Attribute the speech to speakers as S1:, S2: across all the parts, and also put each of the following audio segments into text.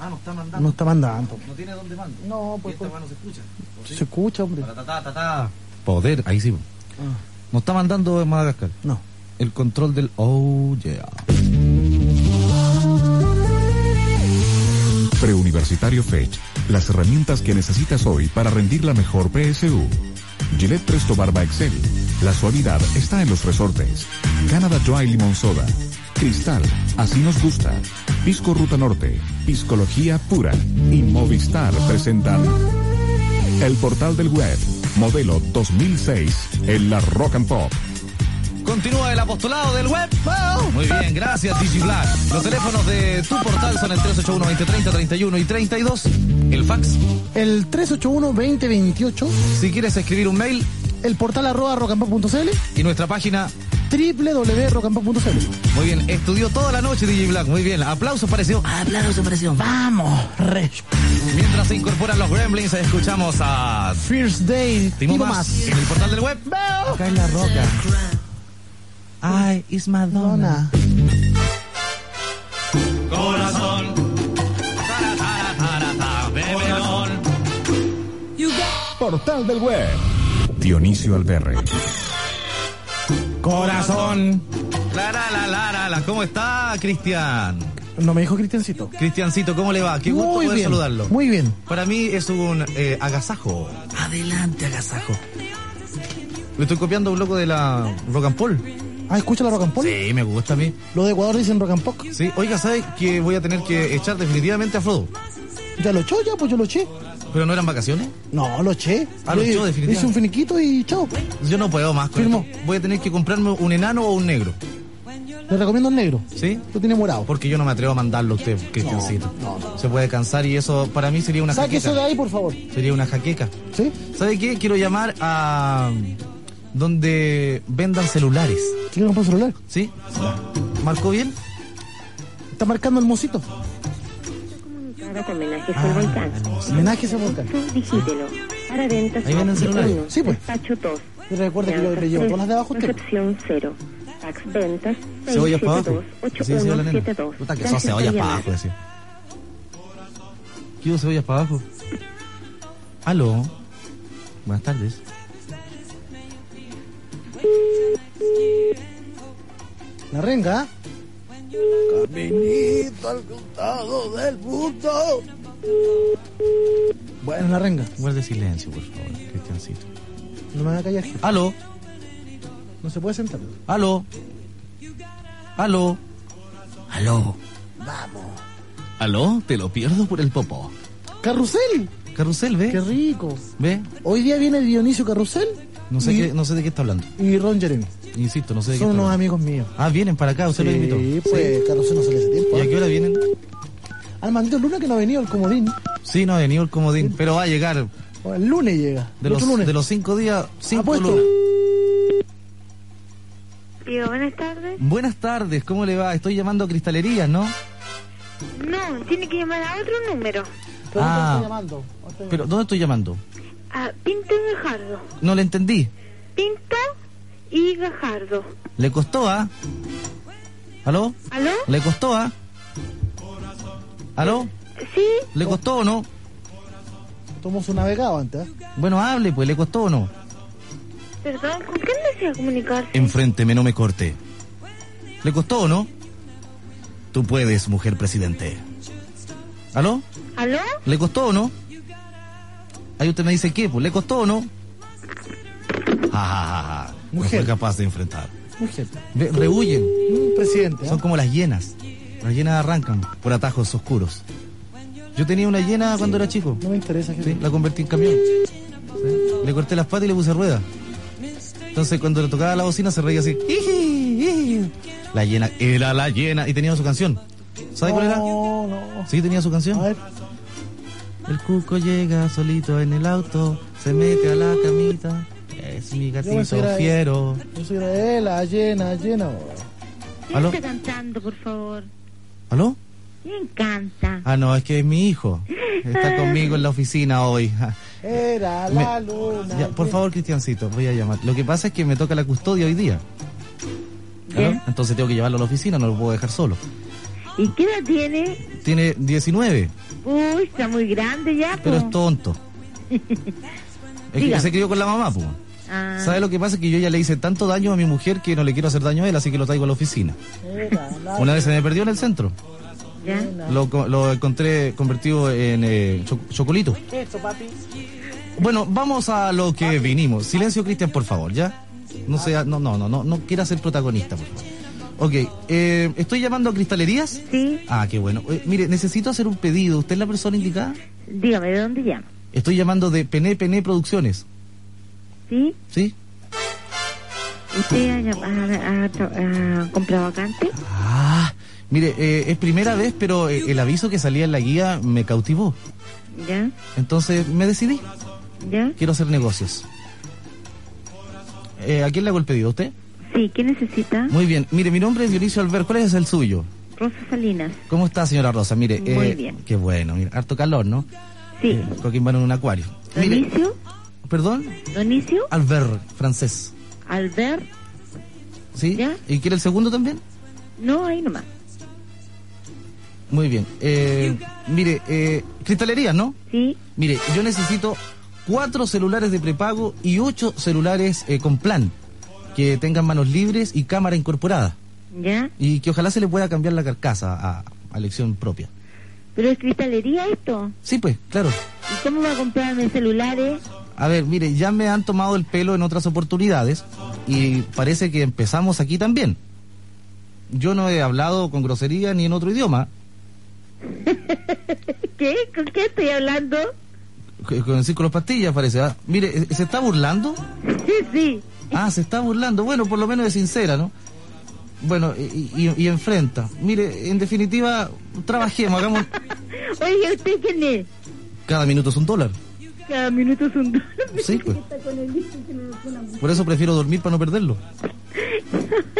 S1: Ah, no está mandando.
S2: No está mandando.
S1: No tiene dónde mando.
S2: No, pues,
S1: Y esta
S2: pues.
S1: weá no se escucha. ¿o sí?
S2: Se escucha, hombre.
S1: Ta, ta, ta, ta, ta. Poder, ahí sí.
S2: Ah,
S1: No está mandando en Madagascar.
S2: no.
S1: El control del oh yeah.
S3: Preuniversitario FECH. Las herramientas que necesitas hoy para rendir la mejor PSU. Gillette Presto Barba Excel. La suavidad está en los resortes. Canada Dry Limon Soda. Cristal. Así nos gusta. Pisco Ruta Norte. Piscología Pura. Y Movistar presentan el portal del web. Modelo 2006 en la Rock and Pop.
S1: Continúa el apostolado del web.
S2: Ah.
S1: ¡Wow! Muy bien, gracias DigiBlack. Los teléfonos de tu portal son el 381-2030, 31 y 32. El fax.
S2: El 381-2028,
S1: Si quieres escribir un mail
S2: el portal arroba rocampo.cl,
S1: y nuestra página.
S2: www.rocampo.cl.
S1: Muy bien, estudió toda la noche DigiBlack. Muy bien, aplausos pareció.
S2: Ah, Aplauso, presión. Vamos, re.
S1: Mientras se incorporan los gremlins, escuchamos a
S2: First Day,
S1: Timo
S2: Timo
S1: Más en el portal del web.
S2: Acá en la roca.
S1: Ay, es
S2: Dona.
S1: Corazón. Tara, tara, tara, ta, bebedón.
S3: Portal del web. Dionisio Alberre.
S1: Corazón. La, la, la, la, la, la. ¿Cómo está, Cristian?
S2: No me dijo Cristiancito.
S1: Cristiancito, ¿cómo le va? Qué gusto
S2: Muy
S1: poder
S2: bien.
S1: saludarlo.
S2: Muy bien.
S1: Para mí es un eh, agasajo. Adelante, agasajo. Me estoy copiando a un loco de la Rock and Paul.
S2: Ah, escucha la rock and pop.
S1: Sí, me gusta a mí.
S2: Los de Ecuador dicen rock and pop.
S1: Sí, oiga, ¿sabes que voy a tener que echar definitivamente a Frodo?
S2: Ya lo echó, ya, pues yo lo eché.
S1: ¿Pero no eran vacaciones?
S2: No, lo eché.
S1: Ah, lo
S2: Le-
S1: echó, definitivamente.
S2: Hice un finiquito y chao.
S1: Yo no puedo más con
S2: Firmo.
S1: esto. Voy a tener que comprarme un enano o un negro.
S2: Le recomiendo el negro.
S1: ¿Sí?
S2: Lo tiene morado.
S1: Porque yo no me atrevo a mandarlo a usted, Cristiancito.
S2: No, no,
S1: Se puede cansar y eso para mí sería una
S2: Sáquese de
S1: jaqueca.
S2: ahí, por favor.
S1: Sería una jaqueca.
S2: ¿Sí?
S1: ¿Sabe qué? Quiero llamar a donde vendan celulares.
S2: Quiero comprar un celular.
S1: ¿Sí? ¿Marcó bien?
S2: Está marcando el mocito.
S4: Para tu homenaje
S1: Ah,
S4: al volcán.
S2: Homenaje a ese volcán.
S4: Tú digítelo. Para ventas
S1: Ahí venden celulares.
S4: uno,
S2: Sí, pues.
S4: Despacho 2.
S2: Y recuerde que yo le llevo todas las de abajo a usted.
S4: Recepción 0. Fax ventas
S1: Cebollas para abajo. Así decía la nena.
S4: 8172.
S1: Puta que son cebollas para abajo, pues. decía. Quiero cebollas para abajo. Aló. Buenas tardes.
S2: La renga.
S5: Caminito al costado del mundo.
S2: Bueno, la renga.
S1: Guarde silencio, por favor, Cristiancito.
S2: No me van a callar.
S1: Aló.
S2: No se puede sentar.
S1: Aló. Aló. Aló.
S2: Vamos.
S1: Aló, te lo pierdo por el popó.
S2: Carrusel.
S1: Carrusel,
S2: Qué
S1: ¿ve?
S2: rico.
S1: ¿Ve?
S2: Hoy día viene Dionisio Carrusel
S1: No sé,
S2: y,
S1: qué, no sé de qué está hablando.
S2: y Ron Jeremy.
S1: Insisto, no sé de qué
S2: Son
S1: está
S2: unos
S1: hablando.
S2: amigos míos.
S1: Ah, vienen para acá, usted los invitó.
S2: Sí, pues Carrusel no sale hace tiempo. ¿eh?
S1: ¿Y a qué hora vienen?
S2: Al maldito Luna que no ha venido al comodín.
S1: Sí, no ha venido el comodín, pero va a llegar.
S2: O El lunes llega.
S1: De
S2: el
S1: los,
S2: otro lunes. Ah, pues,
S1: de los cinco días, cinco
S2: Apuesto.
S1: lunas.
S6: Digo, buenas tardes.
S1: Buenas tardes, ¿cómo le va? Estoy llamando a Cristalerías, ¿no?
S6: No, tiene que llamar a otro número.
S2: Pero
S1: Ah.
S2: no estoy llamando. No estoy
S1: Pero, ¿dónde estoy llamando?
S6: A Pinta Ah, y Gajardo.
S1: No le entendí.
S6: Pinta y Gajardo.
S1: ¿Le costó, ah? ¿Aló?
S6: ¿Aló?
S1: ¿Le costó, ah? ¿Aló?
S6: ¿Sí?
S1: ¿Le costó o no?
S2: llamando. Tomó su navegado antes. ¿eh?
S1: Bueno, hable, pues, ¿le costó o no?
S6: Perdón, ¿con quién desea comunicar?
S1: Enfrénteme, no me corte. ¿Le costó o no? Tú puedes, mujer presidente. ¿Aló?
S6: ¿Aló?
S1: ¿Le costó o no? Ahí usted me dice qué, pues, ¿le costó o no? Ja, ja, ja, ja. No
S2: Mujer.
S1: fue capaz de enfrentar.
S2: Mujer.
S1: Ve- rehuyen.
S2: Un presidente. ¿eh?
S1: Son como las hienas. Las hienas arrancan por atajos oscuros. Yo tenía una hiena cuando era chico.
S2: No me interesa.
S1: Sí,
S2: gente.
S1: la convertí en camión. Sí, Le corté las patas y le puse ruedas. Entonces cuando le tocaba la bocina se reía así. "Iji, iji". La hiena, era la hiena. Y tenía su canción. ¿Sabe cuál era?
S2: No, no.
S1: Sí, tenía su canción.
S2: A ver.
S1: El cuco llega solito en el auto, se mete a la camita. Es mi
S2: Yo me
S1: gatito
S2: subiera-
S1: fiero.
S2: Yo soy de la llena, llena.
S1: ¿Aló?
S4: está cantando, por favor?
S1: ¿Aló?
S4: Me encanta.
S1: Ah, no, es que es mi hijo. Está conmigo en la oficina hoy.
S2: Era
S1: Me-
S2: la luna.
S1: Ya, por
S2: llena.
S1: favor, Cristiancito, voy a llamar. Lo que pasa es que me toca la custodia hoy día. ¿Claro? Entonces tengo que llevarlo a la oficina, no lo puedo dejar solo.
S6: ¿Y qué edad tiene?
S1: Tiene 19,
S6: Uy, está muy grande ya,
S1: pero
S2: Ah.
S6: po.
S1: es tonto. Es que
S6: Dígame.
S1: se crió con la mamá, pues.
S6: Ah,
S1: ¿Sabe lo que pasa? Que yo ya le hice tanto daño a mi mujer que no le quiero hacer daño a él, así que lo traigo a la oficina.
S2: Era
S7: Ah,
S2: la
S1: Una vez se me perdió en el centro.
S6: ya.
S1: Lo, co- lo encontré convertido en eh, cho- chocolito. Bueno, vamos a lo que vinimos. Silencio, Cristian, por favor, ¿ya? No sea, no, no, no, no, no quiera ser protagonista, por favor. Ok, eh, estoy llamando a Cristalerías.
S6: Sí,
S1: Ah, qué bueno. Eh, mire, necesito hacer un pedido. ¿Usted es la persona indicada?
S6: dígame, ¿de dónde llama?
S1: Estoy llamando de Pené Pené Producciones,
S6: ¿Sí?
S1: ¿sí?
S6: ¿Usted ha, llam- ha- ha tra- ha comprado vacante?
S1: Ah, mire, eh, es primera vez, pero eh, el aviso que salía en la guía me cautivó.
S6: ¿Ya?
S1: Entonces me decidí.
S6: ¿Ya?
S1: Quiero hacer negocios. Eh, ¿A quién le hago el pedido? ¿A usted?
S6: Sí, ¿qué necesita?
S1: Muy bien. Mire, mi nombre es Dionisio Albert. ¿Cuál es el suyo?
S6: Rosa Salinas.
S1: ¿Cómo está, señora Rosa? Mire,
S6: Muy
S1: eh,
S6: bien.
S1: qué bueno. Mire, harto calor, ¿no?
S6: Sí.
S1: Eh, Coquimbano en un acuario. Mire,
S6: ¿Donicio?
S1: perdón,
S6: ¿Donicio?
S1: Albert, francés.
S6: ¿Albert?
S1: ¿Sí?
S6: ¿Ya?
S1: ¿Y quiere el segundo también?
S6: No, ahí nomás.
S1: Muy bien. Eh, mire, eh, cristalería, ¿no?
S6: Sí,
S1: Mire, yo necesito cuatro celulares de prepago y ocho celulares eh, con plan, que tengan manos libres y cámara incorporada,
S6: ¿ya?
S1: y que ojalá se le pueda cambiar la carcasa a, a elección propia.
S6: ¿Pero es cristalería esto?
S1: Sí, pues, claro.
S6: ¿Y cómo va a comprarme celulares?
S1: A ver, mire, ya me han tomado el pelo en otras oportunidades y parece que empezamos aquí también. Yo no he hablado con grosería ni en otro idioma,
S6: ¿Qué? ¿Con qué estoy hablando?
S1: c- con el círculo de pastillas parece. ¿ah? Mire, eh, ¿se está burlando?
S6: Sí, sí.
S1: Ah, se está burlando. Bueno, por lo menos es sincera, ¿no? Bueno, y, y- y enfrenta. Mire, en definitiva, trabajemos, hagamos...
S6: Oye, ¿usted quién es?
S1: Cada minuto es un dólar.
S6: Cada minuto es un dólar.
S1: Sí, pues. Por eso prefiero dormir para no perderlo.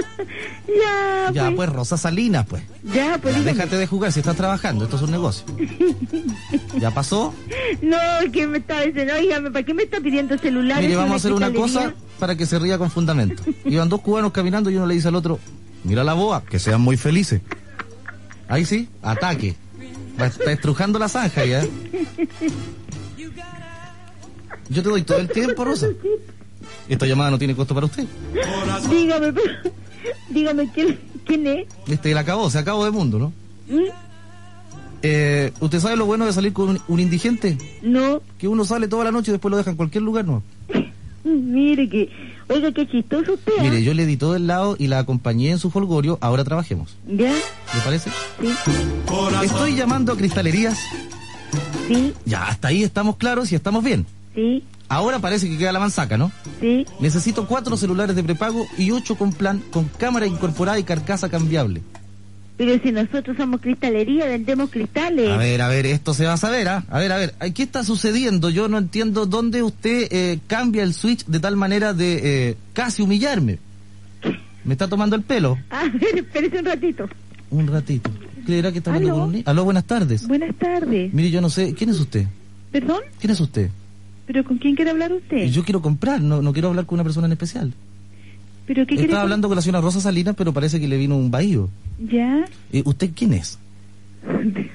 S6: Ya,
S1: Ya,
S6: pues.
S1: pues, Rosa Salinas, pues.
S6: Ya, pues.
S1: Ya,
S6: dígame.
S1: déjate de jugar si estás trabajando. Esto es un negocio. ¿Ya pasó?
S6: No, ¿quién me está diciendo? Oígame, ¿para qué me está pidiendo celulares?
S1: Mire,
S6: en
S1: vamos a
S6: la
S1: hacer una cosa
S6: cristalería?
S1: para que se ría con fundamento. Iban dos cubanos caminando y uno le dice al otro, mira la boa, que sean muy felices. Ahí sí, ataque. Va, está estrujando la zanja ya. Yo te doy todo el tiempo, Rosa. Esta llamada no tiene costo para usted.
S6: Dígame, pero- dígame, ¿quién, quién es?
S1: Este, el acabó, se acabó de mundo, ¿no?
S6: ¿Mm?
S1: Eh, ¿Usted sabe lo bueno de salir con un, un indigente?
S6: No,
S1: Que uno sale toda la noche y después lo deja en cualquier lugar, ¿no?
S6: Mm, mire que... Oiga, qué chistoso usted, ¿ah?
S1: Mire, yo le di todo el lado y la acompañé en su holgorio, ahora trabajemos.
S6: ¿Ya?
S1: ¿Le parece?
S6: Sí,
S1: Estoy llamando a cristalerías.
S6: sí,
S1: Ya, hasta ahí estamos claros y estamos bien.
S6: sí,
S1: Ahora parece que queda la manzaca, ¿no?
S6: sí.
S1: Necesito cuatro celulares de prepago y ocho con plan, con cámara incorporada y carcasa cambiable.
S6: Pero si nosotros somos cristalería, vendemos cristales.
S1: A ver, a ver, esto se va a saber, ¿ah? A ver, a ver, ¿qué está sucediendo? Yo no entiendo dónde usted eh, cambia el switch de tal manera de eh, casi humillarme. Me está tomando el pelo.
S6: A ver, Ah, espérese un ratito.
S1: Un ratito. ¿Qué era que está hablando
S6: ¿Aló?
S1: con un niño? Aló, buenas tardes.
S6: Buenas tardes.
S1: Mire, yo no sé, ¿quién es usted?
S6: ¿Perdón?
S1: ¿Quién es usted?
S6: ¿Pero con quién quiere hablar usted?
S1: Yo quiero comprar, no, no quiero hablar con una persona en especial.
S6: ¿Pero qué quiere
S1: Estaba hablando con la señora Rosa Salinas, pero parece que le vino un bahío.
S6: ¿Ya?
S1: Eh, ¿Usted quién es?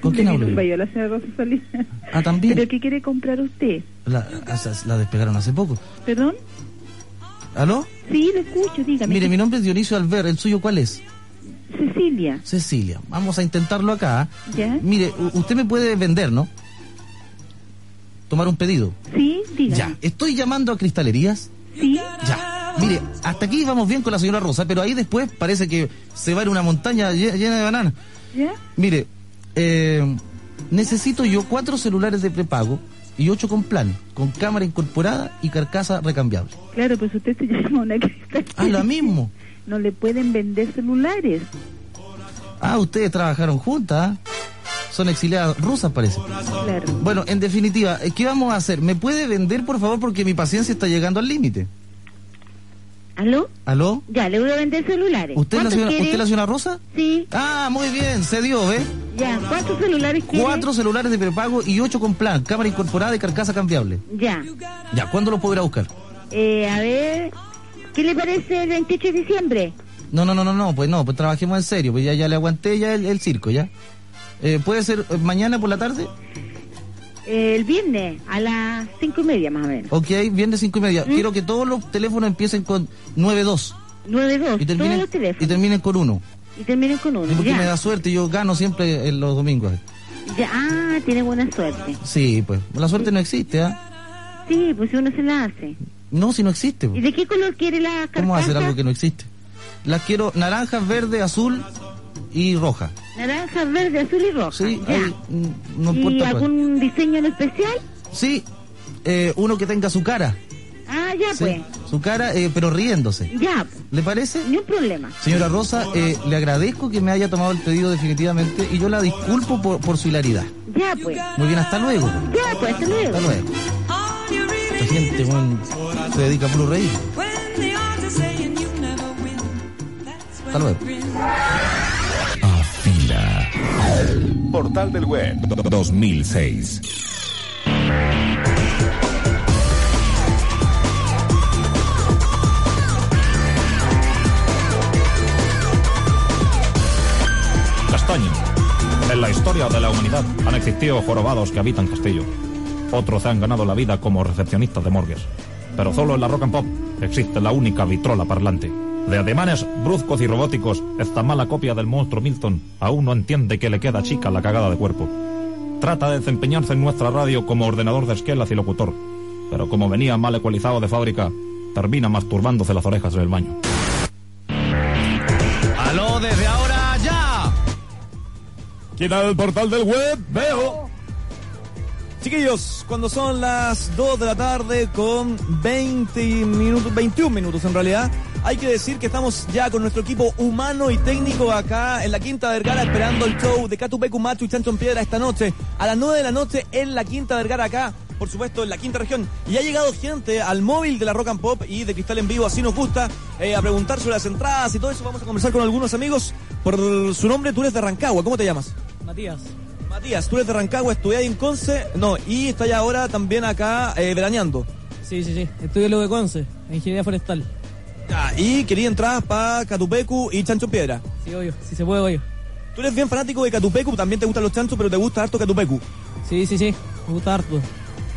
S1: ¿Con quién hablo? yo?
S6: la señora Rosa Salinas.
S1: Ah,
S6: ¿Pero
S1: también.
S6: qué quiere comprar usted?
S1: La, o sea, la despegaron hace poco.
S6: ¿Perdón?
S1: ¿Aló?
S6: Sí, lo escucho, dígame.
S1: Mire, mi nombre es Dionisio Alver. ¿El suyo cuál es?
S6: Cecilia,
S1: Cecilia. Vamos a intentarlo acá. ¿ah?
S6: ¿ya?
S1: Mire, u- usted me puede vender, ¿no? Tomar un pedido.
S6: Sí, dígame.
S1: Ya. Estoy llamando a cristalerías.
S6: ¿Sí?
S1: Ya. Mire, hasta aquí vamos bien con la señora Rosa, pero ahí después parece que se va en una montaña lle- llena de bananas.
S6: ¿Ya?
S1: Mire, eh, necesito yo cuatro celulares de prepago y ocho con plan, con cámara incorporada y carcasa recambiable.
S6: Claro, pues usted se llama una cristalería.
S1: Ah, lo mismo.
S6: No le pueden vender celulares.
S1: Ah, ustedes trabajaron juntas. ¿ah? Son exiliadas rusas, parece.
S6: Claro.
S1: Bueno, en definitiva, eh, ¿qué vamos a hacer? ¿Me puede vender, por favor? Porque mi paciencia está llegando al límite.
S6: ¿Aló?
S1: ¿Aló?
S6: Ya, le voy a vender celulares.
S1: ¿Usted es la
S6: ¿Cuántos
S1: señora,
S6: quiere?
S1: ¿Usted es la señora Rosa?
S6: Sí,
S1: Ah, muy bien, se dio, ¿ve?
S6: ya. ¿Cuántos celulares quiere?
S1: Cuatro celulares de prepago y ocho con plan, cámara incorporada y carcasa cambiable.
S6: Ya.
S1: Ya, ¿cuándo los podrá buscar?
S6: Eh, a ver, ¿qué le parece el 28 de diciembre?
S1: No, no, no, no, no, pues no, pues trabajemos en serio, pues ya, ya le aguanté ya el, el circo, ya. Eh, ¿Puede ser eh, mañana por la tarde?
S6: El viernes a las cinco y media más o menos.
S1: Ok, viernes cinco y media.
S6: ¿Mm?
S1: Quiero que todos los teléfonos empiecen con 92
S6: Nueve
S1: y
S6: dos, todos
S1: terminen,
S6: los teléfonos.
S1: y terminen con uno.
S6: Y terminen con uno.
S1: Porque me da
S6: Ya,
S1: suerte, yo gano siempre en los domingos.
S6: ya. Ah, tiene buena suerte.
S1: Sí, pues. La suerte no existe, ¿ah?
S6: Sí, pues si uno se la hace.
S1: No, si no existe.
S6: ¿Y
S1: pues.
S6: de qué color quiere la carcasa?
S1: ¿Cómo va a hacer algo que no existe? Las quiero naranja, verde, azul y roja.
S6: Naranja, verde, azul y roja.
S1: Sí,
S6: ya.
S1: ahí, mm, no
S6: ¿Y
S1: importa. cuál.
S6: algún diseño en especial?
S1: Sí, eh, uno que tenga su cara.
S6: Ah, ya
S1: sí, Su cara, eh, pero riéndose.
S6: pues. Ya, pues.
S1: ¿Le parece?
S6: ni un problema.
S1: Señora Rosa, eh, le agradezco que me haya tomado el pedido definitivamente y yo la disculpo por, por su hilaridad.
S6: Ya, pues.
S1: Muy bien, hasta luego.
S6: Ya, pues, hasta luego.
S1: Hasta luego. Esta gente weón, se dedica a puro reír. Hasta luego.
S3: Afila. Portal del Web 2006.
S8: Castaño. En la historia de la humanidad han existido jorobados que habitan castillos. Otros han ganado la vida como recepcionistas de morgues. Pero solo en la rock and pop existe la única vitrola parlante. De ademanes bruscos y robóticos, esta mala copia del monstruo Milton aún no entiende que le queda chica la cagada de cuerpo. Trata de desempeñarse en nuestra radio como ordenador de esquelas y locutor, pero como venía mal ecualizado de fábrica, termina masturbándose las orejas del baño.
S1: ¡Aló, desde ahora ya!
S8: ¿Quién el portal del web? Veo.
S9: Chiquillos, cuando son las 2 de la tarde con 20 minutos, 21 minutos en realidad, hay que decir que estamos ya con nuestro equipo humano y técnico acá en la Quinta Vergara esperando el show de Catupecu Machu y Chancho en Piedra esta noche a las 9 de la noche en la Quinta Vergara acá, por supuesto en la Quinta Región. Y ha llegado gente al móvil de la Rock and Pop y de Cristal en Vivo, así nos gusta, eh, a preguntar sobre las entradas y todo eso. Vamos a conversar con algunos amigos. Por su nombre, tú eres de Rancagua, ¿cómo te llamas?
S10: Matías,
S9: Matías, tú eres de Rancagua, estudiás en Conce, no, y estás ahora también acá eh, veraneando.
S10: sí, sí, sí. Estudio en la UB11, en ingeniería forestal.
S9: Ya, y quería entrar para Catupecu y Chancho en Piedra.
S10: Sí, obvio, si se puede, obvio.
S9: Tú eres bien fanático de Catupecu, también te gustan los chanchos, pero te gusta harto Catupecu.
S10: Sí, sí, sí. Me gusta harto.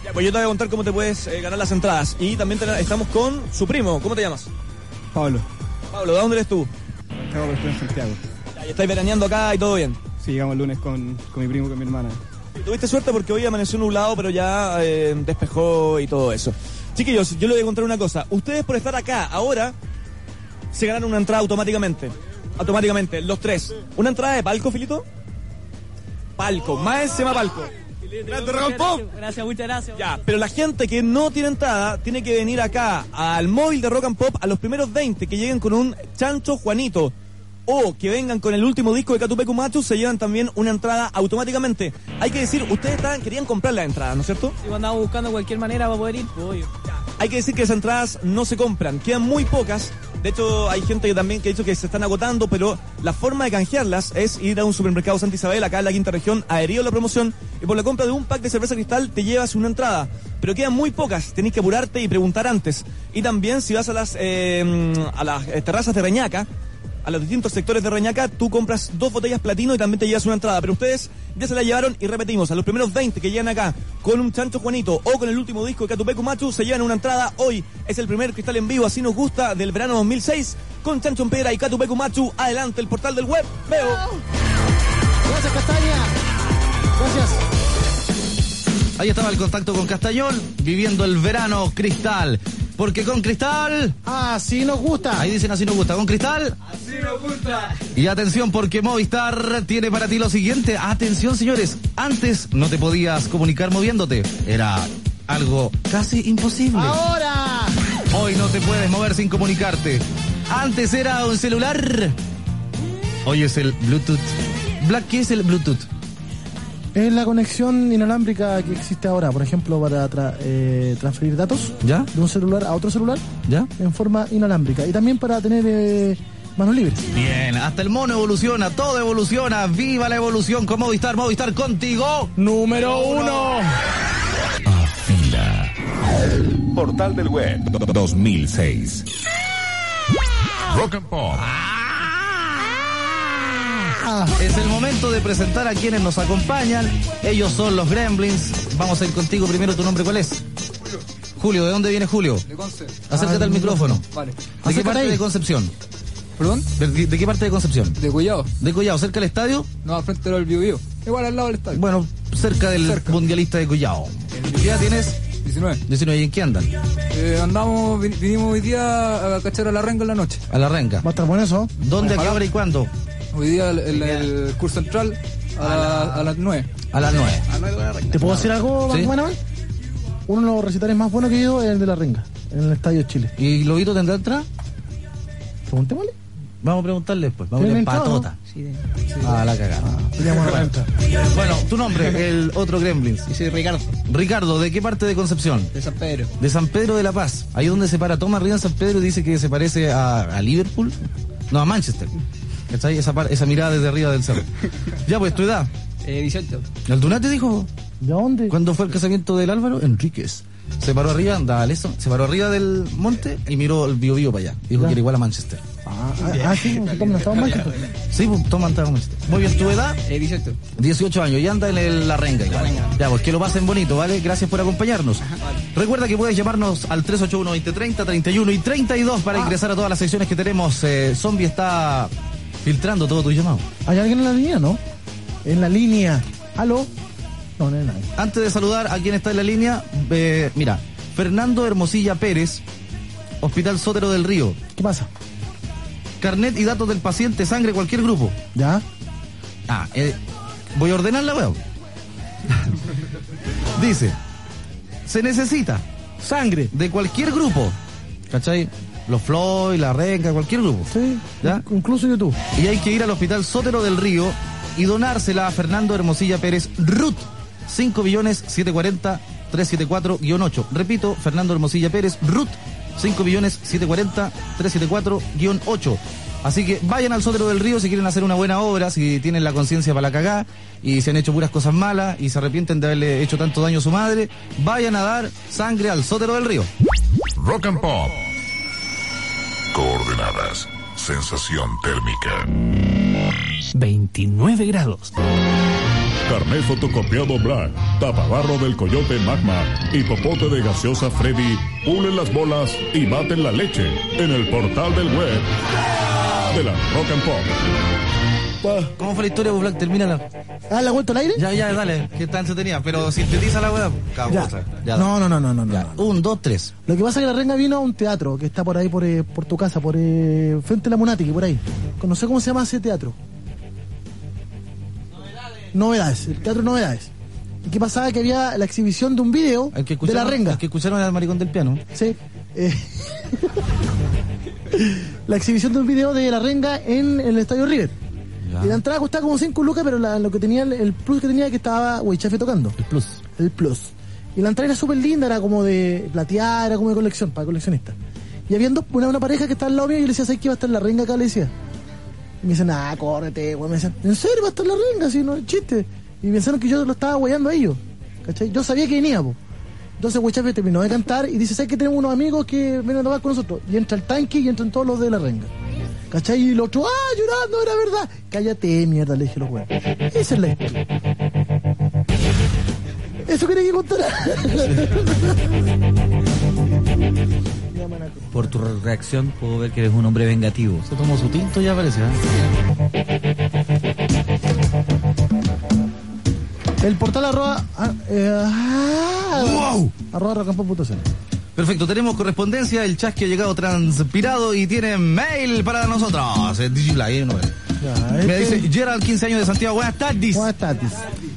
S9: Ya, pues yo te voy a contar cómo te puedes eh, ganar las entradas. Y también te- estamos con su primo, ¿cómo te llamas?
S11: Pablo,
S9: Pablo, ¿de dónde eres tú?
S11: acabo de estar en Santiago.
S9: Ya, y estáis veraneando acá y todo bien.
S11: Sí, llegamos el lunes con, con mi primo y con mi hermana.
S9: Tuviste suerte porque hoy amaneció nublado, pero ya eh, despejó y todo eso. Chiquillos, yo les voy a contar una cosa. Ustedes por estar acá ahora se ganan una entrada automáticamente. Automáticamente, los tres. ¿Una entrada de palco, Filito? Palco, más encima palco. ¡Grande Rock and Pop!
S10: Gracias, muchas gracias.
S9: Ya, pero la gente que no tiene entrada tiene que venir acá al móvil de Rock and Pop a los primeros 20 que lleguen con un chancho Juanito o que vengan con el último disco de Catupecu Machu se llevan también una entrada automáticamente. Hay que decir, ustedes estaban, querían comprar la entrada, ¿no es cierto?
S10: Si andamos buscando cualquier manera para poder ir, pues, obvio.
S9: Hay que decir que esas entradas no se compran, quedan muy pocas. De hecho, hay gente que también que ha dicho que se están agotando, pero la forma de canjearlas es ir a un supermercado Santa Isabel, acá en la quinta región, adherido a la promoción, y por la compra de un pack de cerveza cristal te llevas una entrada. Pero quedan muy pocas, tenés que apurarte y preguntar antes. Y también si vas a las, eh, a las eh, terrazas de Reñaca, a los distintos sectores de Reñaca, tú compras dos botellas platino y también te llevas una entrada. Pero ustedes ya se la llevaron y repetimos, a los primeros 20 que llegan acá con un chancho Juanito o con el último disco de Catupecu Machu, se llevan una entrada. Hoy es el primer cristal en vivo, así nos gusta, del verano 2006, con Chancho en Piedra y Catupecu Machu. Adelante, el portal del web. Veo.
S2: Gracias, Castaña. Gracias.
S1: Ahí estaba el contacto con Castañón, viviendo el verano cristal. Porque con cristal.
S2: Así nos gusta.
S1: Ahí dicen así nos gusta, con cristal. Así nos gusta. Y atención porque Movistar tiene para ti lo siguiente. Atención señores, antes no te podías comunicar moviéndote. Era algo casi imposible.
S2: Ahora.
S1: Hoy no te puedes mover sin comunicarte. Antes era un celular. Hoy es el Bluetooth. Black, ¿qué es el Bluetooth?
S2: Es la conexión inalámbrica que existe ahora, por ejemplo, para tra- eh, transferir datos
S1: ¿Ya?
S2: de un celular a otro celular
S1: ¿Ya?
S2: en forma inalámbrica y también para tener eh, manos libres.
S1: Bien, hasta el mono evoluciona, todo evoluciona. Viva la evolución con Movistar, Movistar contigo.
S2: Número uno.
S3: Afila. Portal del Web 2006. Rock and Pop.
S2: Ah.
S1: Es el momento de presentar a quienes nos acompañan. Ellos son los Gremlins. Vamos a ir contigo primero. ¿Tu nombre cuál es? Julio, ¿de dónde viene Julio?
S12: De Conce.
S1: Acércate
S12: Ah,
S1: al micrófono.
S12: Vale.
S1: ¿De qué
S12: Acércate
S1: parte
S12: Ah, ahí.
S1: de Concepción?
S12: ¿Perdón?
S1: ¿De, de qué parte de Concepción?
S12: De Collao.
S1: ¿De Collao? ¿Cerca del estadio?
S12: No, al frente del Bio Bio. Igual al lado del estadio.
S1: Bueno, cerca del mundialista de Collao. ¿Qué edad tienes?
S12: 19.
S1: 19. ¿Y en qué andan?
S12: Eh, andamos, vin- vinimos hoy día a cachar a la renga en la noche.
S1: A la renca.
S2: Va a estar bueno eso.
S1: ¿Dónde, a qué hora y cuándo?
S12: Hoy día el, el- el curso central a, la- a las 9.
S1: A las 9.
S2: ¿Te puedo decir algo,
S1: Sí.
S2: bueno? Uno de los recitales más buenos que he ido es el de La Renga, en el Estadio Chile.
S1: ¿Y Lobito tendrá entrada?
S2: Preguntémosle.
S1: Vamos a preguntarle después. Vamos a
S2: ¿Tienen
S1: ir
S2: entrada,
S1: patota. Ah, la cagada. Bueno, tu nombre, el otro Gremlins.
S13: Sí, Ricardo.
S1: Ricardo, ¿de qué parte de Concepción?
S13: De San Pedro.
S1: De San Pedro de la Paz. Ahí donde se para Toma Río en San Pedro y dice que se parece a, a Liverpool. No, a Manchester. ¿Cachai? Esa, par- esa mirada desde arriba del cerro. Ya, pues, tu edad.
S13: Eh, 18.
S1: ¿El Dunate dijo?
S2: ¿De dónde?
S1: ¿Cuándo fue el casamiento del Álvaro? Enríquez. Se paró arriba, andaba eso, se paró arriba del monte y miró el bio para allá. Dijo
S2: Ya.
S1: que era igual a Manchester.
S2: Ah, ah, sí, sí, como no estaba mal.
S1: Sí, pues, Toma andaba en Manchester. Muy bien, ¿tu edad?
S13: 18.
S1: 18 años y anda en el- la renga igual. Ya, pues que lo pasen bonito, ¿vale? Gracias por acompañarnos. Recuerda que puedes llamarnos al 381-2030, 31 y 32
S2: Ah.
S1: para ingresar a todas las secciones que tenemos. Eh, Zombie está filtrando todo tu llamado.
S2: ¿Hay alguien en la línea, no? En la línea. ¿Aló? No, no hay nadie.
S1: Antes de saludar a quien está en la línea, eh, mira, Fernando Hermosilla Pérez, Hospital Sotero del Río.
S2: ¿Qué pasa?
S1: Carnet y datos del paciente, sangre, cualquier grupo.
S2: ¿Ya?
S1: Ah, eh, voy a ordenar la weón. Dice, se necesita sangre de cualquier grupo. ¿Cachai? Los Floyd, la Renca, cualquier grupo.
S2: Sí.
S1: ¿Ya?
S2: Incluso YouTube.
S1: Y hay que ir al hospital Sotero del Río y donársela a Fernando Hermosilla Pérez Ruth. 5 millones 740 374 8. Repito, Fernando Hermosilla Pérez Ruth. 5 millones 740 374 8. Así que vayan al Sotero del Río si quieren hacer una buena obra, si tienen la conciencia para la cagá y se han hecho puras cosas malas y se arrepienten de haberle hecho tanto daño a su madre, vayan a dar sangre al Sotero del Río.
S3: Rock and Pop.
S14: Coordenadas. Sensación térmica.
S3: 29 grados. Carnet fotocopiado Black, tapabarro del coyote Magma y popote de gaseosa Freddy pulen las bolas y baten la leche en el portal del web de la Rock and Pop.
S1: ¿Cómo fue la historia, Black? Termínala.
S2: ¿Ah, la vuelta al aire?
S1: Ya, ya, dale, que está entretenida, pero sintetiza la weá. Cago,
S2: Ya.
S1: otra. Ya, dale.
S2: No, no, no, no, no, no, no.
S1: Un, dos, tres.
S2: Lo que pasa es que la renga vino a un teatro que está por ahí, por, eh, por tu casa, por eh, frente a la Munatiki, por ahí. No sé cómo se llama ese teatro. Novedades. Novedades, el teatro Novedades. ¿Y qué pasaba? Que había la exhibición de un video
S1: El que
S2: de la
S1: escucharon,
S2: renga.
S1: el que escucharon al maricón del piano.
S2: Sí. eh, la exhibición de un video de la renga en el Estadio River. Y la entrada costaba como 5 lucas, pero la- lo que tenía, el- el plus que tenía que estaba Weichafe tocando. El
S1: plus.
S2: El plus. Y la entrada era súper linda, era como de plateada, era como de colección, para coleccionistas. Y había dos- una, una pareja que estaba al lado mío y yo le decía, ¿sabes qué va a estar la renga acá? Le decía. Y me dicen, ah, córrete, güey. Me dicen, ¿en serio va a estar la renga? Si no es chiste. Y pensaron que yo lo estaba guayando a ellos. ¿Cachai? Yo sabía que venía, po. Entonces Huichafe terminó de cantar y dice, ¿sabes que tenemos unos amigos que vienen a tocar con nosotros? Y entra el tanque y entran todos los de la renga. ¿Cachai? Y el otro, ah, llorando, era verdad. Cállate, mierda, le dije a los huevos. Esa es la historia. Eso quería que contara.
S15: Por tu reacción puedo ver que eres un hombre vengativo.
S1: Se tomó su tinto y ya ¿eh? aparece,
S2: el portal arroba... ah, eh, ah, Arroba rockandpop.cl.
S1: Perfecto, tenemos correspondencia, el chasque ha llegado transpirado y tiene mail para nosotros. Eh, Digilay, eh, no, eh.
S2: Ya,
S1: Me
S2: este-
S1: dice Gerald, 15 años de Santiago. Buenas tardes. Buenas
S2: tardes.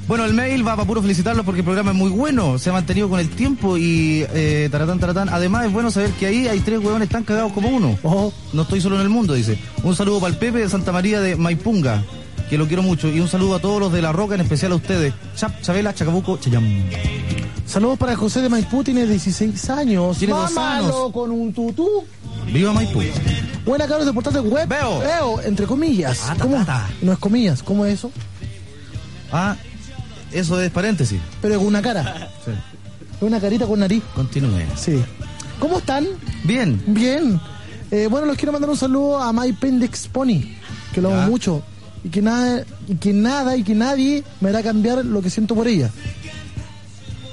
S1: Bueno, el mail va para puro felicitarlos porque el programa es muy bueno, se ha mantenido con el tiempo y eh, taratán, taratán. Además, es bueno saber que ahí hay tres huevones tan cagados como uno. No estoy solo en el mundo, dice. Un saludo para el Pepe de Santa María de Maipunga, que lo quiero mucho. Y un saludo a todos los de La Roca, en especial a ustedes. Chap, Chabela, Chacabuco, Chayam.
S2: Saludos para José de Maipú, tiene 16 años.
S1: Tiene dos
S2: Mámalo
S1: años.
S2: con un tutú.
S1: Viva Maipú.
S2: Buena, cabros, de portal de web.
S1: Veo.
S2: Veo, entre comillas.
S1: Ah, ta,
S2: ¿Cómo?
S1: ta, ta.
S2: No es comillas, ¿cómo es eso?
S1: Ah, eso es paréntesis.
S2: Pero con una cara.
S1: Sí.
S2: Es una carita con nariz.
S1: Continúe.
S2: Sí. ¿Cómo están?
S1: Bien.
S2: Bien. Eh, bueno, los quiero mandar un saludo a My Pendex Pony, que lo amo mucho. y que nada y que nada y que nadie me hará cambiar lo que siento por ella.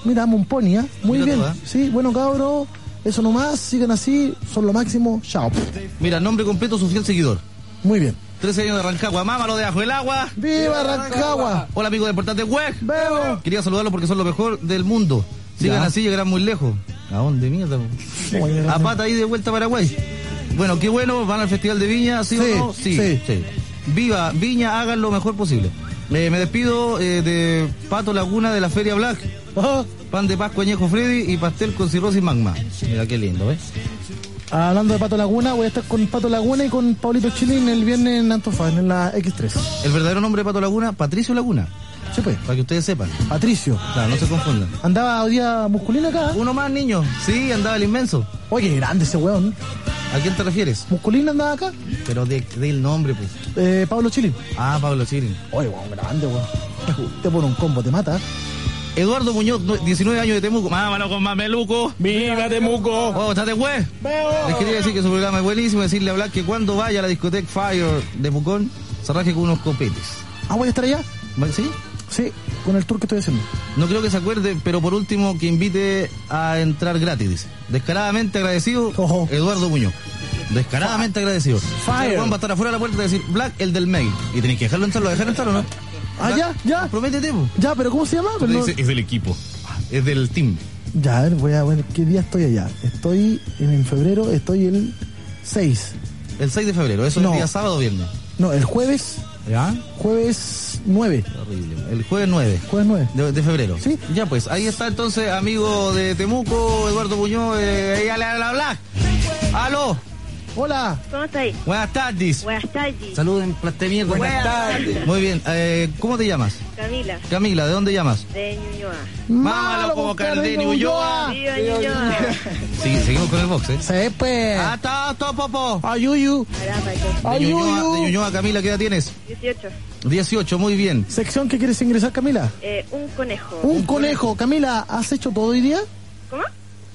S2: Mira, amo un pony, ¿ah? Muy
S1: Mira
S2: bien.
S1: tú, ¿ah?
S2: Sí, bueno, cabro, eso nomás, sigan así, son lo máximo. Chao.
S1: Mira, nombre completo, su fiel seguidor.
S2: Muy bien.
S1: 13 años de Rancagua, mámalo debajo del agua.
S2: ¡Viva Rancagua!
S1: Hola amigos de Portal de Web.
S2: ¡Veo!
S1: Quería saludarlos porque son lo mejor del mundo. Sigan
S2: Ya.
S1: así, llegarán muy lejos. ¿A dónde mierda? po? A pata ahí de vuelta a Paraguay. Bueno, qué bueno, van al Festival de Viña, ¿sí,
S2: Sí,
S1: o no?
S2: sí.
S1: sí. Viva Viña, hagan lo mejor posible. Eh, me despido eh, de Pato Laguna de la Feria Black. Pan de Pascua Añejo Freddy y pastel con cirrosis magma. Mira qué lindo, ¿ves?
S2: Hablando de Pato Laguna, voy a estar con Pato Laguna y con Paulito Chilín el viernes en Antofagasta, en la X3.
S1: El verdadero nombre de Pato Laguna, Patricio Laguna.
S2: Sí, pues.
S1: Para que ustedes sepan.
S2: Patricio.
S1: Claro, no se confundan.
S2: Andaba hoy día musculino acá.
S1: Uno más, niño. Sí, andaba el inmenso.
S2: Oye, grande ese weón.
S1: ¿A quién te refieres?
S2: Musculino andaba acá.
S1: Pero de, del nombre, pues.
S2: Eh, Pablo Chilín.
S1: Ah, Pablo Chirin.
S2: Oye, weón, grande, weón. Te pone un combo, te mata.
S1: Eduardo Muñoz, no- 19 años de Temuco. Mámalo con mameluco.
S9: ¡Viva Temuco!
S1: Oh, ¿estás de güey? Les quería decir que su programa es buenísimo. Decirle a Black que cuando vaya a la discoteca Fire de Pucón, se raje con unos copetes.
S2: Ah, voy a estar allá.
S1: ¿Sí?
S2: Sí, con el tour que estoy haciendo.
S1: No creo que se acuerde, pero por último que invite a entrar gratis, dice. Descaradamente agradecido, Eduardo Muñoz. Descaradamente agradecido.
S2: Fire.
S1: El Juan va a estar afuera de la puerta y decir, Black, el del mail. Y tenéis que dejarlo entrar, lo dejar entrar o no.
S2: Ah, ya, ya.
S1: Prométete, po.
S2: Ya, pero ¿cómo se llama? Pero no-
S1: Dice, es del equipo, es del team.
S2: Ya, a ver, voy a ver qué día estoy allá. Estoy en, en febrero, estoy el 6.
S1: El 6 de febrero, eso
S2: No.
S1: es día sábado o viernes.
S2: No, el jueves,
S1: ¿Ya?
S2: jueves 9.
S1: Horrible. El jueves 9.
S2: Jueves 9.
S1: De, de febrero. Sí. Ya pues, ahí está entonces, amigo de Temuco, Eduardo Muñoz, eh, ahí habla, habla, habla. ¡Aló!
S2: Hola.
S6: ¿Cómo estáis?
S1: Buenas tardes.
S6: Buenas tardes.
S1: Saluden, plaste mierda.
S6: Buenas tardes.
S1: Muy bien, eh, ¿cómo te llamas?
S6: Camila,
S1: Camila, ¿de dónde llamas?
S6: de Ñuñoa.
S1: Mámalo como Cardini Ulloa.
S6: Viva Ñuñoa.
S1: Sí, seguimos con el box, ¿eh?
S2: Sí, pues.
S1: ¡Hasta, hasta, popo!
S2: Ayuyu.
S6: Caramba,
S1: De
S6: yo.
S1: Ñuñoa, de Ñuñoa, Camila, ¿qué edad tienes?
S6: 18.
S1: 18, muy bien.
S2: ¿Sección que quieres ingresar, Camila?
S6: Eh, un conejo.
S2: Un, conejo. Camila, ¿has hecho todo hoy día?
S6: ¿Cómo?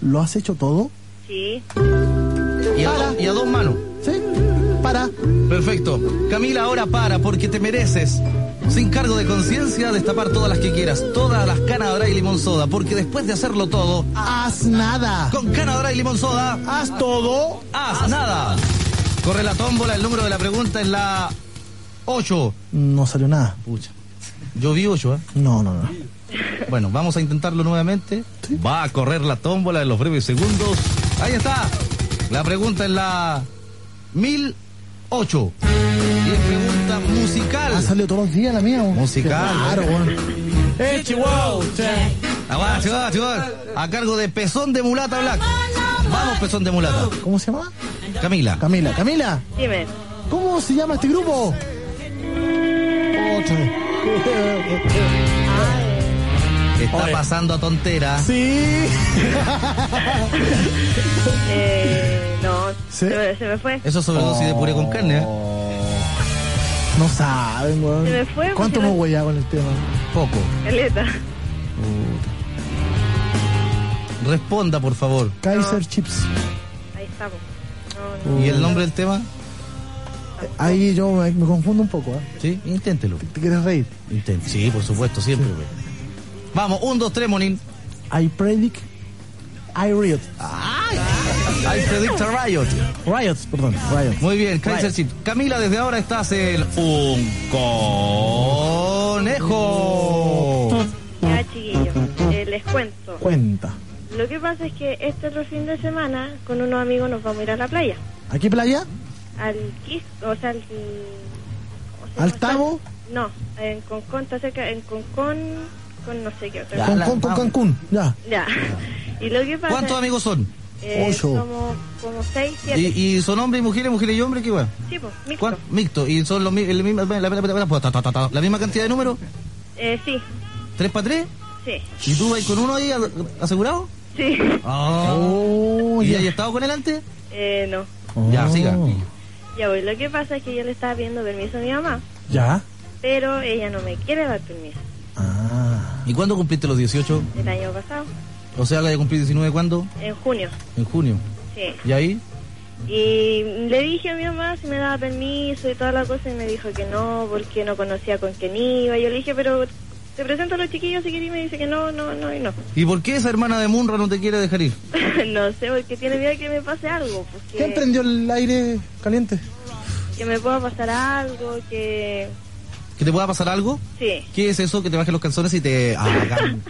S2: ¿Lo has hecho todo?
S6: Sí.
S1: Y a, do- y a dos manos.
S2: Sí. Para.
S1: Perfecto. Camila, ahora para, porque te mereces. Sin cargo de conciencia, destapar todas las que quieras, todas las canas dry limón soda, porque después de hacerlo todo,
S2: Haz nada.
S1: con canas dry limón soda,
S2: Haz todo.
S1: haz, nada. Corre la tómbola, el número de la pregunta es la 8.
S2: No salió nada.
S1: Pucha. Yo vi 8, ¿eh?
S2: No, no, no.
S1: Bueno, vamos a intentarlo nuevamente. Va a correr la tómbola en los breves segundos. Ahí está. La pregunta es la 1008. Y es pregunta
S2: Ha
S1: musical.
S2: salido todos los días la mía. weón.
S1: Musical.
S2: Claro, weón.
S1: Eh,
S9: ¡El Chihuahua!
S1: Aguanta, ciudad, ciudad. A cargo de Pezón de Mulata Black. Vamos, Pezón de Mulata.
S2: ¿Cómo se llama?
S1: Camila.
S2: Camila, Camila.
S6: Dime.
S2: ¿Cómo se llama este grupo?
S1: Está pasando a tontera.
S2: Sí.
S6: Eh, no.
S2: Sí. Oh.
S6: Se, se me fue.
S1: Eso es sobredosis de puré con carne, ¿eh?
S2: No saben, weón.
S6: Se me fue,
S2: ¿Cuánto
S6: pues,
S2: hemos huellado con el tema?
S1: Poco.
S6: Caleta.
S1: Responda, por favor.
S2: Kaiser Chips.
S6: Ahí estamos. No, no.
S1: ¿Y el nombre del tema?
S2: Eh, Ahí yo me, me confundo un poco, ¿eh?
S1: Sí, inténtelo.
S2: ¿Te quieres reír?
S1: Inten- Sí, por supuesto, siempre. pues. güey. Vamos, un, dos, tres, Monín.
S2: I predict. I riot.
S1: I predict a riot.
S2: Riots, perdón. Riot.
S1: Muy bien, Kaiser Chief. Camila, desde ahora estás en un conejo.
S6: Ya, chiquillos. eh, les cuento.
S2: Cuenta.
S6: Lo que pasa es que este otro fin de semana con unos amigos nos vamos a ir a la playa.
S2: ¿A qué playa?
S6: Al Quis, o sea, al... ¿cómo se
S2: ¿Al
S6: llama?
S2: Tabo?
S6: No, en Concón, está cerca, en Concón, con no sé qué otra
S1: Ya,
S2: Con,
S1: la-
S2: con, con
S1: vamos.
S2: Cancún. Ya.
S6: Ya. Y lo que pasa
S1: ¿Cuántos
S6: es-
S1: amigos son?
S6: Eh,
S2: Ocho.
S6: Somos como seis, siete.
S1: ¿Y, y son hombres y mujeres, mujeres y hombres? ¿Qué weón?
S6: Sí, pues, mixto.
S1: ¿Cuánto? Mixto. ¿Y son los mi- el mismo- la, la- la- la- ta- ta- ta- ta- la misma cantidad de números?
S6: Eh, sí,
S1: ¿Tres para tres?
S6: sí,
S1: ¿Y tú vas con uno ahí a- asegurado?
S6: sí.
S1: Oh. ¿Y has estado con él antes?
S6: Eh, no.
S2: Oh.
S1: Ya, siga.
S6: Ya voy. Lo que pasa es que yo le estaba pidiendo permiso a mi mamá,
S2: Ya.
S6: pero ella no me quiere dar permiso.
S1: ¿Y cuándo cumpliste los 18?
S6: El año pasado,
S1: O sea, la de cumplir 19, ¿cuándo?
S6: en junio,
S1: En junio.
S6: sí.
S1: ¿Y ahí?
S4: Y le dije a mi mamá si me daba permiso y toda la cosa y me dijo que no, porque no conocía con quién iba. Yo le dije, pero te presento a los chiquillos si querés y me dice que no, no, no y no.
S1: ¿Y por qué esa hermana de Munra no te quiere dejar ir?
S4: no sé, porque tiene miedo que me pase algo. pues, que-
S2: ¿Quién prendió el aire caliente?
S4: que me pueda pasar algo, que...
S1: ¿Que te pueda pasar algo?
S4: Sí,
S1: ¿Qué es eso que te bajen los calzones y te hagan?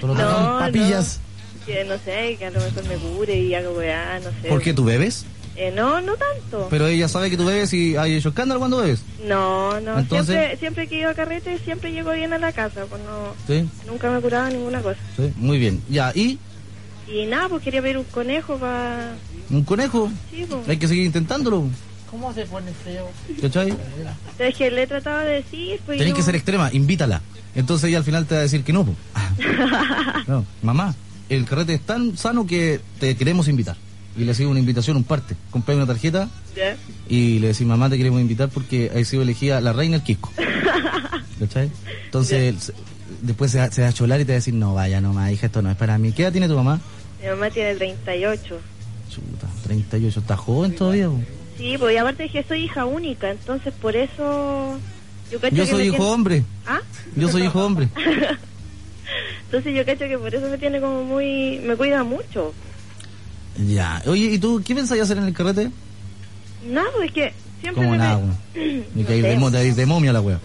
S1: te lo
S4: No,
S1: hagan
S4: no.
S1: papillas?
S4: que no sé, que a lo mejor me cure y hago weá, no sé.
S1: ¿Por qué tú bebes?
S4: Eh, no, no tanto.
S1: Pero ella sabe que tú bebes y hay hecho escándalo cuando bebes.
S4: No, no,
S1: Entonces-
S4: siempre, siempre que iba a carrete siempre llego bien a la casa, pues no,
S1: Sí,
S4: nunca me curaba ninguna cosa.
S1: sí, muy bien. Ya, ¿y
S4: Y nada, pues quería ver un conejo para...
S1: un conejo?
S4: Sí, pues.
S1: Hay que seguir intentándolo,
S4: ¿Cómo se pone feo?
S1: ¿cachai?
S4: Es que le trataba de decir, pues...
S1: Tenés
S4: yo-
S1: que ser extrema, invítala. Entonces ella al final te va a decir que no. po. No, mamá, el carrete es tan sano que te queremos invitar. Y le sigue una invitación, un parte. Compré una tarjeta
S4: Ya.
S1: y le decís, mamá, te queremos invitar porque ha sido elegida la reina del Quisco. ¿Cachai? Entonces, se- después se va, se va a cholar y te va a decir, no, vaya nomás, hija, esto no es para mí. ¿Qué edad tiene tu mamá?
S4: Mi mamá tiene 38.
S1: Chuta, 38, está joven todavía. po.
S4: Sí, pues y aparte dije, soy hija única, entonces por eso... Yo, cacho
S1: Yo
S4: que
S1: soy
S4: me
S1: hijo
S4: tiene-
S1: hombre,
S4: ¿Ah?
S1: yo soy hijo hombre.
S4: Entonces yo cacho que por eso me tiene como muy... Me cuida mucho.
S1: Ya, oye, ¿y tú qué pensabas hacer en el carrete?
S4: No, pues es que siempre
S1: Como
S4: me...
S1: nada, weón. Ni
S4: No
S1: que ir de,
S4: sé.
S1: mo- de ir de momia la wea.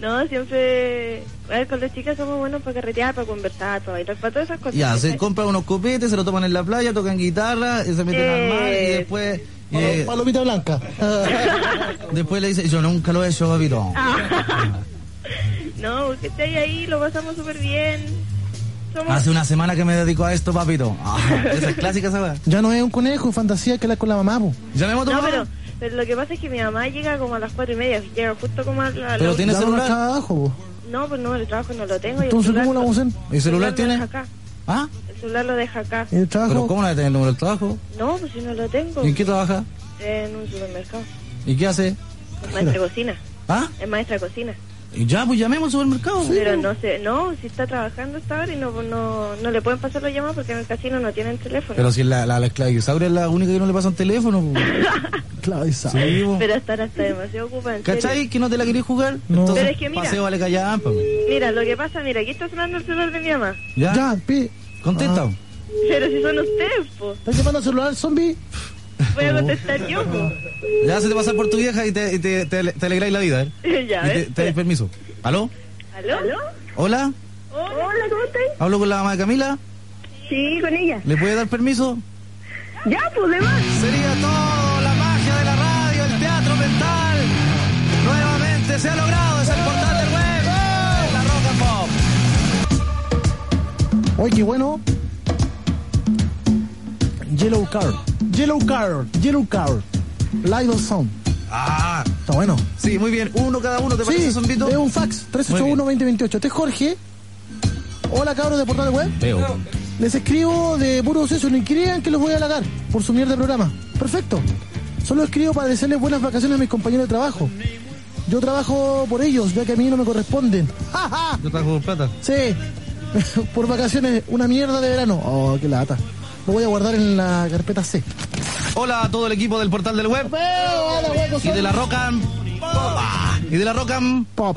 S4: No, siempre... a ver, con las chicas somos buenos para carretear, para conversar, para bailar, para todas esas cosas.
S1: Ya,
S4: ¿cachai?
S1: se compran unos copetes, se lo toman en la playa, tocan guitarra, eh, se meten al mar y
S4: Eh.
S1: después...
S2: Palo-
S1: palomita blanca. después le dice, yo nunca lo he hecho, papito.
S4: Ah. No, que esté ahí, lo pasamos súper bien. Somos...
S1: Hace una semana que me dedico a esto, papito. Ah, esa es clásica esa wea.
S2: Ya no es un conejo, fantasía que la con la mamá, po.
S1: Llamemos
S4: No, pero, pero lo que pasa es que mi mamá llega como a las cuatro y media, llega justo como a la... la-
S2: tiene abajo,
S4: No, pues no, el trabajo no lo tengo. y el
S2: Entonces,
S4: celular
S2: ¿cómo la
S4: lo-
S2: usan?
S1: ¿El celular
S4: lo
S1: tiene?
S4: deja acá.
S1: ¿Ah?
S4: El celular lo deja acá.
S1: ¿El trabajo? ¿Pero cómo la tiene el número del trabajo?
S4: No, pues si no lo tengo.
S1: ¿Y en qué trabaja?
S4: En un supermercado.
S1: ¿Y qué hace?
S4: Es maestra de cocina.
S1: ¿Ah?
S4: Es maestra de cocina.
S1: Y ya, pues llamemos al
S2: ¿Ah,
S1: supermercado.
S4: Pero no sé, no, si está trabajando hasta ahora y no, no, no le pueden pasar los llamados porque en el casino no tienen teléfono.
S1: Pero si la, la, la esclavisauria es la única que no le pasa un teléfono. po. Sí, po.
S4: Pero hasta ahora está demasiado ocupada. en
S1: ¿Cachai?
S4: serio.
S1: ¿Que no te la querés jugar?
S4: No.
S1: Entonces,
S4: Pero es que mira-
S1: paseo vale callar, pa, wey.
S4: Mira, lo que pasa, mira, aquí está sonando el celular de mi mamá.
S1: ¿Ya? Ya, pi. Ah. Contesta.
S4: Pero si son ustedes, po.
S2: ¿Estás llamando al celular zombie?
S4: Voy
S1: Oh.
S4: a contestar yo, po.
S1: Ya se te pasa por tu vieja y te, y te, te, te alegráis la vida, ¿eh?
S4: Ya,
S1: Y te,
S4: ¿ves?
S1: te dais permiso. ¿Aló?
S4: ¿Aló?
S1: ¿Hola?
S4: Hola, ¿cómo estás?
S1: ¿Hablo con la mamá de Camila?
S4: Sí, con ella.
S1: ¿Le puede dar permiso?
S4: Ya, pues, de más.
S1: Sería todo, la magia de la radio, el teatro mental. Nuevamente se ha logrado, es el portal del web. La rock and pop.
S2: Oye, qué bueno. Yellow Card. Yellow Card. Yellow Card. Live on Sound.
S1: Ah,
S2: Está bueno.
S1: Sí, muy bien. Uno cada uno, ¿te parece,
S2: sí,
S1: Zombito?
S2: Es un fax. 381-2028. Este es Jorge. Hola, cabros de Portal Web.
S1: Veo.
S2: Les escribo de puro suceso, ni crean que los voy a halagar por su mierda de programa. Perfecto. Solo escribo para desearles buenas vacaciones a mis compañeros de trabajo. Yo trabajo por ellos, ya que a mí no me corresponden. ¡Ja, ja!
S1: Yo trabajo con plata.
S2: Sí, por vacaciones, una mierda de verano. Oh, qué lata. Lo voy a guardar en la carpeta C.
S1: Hola a todo el equipo del portal del web. Y de la rock and pop. Y de la rock and
S2: pop.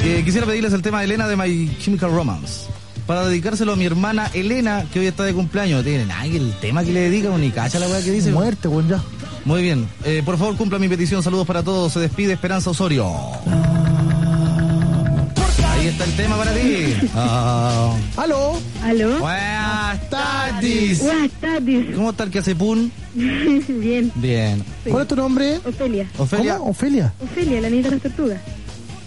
S1: Eh, quisiera pedirles el tema de Elena de My Chemical Romance. Para dedicárselo a mi hermana Elena, que hoy está de cumpleaños. No tiene nada que el tema que le dedica, ni cacha la weá que dice.
S2: Muerte, weón, ya.
S1: Muy bien. Eh, por favor, cumpla mi petición. Saludos para todos. Se despide Esperanza Osorio. Ahí está el tema para ti. Ah.
S2: ¿Aló?
S6: ¿Aló?
S1: Buenas tardes. Buenas
S6: tardes.
S1: ¿Cómo está el que hace pun?
S6: Bien.
S1: Bien.
S2: ¿Cuál es tu nombre?
S6: Ofelia.
S1: Ofelia.
S2: ¿Cómo? Ofelia.
S6: Ofelia, la niña de las tortugas.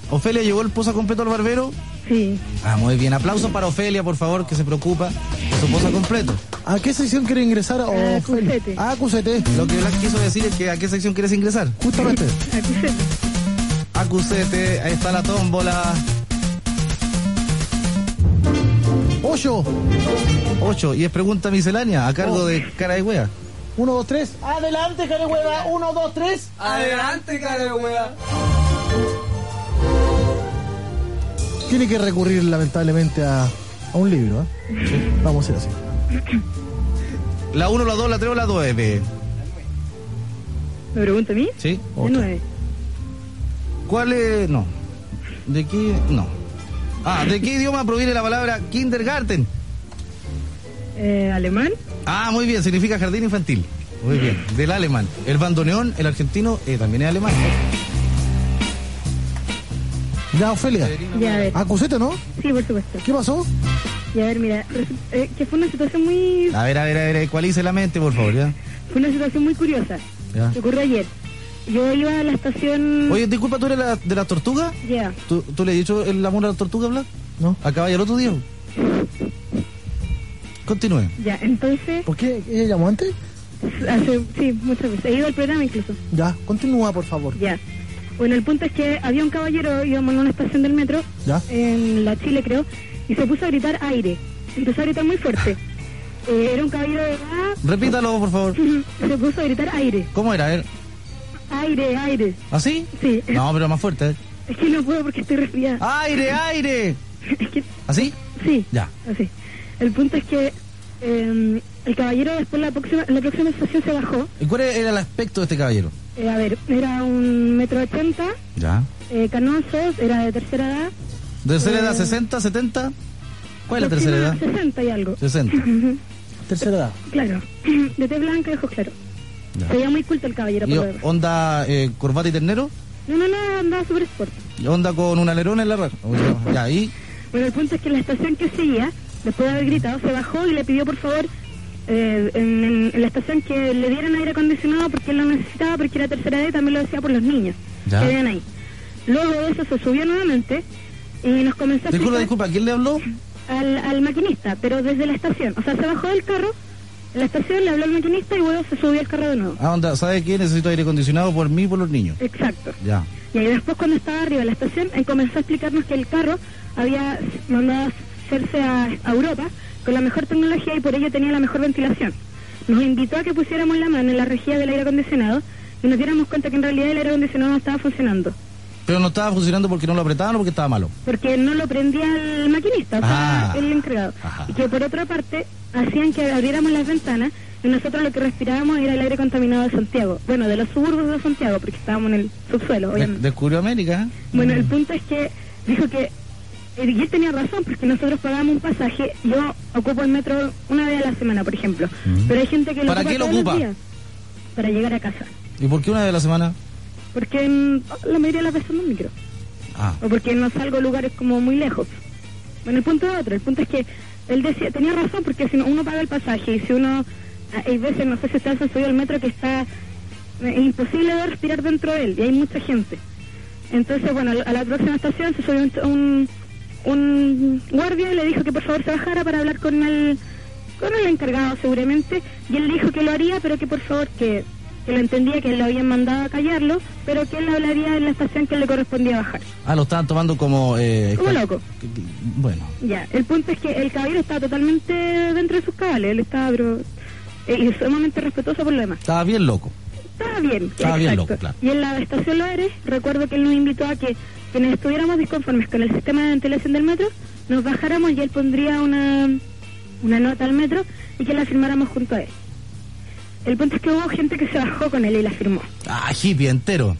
S1: Ofelia llegó el posa completo al barbero.
S6: Sí.
S1: Ah, muy bien. Aplausos para Ofelia, por favor, que se preocupa de su posa completo.
S2: ¿A qué sección quiere ingresar? Ofelia? Ah, acusete.
S1: Lo que Blas quiso decir es que a qué sección quieres ingresar.
S2: Justamente.
S1: Acusete, eh, ahí está la tómbola.
S2: Ocho.
S1: 8. Y es pregunta miscelánea a cargo de Cara de Wea.
S2: Uno, dos, tres. Adelante, cara hueva. Uno, dos, tres.
S12: Adelante, cara de wea.
S2: Tiene que recurrir lamentablemente a, a un libro. ¿eh? Vamos a ir así.
S1: La 1, la 2, la 3 o la 9.
S6: ¿Me pregunta a mí?
S1: Sí.
S6: De nueve.
S1: ¿Cuál es.? No. ¿De qué.? No. Ah, ¿de qué idioma proviene la palabra kindergarten?
S6: Eh, ¿Alemán?
S1: Ah, muy bien, significa jardín infantil. Muy bien, del alemán. El bandoneón, el argentino, eh, también es alemán.
S2: Ya, Ofelia.
S6: Ya, a ver.
S2: Acusete, ¿no?
S6: Sí, por supuesto.
S2: ¿Qué pasó?
S6: Y a ver, mira, resu- eh, que fue una situación muy...
S1: A ver, a ver, a ver, ecualice la mente, por favor, ya.
S6: Fue una situación muy curiosa.
S1: Ya.
S2: Ah.
S6: Que ocurrió ayer. Yo iba a la estación...
S1: Oye, disculpa, ¿tú eres la- de la tortuga?
S6: Ya.
S1: ¿Tú, tú le has dicho el amor a la tortuga, Black? No. Acaba ya el otro día. Continúe.
S6: Ya, entonces,
S2: ¿Por qué? ¿Ella llamó antes?
S6: hace, sí, muchas veces. He ido al programa incluso.
S2: Ya, continúa, por favor.
S6: Ya. Bueno, el punto es que había un caballero, íbamos en una estación del metro,
S2: Ya.
S6: en la Chile creo, y se puso a gritar aire. Empezó a gritar muy fuerte. Eh, era un caballero de edad,
S1: Repítalo, por favor.
S6: se puso a gritar aire,
S1: ¿Cómo era? A ver,
S6: aire, aire.
S1: ¿Así?
S6: Sí.
S1: No, pero más fuerte. ¿eh?
S6: Es que no puedo porque estoy resfriada.
S1: ¡Aire, aire! ¿Así?
S6: Sí.
S1: Ya.
S6: Así. El punto es que eh, el caballero después la próxima, la próxima estación se bajó.
S1: ¿Y cuál era el aspecto de este caballero?
S6: Eh, a ver, era un metro ochenta,
S1: Ya.
S6: eh, canosos, era de tercera edad.
S1: ¿Tercera edad
S6: Eh,
S1: 60, 70? ¿Cuál es la
S6: Aproxima
S1: tercera edad?
S6: 60 y algo.
S1: 60.
S2: Tercera edad.
S6: Claro. De té blanca, ojos claros.
S1: Ya.
S6: Se veía muy culto el caballero,
S1: ¿Y
S6: por lo demás.
S1: onda eh, corbata y ternero?
S6: No, no, no, andaba súper sport.
S1: ¿Y onda con un alerón en la raja? Ya, ahí.
S6: Bueno, el punto es que en la estación que seguía, después de haber gritado, se bajó y le pidió, por favor, eh, en, en- en la estación que le dieran aire acondicionado porque él lo necesitaba, porque era tercera edad y también lo decía por los niños
S1: Ya.
S6: que habían ahí. Luego de eso se subió nuevamente y nos comenzó a
S1: Disculpa,
S6: explicar
S1: disculpa, ¿quién le habló?
S6: al, al maquinista, pero desde la estación. O sea, se bajó del carro, en la estación le habló al maquinista y luego se subió al carro de nuevo.
S1: Ah, onda, ¿sabe qué? Necesito aire acondicionado por mí y por los niños.
S6: Exacto.
S1: Ya.
S6: Y ahí después cuando estaba arriba de la estación, él comenzó a explicarnos que el carro había mandado a hacerse a, a Europa con la mejor tecnología y por ello tenía la mejor ventilación. Nos invitó a que pusiéramos la mano en la rejilla del aire acondicionado y nos diéramos cuenta que en realidad el aire acondicionado no estaba funcionando,
S1: Pero no estaba funcionando porque no lo apretaban o porque estaba malo.
S6: porque no lo prendía el maquinista, o sea,
S1: Ah.
S6: el encargado. Y que por otra parte hacían que abriéramos las ventanas y nosotros lo que respirábamos era el aire contaminado de Santiago, bueno, de los suburbios de Santiago, porque estábamos en el subsuelo,
S1: De-
S6: obviamente.
S1: descubrió América. ¿eh?
S6: Bueno, el punto es que dijo que y él tenía razón, porque nosotros pagamos un pasaje. Yo ocupo el metro una vez a la semana, por ejemplo. Pero hay gente que lo
S1: ¿Para
S6: ocupa
S1: qué lo
S6: todos los
S1: ocupa?
S6: días para llegar a casa.
S1: ¿Y por qué una de la semana?
S6: Porque mm, la mayoría de las veces no micro.
S1: Ah.
S6: O porque no salgo a lugares como muy lejos. Bueno, el punto es otro. El punto es que él decía, tenía razón, porque si no- uno paga el pasaje y si uno. ah, Hay veces, no sé si ustedes han subido al metro que está. eh, Es imposible de respirar dentro de él y hay mucha gente. Entonces, bueno, a la próxima estación se subió un, un, un guardia y le dijo que por favor se bajara para hablar con el, con el encargado seguramente. Y él dijo que lo haría, pero que por favor que, que lo entendía, que lo habían mandado a callarlo, pero que él hablaría en la estación que le correspondía bajar.
S1: Ah, lo estaban tomando como... Eh,
S6: Como
S1: escal-
S6: loco.
S1: Bueno.
S6: Ya, el punto es que el caballero estaba totalmente dentro de sus cabales, él estaba pero, eh, y sumamente respetuoso por lo demás.
S1: Estaba bien loco.
S6: Estaba bien.
S1: Estaba bien
S6: exacto.
S1: loco, claro.
S6: Y en la estación Lo Eres, recuerdo que él nos invitó a que quienes estuviéramos disconformes con el sistema de ventilación del metro, nos bajáramos y él pondría una, una nota al metro y que la firmáramos junto a él. El punto es que hubo gente que se bajó con él y la firmó.
S1: Ah, hippie entero.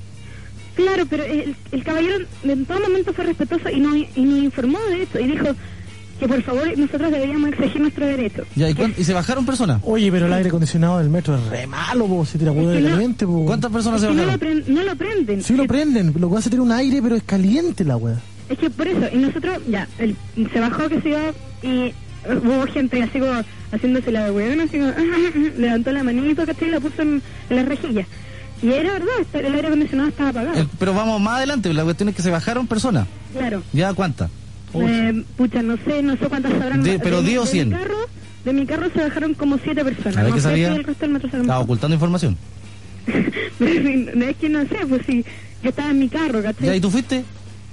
S6: Claro, pero el, el caballero en todo momento fue respetuoso y nos, y nos informó de esto y dijo que por favor nosotros deberíamos exigir nuestro derecho.
S1: Ya, ¿y, cuán- y se bajaron personas?
S2: Oye, pero el aire acondicionado del metro es re malo, po, se tira huevo de
S6: que no-
S2: caliente, po.
S1: ¿Cuántas personas
S6: Es que no eh, lo, pren- no lo prenden.
S2: Sí lo prenden, lo que hace tiene un aire, pero es caliente la hueá.
S6: Es que por eso, y nosotros, ya, él se bajó, que se yo, y uh, hubo gente así como haciéndose la de weón, así como, levantó la manito, ¿cachai? Y la puso en, en la rejilla. Y era verdad, esta- el aire acondicionado estaba apagado.
S1: El- pero vamos más adelante, la cuestión es que se bajaron personas.
S6: Claro.
S1: ¿Ya cuántas?
S6: Eh, pucha, no sé, no sé cuántas habrán.
S1: De- pero di o
S6: de
S1: cien.
S6: Mi carro, de mi carro se bajaron como siete personas.
S1: A ver
S6: no
S1: qué Ah,
S6: sé
S1: sabía.
S6: si el resto del metro se lo
S1: Estaba ocultando información.
S6: Pero en fin, no es que no sé, pues sí, yo estaba en mi carro, ¿cachai?
S1: ¿Ya y tú fuiste?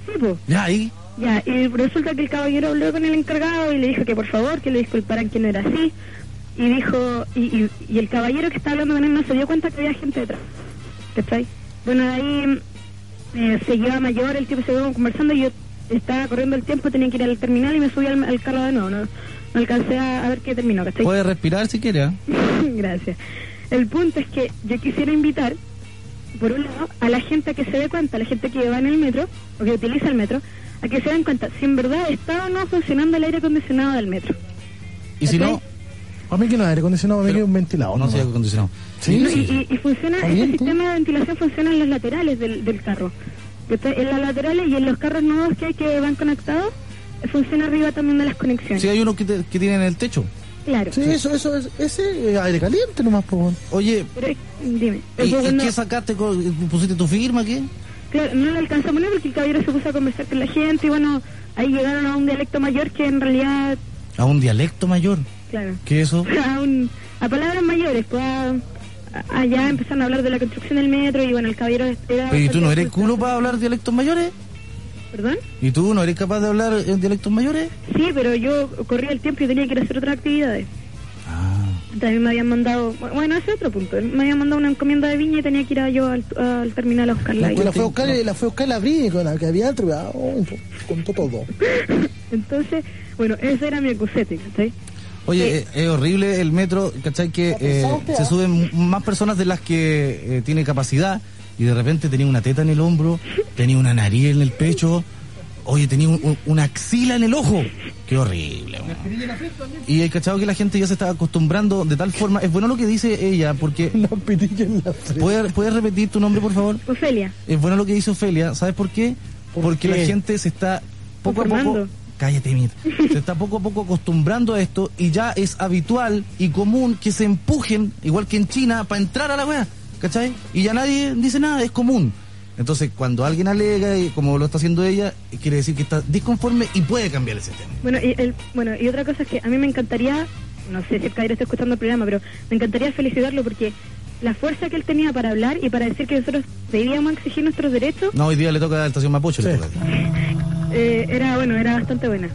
S6: Sí, pues.
S1: Ya, ahí.
S6: Ya, y resulta que el caballero habló con el encargado y le dijo que por favor, que le disculparan que no era así. Y dijo, y, y- y el caballero que estaba hablando con él no se dio cuenta que había gente detrás. ¿Cachai? Bueno, de ahí eh, se lleva mayor, el tipo se iba conversando y yo estaba corriendo el tiempo, tenía que ir al terminal y me subí al, al carro de nuevo. No, no alcancé a, a ver qué terminó, ¿cachai?
S1: Puede respirar si quiere. ¿eh?
S6: Gracias. El punto es que yo quisiera invitar por un lado, a la gente que se dé cuenta, a la gente que va en el metro, o que utiliza el metro, a que se den cuenta si en verdad está o no funcionando el aire acondicionado del metro.
S1: Y si no,
S2: A mí que no es aire acondicionado, a mí que es un ventilador.
S1: no se acondicionado.
S2: Sí,
S6: y, y- y funciona,
S2: Está
S6: este
S2: bien, pues. tú.
S6: sistema de ventilación funciona en los laterales del, del carro. Está En las laterales y en los carros nuevos que hay que van conectados, eh, funciona arriba también de las conexiones.
S1: Si hay uno que, te- que tiene en el techo.
S6: Claro.
S2: Sí, eso, eso, es- ese eh, aire caliente nomás, pues.
S1: Oye,
S6: Pero, eh, dime.
S1: ¿y, y
S6: Pero cuando-
S1: qué sacaste? con- ¿Pusiste tu firma qué?
S6: Claro, no le alcanzó a poner porque el caballero se puso a conversar con la gente y bueno, ahí llegaron a un dialecto mayor que en realidad,
S1: A un dialecto mayor.
S6: claro,
S1: ¿Qué eso?
S6: a, un- a palabras mayores, pues a- a- allá empezaron a hablar de la construcción del metro y bueno, el caballero era...
S1: Pero ¿y tú no eres culo para hablar dialectos mayores?
S6: ¿Perdón?
S1: ¿Y tú no eres capaz de hablar en dialectos mayores?
S6: Sí, pero yo corría el tiempo y tenía que ir a hacer otras actividades.
S1: Ah.
S6: También me habían mandado, bueno, ese es otro punto, me habían mandado una encomienda de viña y tenía que ir a- yo al, al terminal a buscarla.
S2: La,
S6: ahí.
S2: la fue a buscar, la fue a buscar la Brini con la que había dentro, ah, oh, contó todo.
S6: Entonces, bueno, ese era mi acusete, ¿cachai?
S1: Oye, eh, es horrible el metro, ¿cachai? Que eh, se suben más personas de las que eh, tiene capacidad y de repente tenía una teta en el hombro, tenía una nariz en el pecho, oye, tenía un- un- una axila en el ojo. Qué horrible. weón. Y el cachado que la gente ya se está acostumbrando de tal forma, es bueno lo que dice ella, porque... ¿Puedes, ¿Puedes repetir tu nombre, por favor?
S6: Ofelia.
S1: Es bueno lo que dice Ofelia, ¿sabes por qué? Porque
S6: qué?
S1: la gente se está poco a poco.
S6: Conformando.
S1: Cállate, mira. Se está poco a poco acostumbrando a esto y ya es habitual y común que se empujen, igual que en China, para entrar a la weá. ¿Cachai? Y ya nadie dice nada, es común. Entonces, cuando alguien alega, y como lo está haciendo ella, quiere decir que está disconforme y puede cambiar el sistema.
S6: Bueno y, el, bueno, y otra cosa es que a mí me encantaría, no sé si el Cairo está escuchando el programa, pero me encantaría felicitarlo porque la fuerza que él tenía para hablar y para decir que nosotros debíamos exigir nuestros derechos
S1: No, hoy día le toca a la estación Mapocho. le toca.
S6: eh, era, bueno, era bastante buena.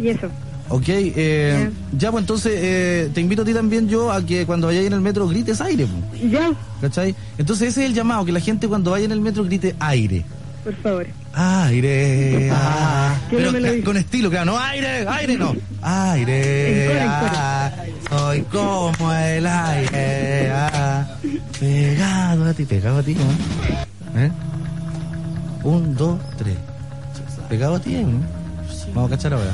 S6: Y eso.
S1: Ok, eh, ya pues entonces eh, te invito a ti también yo a que cuando vayáis en el metro grites aire. po.
S6: Ya.
S1: ¿Cachai? Entonces ese es el llamado, que la gente cuando vaya en el metro grite aire.
S6: Por favor.
S1: Aire. ah.
S6: Qué
S1: Pero
S6: buena melodía.
S1: ca- con estilo, claro, no aire, aire no.
S6: En
S1: Aire.
S6: coro, en coro.
S1: Eh, ah, soy como el aire. ah. Pegado a ti, pegado a ti. ¿no? ¿Eh? Un, dos, tres. Pegado a ti, ¿no? Vamos a cachar ahora.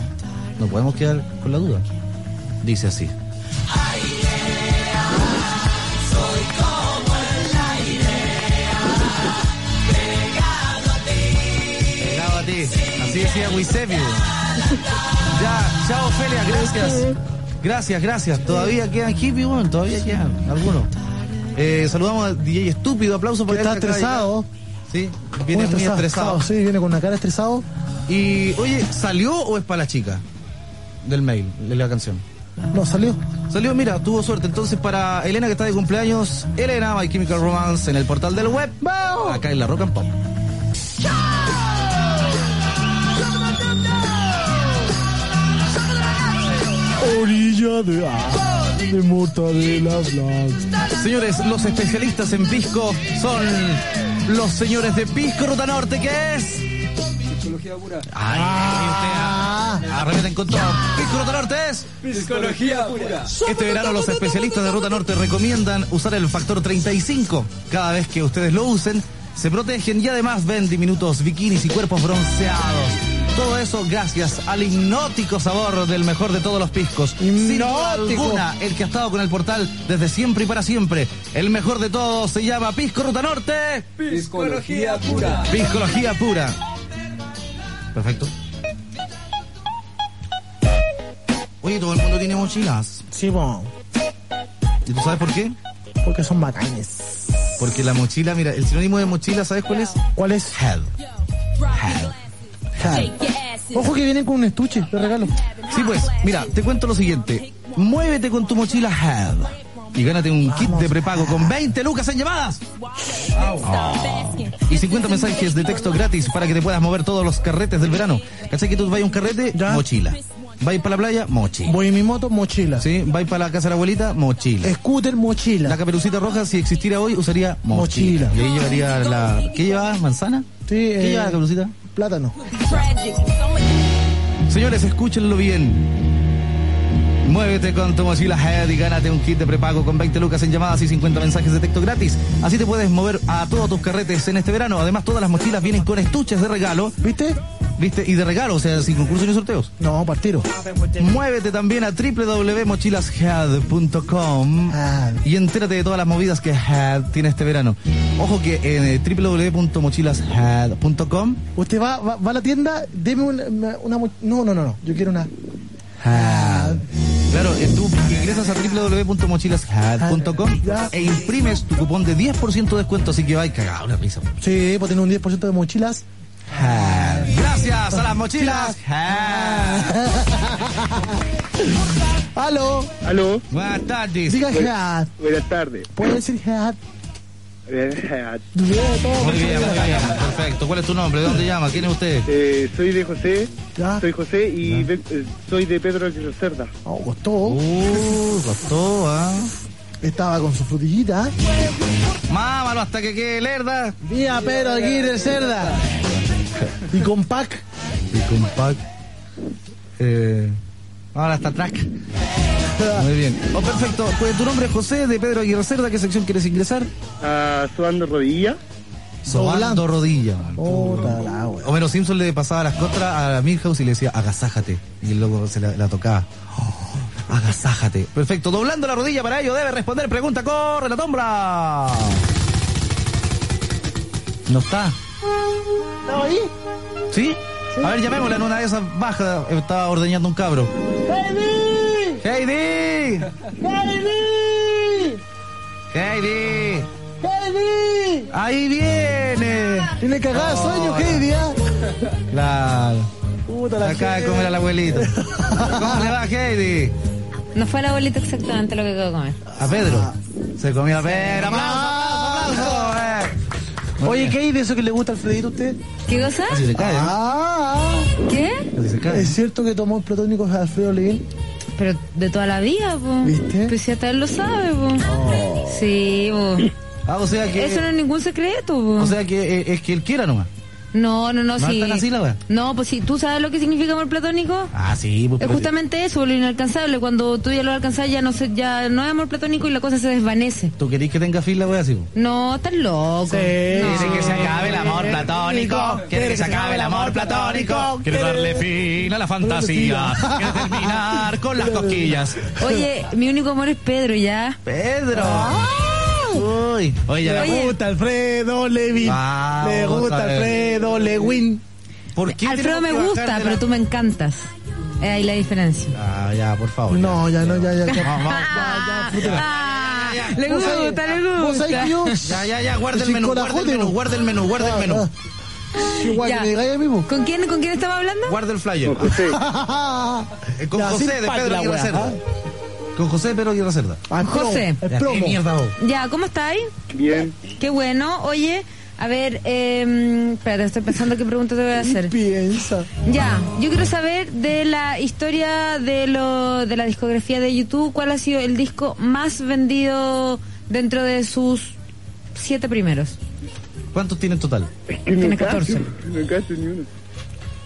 S1: No podemos quedar con la duda. Dice así.
S5: Soy como el aire. Pegado a ti.
S1: Pegado a ti. Así decía Wisepi. Ya, chao Ofelia, gracias. Gracias, gracias. Todavía quedan hippies, bueno, todavía quedan algunos. Eh, saludamos a DJ Estúpido, aplauso porque
S2: Está
S1: él acaba de
S2: estresado.
S1: llegar. Sí, viene muy estresado.
S2: Sí, viene con una cara estresado.
S1: Y oye, ¿salió o es para la chica? Del mail, de la canción.
S2: No, salió.
S1: Salió, mira, tuvo suerte. Entonces, para Elena que está de cumpleaños, Elena My Chemical Romance en el portal del web. Acá en la Rock and Pop.
S2: Orilla de ah, de mortadela blanca.
S1: Señores, los especialistas en pisco son los señores de Pisco Ruta Norte, que es.
S12: Psicología pura.
S1: Ay, ahí usted, ah, arrebeten con todo. Pisco Ruta Norte es.
S12: Psicología pura.
S1: Este verano los especialistas de Ruta Norte recomiendan usar el factor 35. Cada vez que ustedes lo usen, se protegen y además ven diminutos bikinis y cuerpos bronceados. Todo eso gracias al hipnótico sabor del mejor de todos los piscos. Sin duda
S12: Hipnótico.
S1: alguna, el que ha estado con el portal desde siempre y para siempre. El mejor de todos se llama Pisco Ruta Norte.
S12: Psicología pura.
S1: Piscología pura. Perfecto. Oye, todo el mundo tiene mochilas.
S2: Sí, po,
S1: ¿Y tú sabes por qué?
S2: porque son bacanes.
S1: Porque la mochila, mira, el sinónimo de mochila, ¿sabes cuál es?
S2: ¿Cuál es?
S1: Head.
S2: Ja. Ojo que vienen con un estuche de regalo.
S1: Sí, pues, mira, te cuento lo siguiente. Muévete con tu mochila Head. Y gánate un kit de prepago con 20 lucas en llamadas. Oh. Y 50 mensajes de texto gratis para que te puedas mover todos los carretes del verano. ¿Cachai que tú vayas a un carrete? Mochila. ¿Vais para la playa? Mochila.
S2: Voy en mi moto, mochila.
S1: ¿Sí? ¿Vais para la casa de la abuelita? Mochila.
S2: Scooter, mochila.
S1: La caperucita roja, si existiera hoy, usaría mochila.
S2: Mochila.
S1: Y ahí llevaría la... ¿Qué llevaba? ¿Manzana?
S2: Sí,
S1: ¿Qué
S2: eh,
S1: llevaba la caperucita?
S2: Plátano.
S1: Señores, escúchenlo bien. Muévete con tu mochila Head y gánate un kit de prepago con 20 lucas en llamadas y 50 mensajes de texto gratis. Así te puedes mover a todos tus carretes en este verano. Además, todas las mochilas vienen con estuches de regalo. ¿Viste? ¿Viste? Y de regalo, o sea, sin concursos ni sorteos. No, partido. Muévete también a www.mochilashead.com y entérate de todas las movidas que Head tiene este verano. Ojo que en eh, www.mochilashead.com
S2: Usted va, va, va a la tienda, deme una, una, una mo- No, no, no, no. Yo quiero una.
S1: Claro, eh, tú ingresas a
S2: Ah,
S1: www.mochilashat.com e imprimes tu cupón de 10% de descuento, así que va y cagado una risa.
S2: Sí, pues tener un 10% de mochilas.
S1: Gracias a las mochilas.
S2: Aló.
S13: Aló.
S1: Buenas tardes.
S2: Diga
S13: Bu-
S2: Hat.
S13: Buenas tardes.
S2: Puede decir ah, Hat.
S13: Muy
S1: Muy bien, muy bien, perfecto. ¿Cuál es tu nombre? ¿De dónde llama? ¿Quién es usted?
S13: Eh, soy de José. Soy José y ve- eh, soy de Pedro de Cerda.
S2: Oh, costó. Uh,
S1: costó, ah.
S2: Estaba con su frutillita.
S1: Mámalo hasta que quede lerda.
S2: Mira, Pedro Aguirre Cerda. Y con Pac.
S1: Y con Pac. Eh, ahora está track. Muy bien. Oh, perfecto. Pues tu nombre es José de Pedro Aguirre Cerda. ¿Qué sección quieres ingresar?
S13: Ah, sobando rodilla.
S1: Sobando rodilla. man. Homero Simpson le pasaba las contras a Milhouse y le decía, agasájate. Y el loco se la, la tocaba. Oh, agasájate. Perfecto. Doblando la rodilla para ello debe responder pregunta. Corre la tombra. ¿No está?
S2: ¿Estaba ahí?
S1: ¿Sí? A ver, llamémosla en una de esas bajas. Estaba ordeñando un cabro.
S2: ¡Heidi!
S1: ¡Heidi!
S2: ¡Heidi!
S1: ¡Heidi!
S2: ¡Heidi!
S1: ¡Ahí viene!
S2: Tiene cagada de sueño,
S1: Oh.
S2: Heidi, ¿ah?
S1: Claro.
S2: Puta la
S1: Acaba de
S2: Heidi.
S1: comer al abuelito. ¿Cómo le va, Heidi?
S16: No fue el abuelito exactamente lo que quedó comer.
S1: A Pedro. Se comió a Pedro.
S2: Oye, Heidi, eso que le gusta al Fredito a usted?
S16: ¿Qué cosa?
S1: Así se cae, ¿eh?
S2: Ah,
S16: ¿Qué?
S1: Así se cae.
S2: ¿Es cierto que tomó el platónico Alfredo Levin?
S16: Pero de toda la vida, po.
S2: ¿Viste?
S16: Pues si hasta él lo sabe, po. Sí, po.
S1: Ah, o sea que.
S16: Eso no es ningún secreto, po.
S1: O sea que eh, es que él quiera nomás.
S16: no, no, no,
S1: ¿No
S16: sí.
S1: están así, la wea?
S16: no, pues si tú sabes lo que significa amor platónico.
S1: Ah, sí, pues.
S16: Es
S1: pero-
S16: justamente eso, lo inalcanzable. Cuando tú ya lo alcanzas, ya no se, ya no es amor platónico y la cosa se desvanece.
S1: ¿Tú querés que tenga fila, wea, así? pues. po?
S16: No, estás loco.
S1: Quiere que se acabe el amor platónico. Quiere que se acabe el amor platónico. Quiere darle fin a la fantasía. Quiere terminar con las cosquillas.
S16: Oye, mi único amor es Pedro, ¿ya?
S1: Pedro. Uy. Oye, ya la-
S16: Oye.
S2: Le gusta Alfredo Levin.
S1: Ah,
S2: le gusta
S1: otra vez.
S2: Alfredo Lewin.
S1: ¿Por qué
S16: Alfredo
S1: tenemos
S16: me
S1: que bajar
S16: gusta,
S1: de la-
S16: pero tú me encantas. Es ahí la diferencia.
S1: Ah, ya, por favor.
S2: No, ya, no, ya, ya. ya.
S1: Vamos, vamos.
S16: Ah, Le
S2: Vos sabés-
S16: gusta, le gusta.
S2: vos sabés que yo-
S1: Ya, ya, ya, guarda el
S2: Sí,
S1: menú,
S2: con la
S1: guarda el
S2: jote,
S1: menú,
S2: po.
S1: guarda el menú, guarda el menú.
S2: Igual
S16: Ya.
S2: que me digáis mismo.
S16: ¿Con quién, ¿Con quién estaba hablando?
S1: Guarda el flyer.
S13: Con José.
S1: Eh, Con
S2: Ya,
S1: José
S2: sin
S1: de
S2: pack
S1: Pedro
S2: la
S1: Aguirre
S2: wea,
S1: Cerda.
S2: ¿ah?
S1: Con José de Pedro Aguirre Cerda.
S2: Ah, promo,
S16: José.
S2: Es
S1: Ya, qué
S2: promo.
S1: mierda, vos.
S16: Ya, ¿cómo estáis?
S13: Bien.
S16: Qué bueno. Oye, a ver, eh, espérate, estoy pensando qué pregunta te voy a hacer.
S2: Piensa.
S16: Ya, yo quiero saber de la historia de, lo, de la discografía de YouTube, ¿cuál ha sido el disco más vendido dentro de sus siete primeros?
S1: ¿Cuántos tiene en total?
S16: Tiene 14.
S13: No cacho ni uno.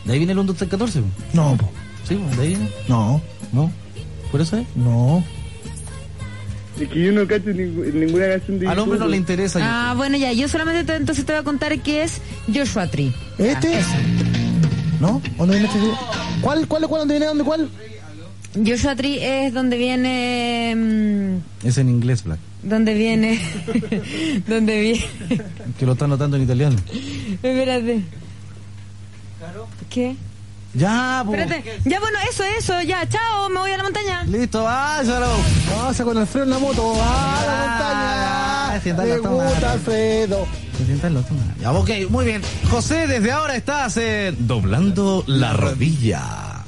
S1: ¿De ahí viene el 1, 2, 3, 14?
S2: No, po.
S1: Sí, po, de ahí viene.
S2: no,
S1: ¿No? ¿Por eso es?
S2: no.
S13: Es que yo no cacho ningú- ninguna canción de
S1: Al hombre no
S13: YouTube.
S1: le interesa. yo-
S16: Ah, bueno, ya, yo solamente te- entonces te voy a contar qué es Joshua Tree. Ah,
S2: ¿Este? ¿No? ¿O no viene este? ¿Cuál, cuál, cuál? ¿Dónde viene? ¿Dónde cuál?
S16: Joshua Tree es donde viene... mm,
S1: Es en inglés, Black.
S16: donde viene... donde viene...
S1: Que lo está anotando en italiano.
S16: Espérate. ¿Qué?
S1: Ya, po.
S16: Espérate. Ya, bueno, eso, eso, ya. Chao, me voy a la montaña.
S1: Listo, váyalo.
S2: Pasa con Alfredo en la moto. ¡Ah,
S1: Ah,
S2: la
S1: sí,
S2: montaña!
S1: dale,
S2: Le
S1: toma.
S2: gusta Alfredo.
S1: Ya, ok, muy bien. José, desde ahora estás en doblando la rodilla.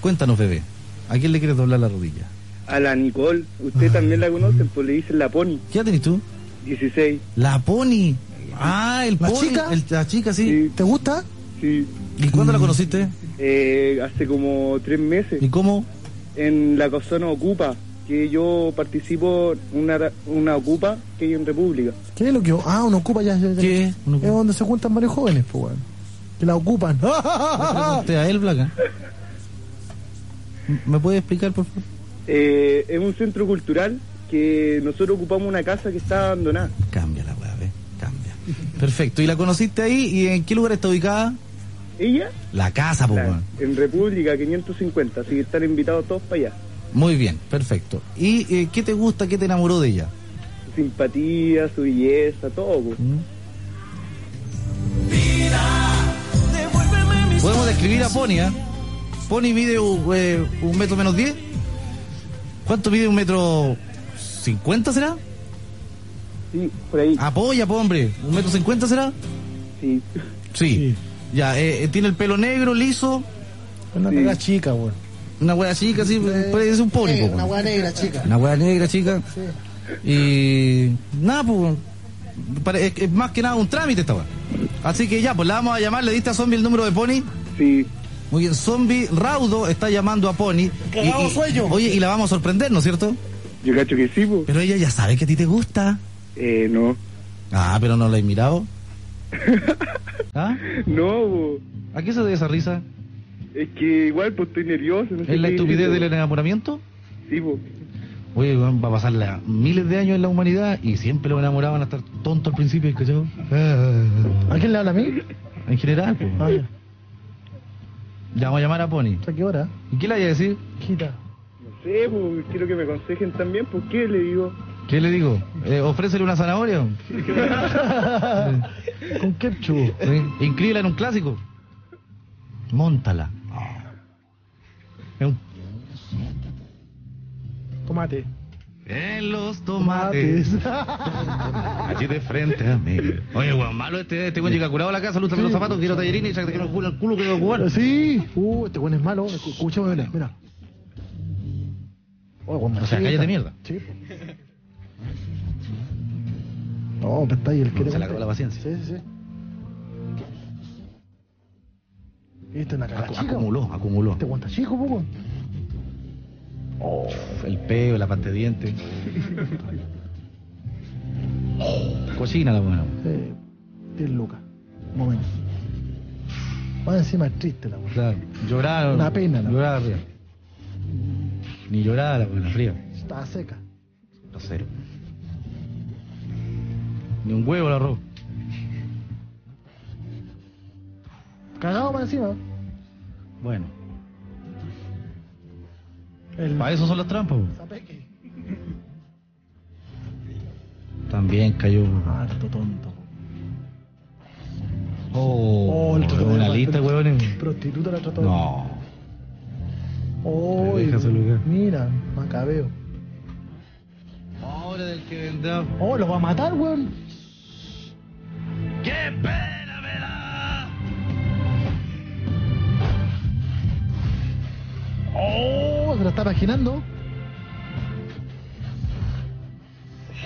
S1: Cuéntanos, bebé. ¿A quién le quieres doblar la rodilla?
S13: A la Nicole. Usted también la conocen, pues le dicen la Pony.
S1: ¿Qué edad tenés tú?
S13: 16.
S1: La Pony. Ah, el
S13: ¿La
S1: pony,
S13: chica?
S1: el- la chica, sí.
S2: ¿Te gusta?
S13: Sí.
S1: ¿Y cuándo la conociste?
S13: Eh, hace como tres meses.
S1: ¿Y cómo?
S13: En la Cosona Ocupa, que yo participo en una, una Ocupa que hay en República.
S2: ¿Qué es lo que.? Ah, uno ocupa ya. ya, ya.
S1: ¿Qué?
S2: Es donde se juntan varios jóvenes,
S13: Ah,
S2: pues, weón. Que la ocupan.
S1: ¿Te a él, Blanca? ¿Me puede explicar, por favor?
S13: Eh, es un centro cultural que nosotros ocupamos una casa que está abandonada.
S1: Cambia la weá, ¿ves? Cambia. Perfecto. ¿Y la conociste ahí? ¿Y en qué lugar está ubicada?
S13: ¿Ella?
S1: La casa, pues,
S13: Claro, en República 550, así que están invitados todos para allá.
S1: Muy bien, perfecto. ¿Y eh, qué te gusta, qué te enamoró de ella?
S13: Su simpatía, su belleza, todo. po.
S1: ¿Mm? Podemos describir a Pony, ¿ah? Pony mide u- eh, un metro menos diez. ¿Cuánto mide un metro cincuenta será?
S13: Sí, por ahí.
S1: Apoya, po, hombre. ¿Un metro cincuenta será?
S13: Sí.
S1: Sí. Ya, eh, eh, tiene el pelo negro, liso.
S2: Una
S1: Sí.
S2: pega chica, weón.
S1: Una hueá chica, sí. Parece un pony, po,
S2: Eh, Una
S1: weón.
S2: hueá negra, chica.
S1: Una hueá negra, chica. Y nada, pues pare- es, es más que nada un trámite esta weá. Así que ya, pues la vamos a llamar, le diste a Zombie el número de Pony.
S13: Sí.
S1: Muy bien, Zombie Raudo está llamando a Pony.
S2: Que hagamos sueño.
S1: Oye, y la vamos a sorprender, ¿no es cierto?
S13: Yo cacho que sí, po.
S1: Pero ella ya sabe que a ti te gusta.
S13: Eh, no.
S1: Ah, pero no la he mirado. ¿Ah?
S13: No, po.
S1: ¿A qué se debe esa risa?
S13: Es que igual, pues estoy nervioso. No sé
S1: ¿Es la
S13: qué
S1: estupidez
S13: decir,
S1: del
S13: po.
S1: enamoramiento?
S13: Sí, po.
S1: Oye, weón, va a pasar la- miles de años en la humanidad y siempre los enamorados van a estar tontos al principio, ¿cachai?
S2: ¿A quién le habla a mí?
S1: En general, pues. Ya vamos a llamar a Pony.
S2: ¿A Ah, qué hora?
S1: ¿Y qué le vaya a decir?
S2: Quita.
S13: No sé, po. Quiero que me aconsejen también, pues, ¿qué le digo?
S1: ¿Qué le digo? Eh, ¿Ofrécele una zanahoria?
S2: ¿Con qué chubo?
S1: Incríbela en un clásico. Móntala. Es un
S2: Tomate.
S1: En los tomates. Allí de frente a mí. Oye, weón, malo este, este weón llega curado a la casa, lucha los zapatos, quiero tallerines y ya que me culo el culo que debo jugar.
S2: Sí. Uh, este weón es malo. Escúchame, mira. mira. Oh, weón,
S1: O sea,
S2: machista.
S1: cállate mierda.
S2: Sí. No, pero está ahí el que
S1: Se le acabó la paciencia.
S2: Sí, sí, sí. Este es una cara
S1: Acu-
S2: chica.
S1: acumuló, acumuló. Oh,
S2: Este weón está chico, poco.
S1: El peo, la parte de dientes. Cocina la buena.
S2: Sí. 10 lucas. Un momento. Más encima es triste la weón.
S1: Claro. Llorar.
S2: Una pena, la
S1: Llorar arriba. Ni llorar la buena fría.
S2: Está seca.
S1: No sé. Ni un huevo la arroz.
S2: Cagado más encima.
S1: Bueno.
S2: El...
S1: Para eso son las trampas. weón.
S2: Zapeque.
S1: También cayó.
S2: Harto tonto.
S1: Oh,
S2: Oh, el tratado
S1: una
S2: de-
S1: lista, huevones.
S2: Prostituta la trató.
S1: No.
S2: Oh,
S1: Te deja su lugar.
S2: mira, macabeo.
S1: Ahora del que vendrá.
S2: Oh, lo va a matar, weón.
S1: ¡Qué pena me da!
S2: Oh, se lo está imaginando.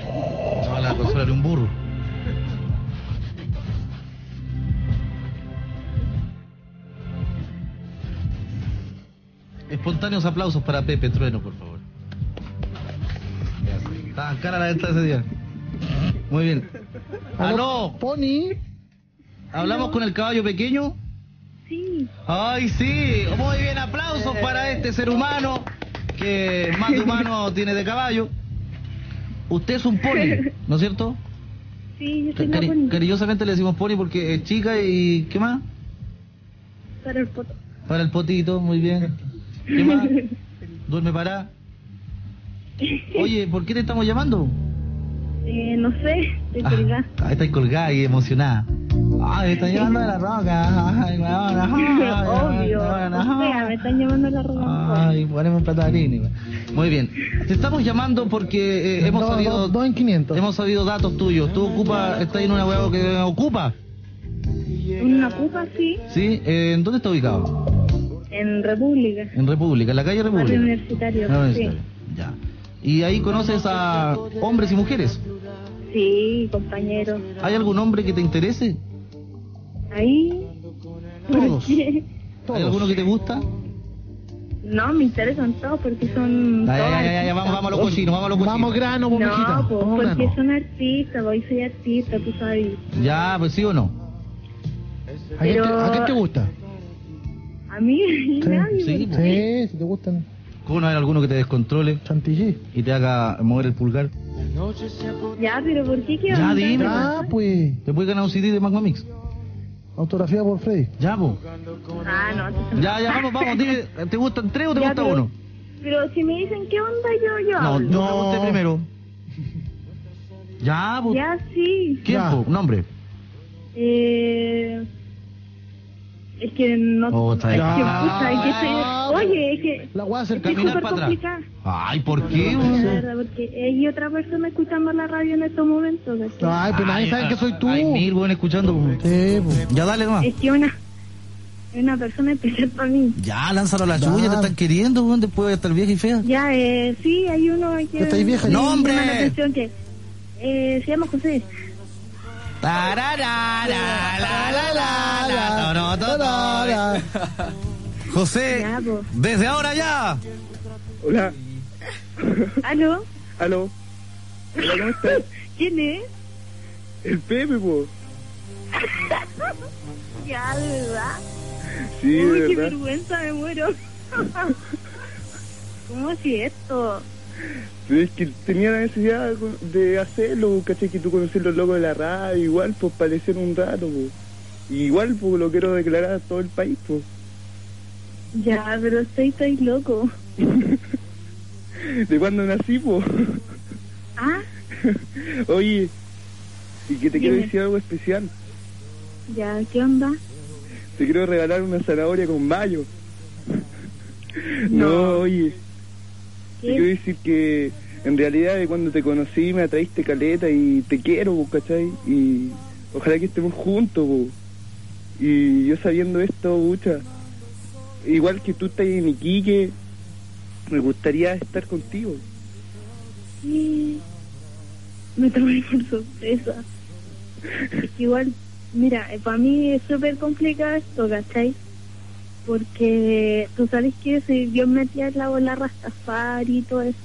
S1: No, la consola de un burro. Espontáneos aplausos para Pepe Trueno, por favor. Gracias. Estaban cara la venta ese día. Muy bien. ¡Aló!
S2: Pony.
S1: Ah, ¿Hablamos con el caballo pequeño?
S5: Sí.
S1: ¡Ay, sí! Muy bien, aplausos para este ser humano que más de humano tiene de caballo. Usted es un pony, ¿no es cierto?
S6: Sí, yo soy
S1: Cari-
S6: una bonita
S1: cariñosamente le decimos pony porque es chica y ¿qué más?
S6: para el poto.
S1: Para el potito, muy bien. ¿Qué más? Duerme para. Oye, ¿por qué te estamos llamando?
S6: Eh, no sé, de verdad.
S1: Ah, está colgada y emocionada. Ay, me Ah, están llamando de la roca. Ay, weón, ay,
S6: Obvio.
S1: weón,
S6: O
S1: ay.
S6: sea, me están llamando a la ropa.
S1: Ay, ponemos plata de harina, güey. Muy bien. Te estamos llamando porque eh, hemos
S2: Dos-
S1: sabido
S2: dos- dos en 500.
S1: hemos sabido datos tuyos. Tú ocupa, estás en una huevo que ocupa,
S6: Una cupa, sí,
S1: ¿sí? Eh, ¿En dónde está ubicado?
S6: en República,
S1: En República, en la calle
S6: barrio
S1: República.
S6: universitario.
S1: Ah,
S6: sí.
S1: está bien. Ya. Y ahí conoces a hombres y mujeres.
S6: sí, compañero.
S1: ¿Hay algún hombre que te interese?
S6: Ahí. ¿por
S1: Todos.
S6: qué?
S1: ¿Hay alguno que te gusta?
S6: No, me interesan todos porque son.
S1: Ya,
S6: todos
S1: ya, ya, ya, ya, vamos, vamos a los cochinos, vamos a los cochinos.
S2: Vamos grano,
S6: No,
S2: bombejita.
S6: po,
S2: Vamos
S6: porque
S2: grano.
S6: son artistas, hoy soy artista, tú sabes.
S1: Ya, pues sí o no.
S2: ¿A quién te-
S6: Pero-
S2: a quién te gusta?
S6: A
S11: A mí, nadie.
S1: Sí,
S11: porque-
S2: Sí, si te gustan.
S1: ¿Cómo no haber alguno que te descontrole? Y te haga mover el pulgar.
S11: Ya, pero ¿por qué qué
S1: Ya,
S11: onda?
S1: dime.
S2: Ah, pues.
S1: Te puedes ganar un CD de Magma Mix.
S2: Autografía por Freddy.
S1: Ya, po.
S11: Ah, no.
S1: Ya, ya, vamos, vamos. Dime, ¿te gustan tres o te
S11: Ya,
S1: gusta
S11: pero-
S1: uno?
S11: Pero si me dicen qué onda, yo, yo
S1: No,
S11: hablo.
S1: tú pregunté primero. Ya, po.
S11: Ya, sí.
S1: ¿Quién, po? Nombre.
S11: Eh, es que no...
S1: Oh, está
S11: es que,
S1: bien.
S11: pucha, es que estoy- Oye, es que...
S2: La voy a hacer
S11: es que es
S1: caminar
S11: súper
S1: para atrás.
S11: complicada.
S1: Ay, ¿por qué?
S11: La
S1: po?
S11: verdad, porque hay otra persona escuchando la radio en estos momentos. ¿cachai?
S2: Ay, pero nadie sabe que soy tú.
S1: Hay mil, weón, escuchando. po. Ya, dale nomás.
S11: Es que una, es una persona especial para mí.
S1: Ya, lánzalo a la suya, te están queriendo, weón, después de estar vieja y fea.
S11: Ya, eh, sí, hay uno que...
S1: Ya estáis vieja,
S11: me
S1: ¿no? ¡Nombre!
S11: llama la atención que, eh, se llama José.
S1: José, desde ahora ya.
S13: Hola,
S11: ¿Aló?
S13: aló. Hola, ¿cómo estás?
S11: ¿Quién es?
S13: El Pepe, po.
S11: Ya, de verdad.
S13: Sí, de
S11: Uy, qué
S13: verdad.
S11: vergüenza, me muero. ¿Cómo así esto?
S13: Pero es que tenía la necesidad de hacerlo, pues, ¿cachai? Que tú conoces los locos de la radio, igual, pues, parecer un rato, pues. Igual, pues, lo quiero declarar a todo el país, pues.
S11: Ya, pero estoy, estoy loco.
S13: De cuando nací, pues.
S11: Ah,
S13: Oye, y que te quiero
S11: Dime.
S13: decir algo especial.
S11: ya, ¿qué onda?
S13: Te quiero regalar una zanahoria con mayo. No, oye. Te
S11: ¿Qué?
S13: quiero decir que en realidad de cuando te conocí me atraíste caleta y te quiero, po, ¿cachai? Y ojalá que estemos juntos, po. Y yo sabiendo esto, mucha. Igual que tú estás en Iquique, me gustaría estar contigo.
S11: Sí. Me tomé por sorpresa. Es que igual, mira, para mí es súper complicado esto, ¿cachai? Porque tú sabes que si yo metía en la bola Rastafari y todo eso.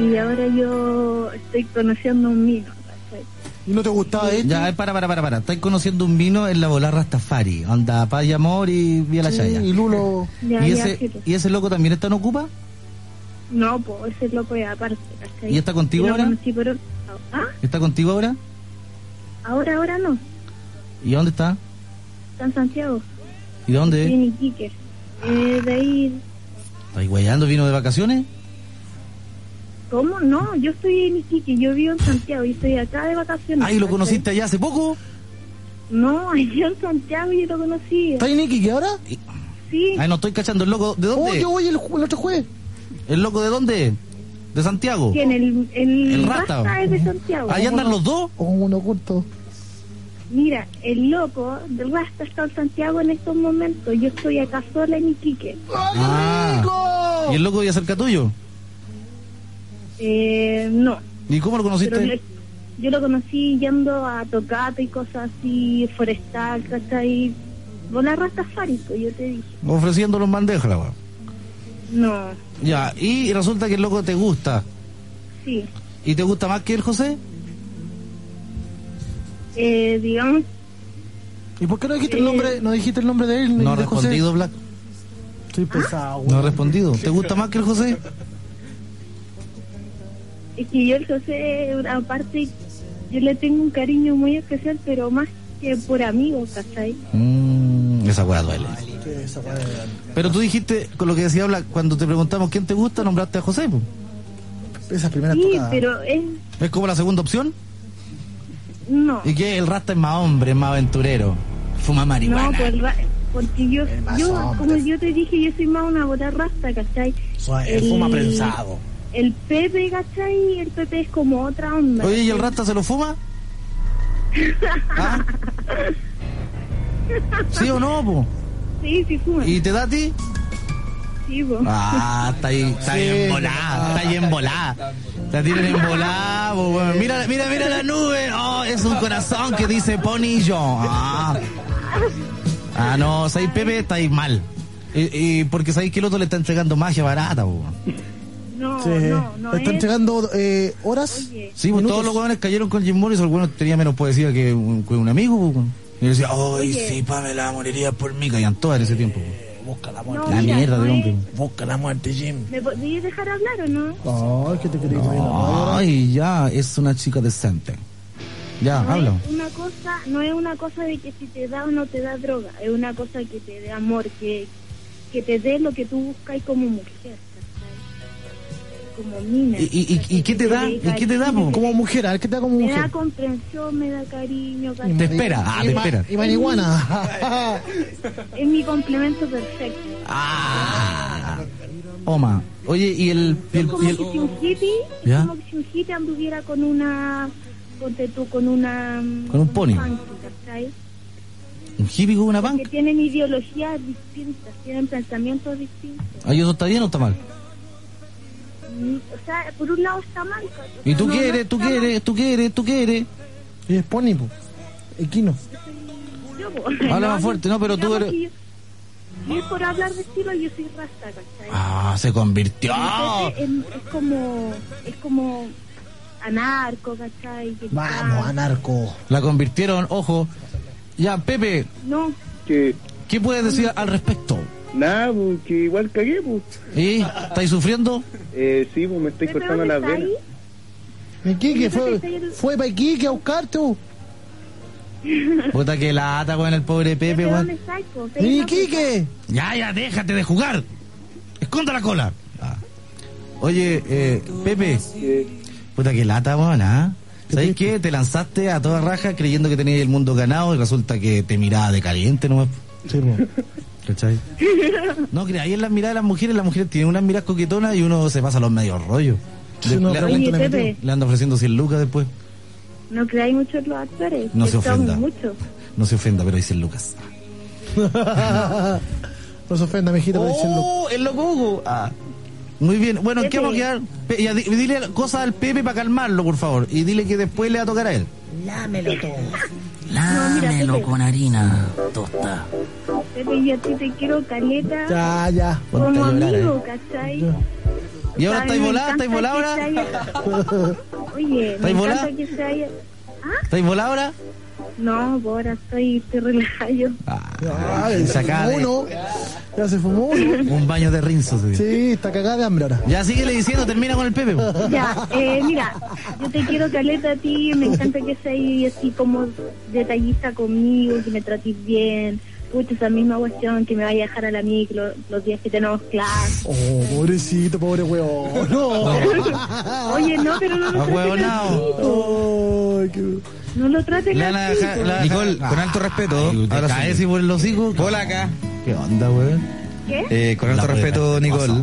S11: Y ahora yo estoy conociendo un mino, ¿cachai?
S2: ¿Y no te gustaba este? esto?
S1: Ya, eh, para, para, para, para. Estáis conociendo un vino en la bola Rastafari. Anda, paz y amor y vía la
S2: Sí,
S1: chaya.
S2: y Lulo.
S11: Ya,
S1: ¿Y
S11: ya, pues.
S1: ese,
S11: pero-
S1: ¿Y ese loco también está en Ocupa?
S11: No, pues ese loco es aparte, ¿cachai?
S1: ¿Y está contigo
S11: Yo lo
S1: ahora?
S11: conocí por- Ah,
S1: ¿Está contigo ahora?
S11: ahora, ahora no.
S1: ¿Y dónde está?
S11: Está en Santiago.
S1: ¿Y dónde?
S11: Estoy En Iquique. Eh, de ahí
S1: ¿Estáis guayando? ¿Vino de vacaciones?
S11: ¿Cómo? No, yo estoy en Iquique, yo vivo en Santiago y estoy acá de vacaciones.
S1: Ay, Ah, ¿lo
S11: ¿cachai?
S1: conociste allá hace poco?
S11: No, allá en Santiago yo lo conocí.
S2: ¿Estás en Iquique ahora?
S11: Sí,
S1: Ay, Ah, no estoy cachando. ¿El loco de
S2: Oh,
S1: dónde?
S2: yo voy el, ju- el otro jueves.
S1: ¿El loco de dónde? ¿De Santiago?
S11: tiene el, el,
S1: El Rasta.
S11: es de Santiago.
S1: Ahí andan los dos.
S2: O uno oculto.
S11: Mira, el loco del Rasta está en Santiago en estos momentos. Yo estoy acá sola en Iquique.
S1: Ah. ¿Y el loco de cerca tuyo?
S11: Eh, no,
S1: ¿Y cómo lo
S11: pero
S1: conociste?
S11: le- yo lo conocí yendo a Tocata y cosas así, forestal, ¿cachai? Bola Rastafari, pues yo te dije.
S1: Ofreciendo los bandejas, la weá.
S11: No,
S1: Ya, y resulta que el loco te gusta.
S11: sí.
S1: ¿Y te gusta más que el José?
S11: Eh, digamos, eh,
S2: ¿Y por qué no dijiste el nombre, no dijiste el nombre de él? ni
S1: No ha
S2: de José? Ah, pues,
S1: respondido, Black.
S2: Estoy
S11: Ah.
S2: pesado,
S1: No ha respondido. ¿Te gusta más que el José?
S11: Es que yo el José, aparte, yo le tengo un cariño muy especial, pero más que por amigos, ¿cachai?
S1: Mm, esa weá duele.
S2: Esa
S1: Pero tú dijiste, con lo que decía Black, cuando te preguntamos quién te gusta, nombraste a José. po.
S2: primera
S11: Sí,
S1: Ah.
S2: tocada.
S11: pero es...
S1: ¿Es como la segunda opción?
S11: No,
S1: ¿Y que El rasta es más hombre, es más aventurero. Fuma marihuana. pues.
S11: no, por ra- porque yo,
S1: más
S11: yo
S1: hombre.
S11: como yo te dije, yo soy más una bola rasta, ¿cachai?
S1: Soy- fuma prensado.
S11: El Pepe, ¿cachai? El Pepe es como otra onda.
S1: Oye, ¿y el rasta se lo fuma? ¿Ah? ¿Sí o no, po?
S11: Sí, sí fuma.
S1: ¿Y te da a ti?
S11: Sí, po.
S1: Ah, está ahí, está ahí en volá, está ahí en volá. La tienen en volá, po, weón. Mira, mira, mira la nube. Oh, es un corazón que dice ponillo. Ah, Ah, no, ¿sabéis, Pepe? Está ahí mal. Y, y porque sabéis que el otro le está entregando magia barata, po.
S11: No,
S2: Sí.
S11: no, no
S2: Le están
S11: es...
S2: llegando eh, horas.
S1: pues, Sí, pues, todos los hueones cayeron con Jim Morrison, el bueno tenía menos poesía que un, que un amigo, po. Y yo decía, ay, sí, Pamela, moriría por mí. Caían todas en ese tiempo.
S2: Busca la
S1: muerte.
S11: No,
S1: Eh, la
S11: mira,
S1: mierda de
S11: no
S1: hombre. Busca la muerte, Jim.
S11: ¿Me podías dejar hablar o no?
S2: Ay, ¿qué te quería que me diga?
S1: Ay, ya, es una chica decente. Ya,
S11: No
S1: habla.
S11: es una cosa, no es una cosa de que si te da o no te da droga, es una cosa que te dé amor, que, que te dé lo que tú buscas como mujer, ¿cachai? como mina.
S1: ¿Y, y, y, y qué te da? ¿Y qué te da, po?
S2: Como mujer, a ver qué te da como
S11: Me
S2: mujer.
S11: da comprensión, me da cariño,
S1: Te
S11: ¿cachai?
S1: espera, ah, te
S2: ma-
S1: espera.
S2: Y marihuana.
S11: Es mi complemento perfecto.
S1: Ah, Oma. Oye, y el. y
S11: Es
S1: el-
S11: como
S1: y
S11: que
S1: el-
S11: si un hippie, es
S1: ¿Ya?
S11: como que si un hippie anduviera con una, ponte tú, con una...
S1: Con un pony.
S11: punky, ¿cachai?
S1: ¿Un hippie con una
S11: Porque
S1: punk?
S11: tienen ideologías distintas, tienen pensamientos distintos.
S1: Ay, ¿eso está bien o está mal?
S11: Mm, O sea, por un lado está mal. ¿cachai?
S1: ¿Y tú
S11: No, no
S1: quieres, tú
S11: está mal.
S1: quieres, tú quieres, tú quieres?
S2: Y es pony, po. Equino.
S11: Yo, po.
S1: Habla más
S11: No,
S1: fuerte, no, pero tú
S11: digamos
S1: eres-
S11: que yo- Si es por hablar de estilo, yo soy rasta, ¿cachai?
S1: Ah, se convirtió.
S11: Entonces, em, es, es como... Es como... Anarco, ¿cachai? Que está-
S2: anarco.
S1: La convirtieron, ojo. Ya, Pepe,
S11: No,
S13: Que
S1: ¿qué puedes decir al respecto?
S13: nada, pues, que igual cagué, pues.
S1: ¿Y? ¿Estáis sufriendo?
S13: Eh, sí, pues me estoy
S11: Pepe,
S13: cortando
S11: ¿dónde
S13: las
S11: está
S13: venas.
S2: Iquique, fue, fue para Iquique a buscarte, po.
S1: Puta que lata, weón, el pobre Pepe,
S11: ¿de dónde
S1: weón.
S11: estáis, po?
S2: ¡Iquique!
S1: Ya, ya, déjate de jugar. Esconda la cola. Ah. Oye, eh, Pepe. Puta que lata, weón, ¿ah? ¿Sabes qué? Te lanzaste a toda raja creyendo que tenías el mundo ganado y resulta que te miraba de caliente nomás.
S2: Sí, weón.
S1: ¿Cachai? No, que ahí en las miradas de las mujeres, las mujeres tienen unas miradas coquetonas y uno se pasa los medios rollos.
S2: Sí, no, pero
S11: Oye, Pepe.
S1: le anda ofreciendo 100 lucas después.
S11: No creáis mucho en los actores.
S1: No se
S11: que son
S1: ofenda.
S11: mucho.
S1: No se ofenda, pero hay 100 lucas.
S2: no se ofenda, mijita, por decirlo.
S1: ¡Oh! ¡El loco Hugo! Ah. Muy bien. Bueno, ¿en ¿qué
S11: Pepe.
S1: vamos a quedar? Pe- ya, di- dile cosas al Pepe para calmarlo, por favor. Y dile que después le va a tocar a él.
S2: Lámelo todo.
S11: Lámelo Pepe. con
S1: Ah, harina, tosta.
S11: Pepe, yo a ti te quiero caleta.
S2: Ya, ya.
S1: Ponte
S11: Como
S1: a llorar,
S11: amigo,
S1: eh.
S11: ¿cachai?
S1: Y ahora
S11: Ay,
S1: estáis
S11: me
S1: volada,
S11: encanta
S1: estáis volada
S11: que se
S1: ahora.
S11: haya- Oye, me
S1: ¿Estáis volada?
S11: encanta que se haya... ¿Ah?
S1: ¿Estáis volada ahora?
S11: No, po, ahora estoy, estoy relajada yo.
S1: Ah.
S2: Ay, se
S1: Sacá de-
S2: fumó uno. Ya se fumó uno.
S1: Un baño de rinzo. se dice.
S2: Sí, está cagada de hambre ahora.
S1: Ya síguele diciendo, termina con el Pepe. po.
S11: Ya, eh, mira, yo te quiero caleta a ti, me encanta que seas así como detallista conmigo, que me trates bien. Pucha, esa misma cuestión que me vaya a dejar a la micro los días que tenemos clase.
S2: Oh, pobrecito, pobre huevón. No.
S11: Oye, no, pero no lo trates
S1: Ah,
S11: así.
S1: Ahueonao.
S2: Ay, qué-
S11: No lo trates
S1: Le van a
S11: así,
S1: dejar-
S11: po.
S1: le van a
S7: Nicole,
S1: dejar-
S7: con alto respeto,
S1: Ay, te
S7: ahora
S1: caes
S7: sí.
S1: y por el hocico.
S7: Hola acá.
S1: ¿Qué onda, weón?
S11: ¿Qué?
S7: Eh, con
S1: La
S7: alto respeto,
S1: poeta, ¿qué
S7: Nicole.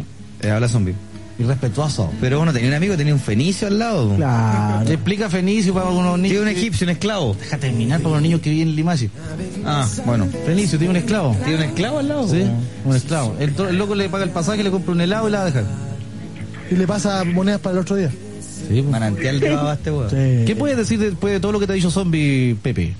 S7: eh, habla zombie.
S1: Irrespetuoso.
S7: Pero bueno, tenía un amigo, tenía un fenicio al lado.
S1: Te
S2: Claro.
S1: explica Fenicio para algunos niños.
S7: Tiene un
S1: que-
S7: egipcio, un esclavo.
S1: Deja terminar para los niños que viven en Limache.
S7: Ah, bueno.
S1: Fenicio tiene un esclavo.
S7: ¿Tiene un esclavo al lado?
S1: Sí, un esclavo. El, to- el loco le paga el pasaje, le compra un helado y la va a dejar.
S2: Y le pasa monedas para el otro día.
S1: Sí, pues. po.
S7: Manantial de baba este weón.
S2: Sí.
S1: ¿Qué puedes decir después de todo lo que te ha dicho Zombie, Pepe?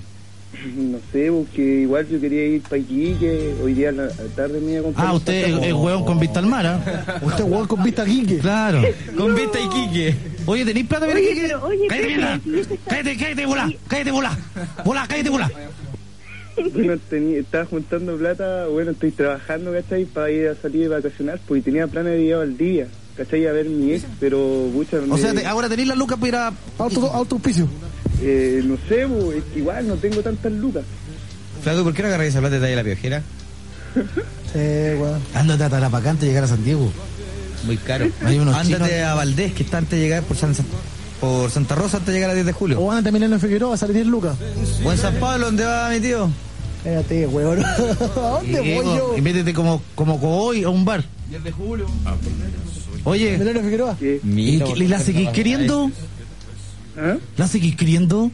S13: No sé, porque igual yo quería ir para Iquique, hoy día a la tarde me iba a comprar
S1: Ah,
S13: un
S1: usted es,
S13: pasaje.
S1: es hueón con vista al mar, ¿ah?
S2: Usted huevón con vista quique.
S1: Claro.
S7: Con vista y Quique.
S1: Oye, ¿tenéis plata para
S11: Oye,
S1: que-
S11: pero, oye,
S1: cállate,
S11: Pepe,
S1: mierda!
S11: si esto está-
S1: Cállate, cállate, volá. Cállate, volá. Volá, cállate, volá.
S13: Bueno, tenía- estaba juntando plata, bueno, estoy trabajando, ¿cachai? Para ir a salir de vacacionar, porque tenía planes de ir a Valdivia, ¿cachai? A ver mi ex, pero mucha...
S1: O
S13: me-
S1: sea, te- ahora tenéis la lucas para ir a.
S2: Auto, auspicio.
S13: eh, no sé, bo, es que igual no tengo tantas lucas.
S7: Flaco, ¿y ¿por qué no agarráis esa plata de talla de la piojera?
S2: Sí,
S1: Eh,
S2: weón.
S1: Ándate a Tarapacante y llegar a San Diego.
S7: Muy caro.
S1: Hay unos
S7: Ándate
S1: chinos-
S7: a Valdés, que está antes de llegar por, San- por Santa Rosa, antes de llegar a 10 de julio.
S2: O van a terminar en Figueroa, va a salir 10 lucas.
S7: Buen San Pablo, ¿dónde va mi tío?
S2: Cállate, weón. ¿A dónde voy yo?
S1: Y métete como, como hoy a un bar. Ah, Oye,
S2: Melano Figueroa.
S1: ¿y,
S7: Mira,
S1: qué- y la seguís queriendo?
S13: ¿Ah?
S1: ¿La seguís queriendo?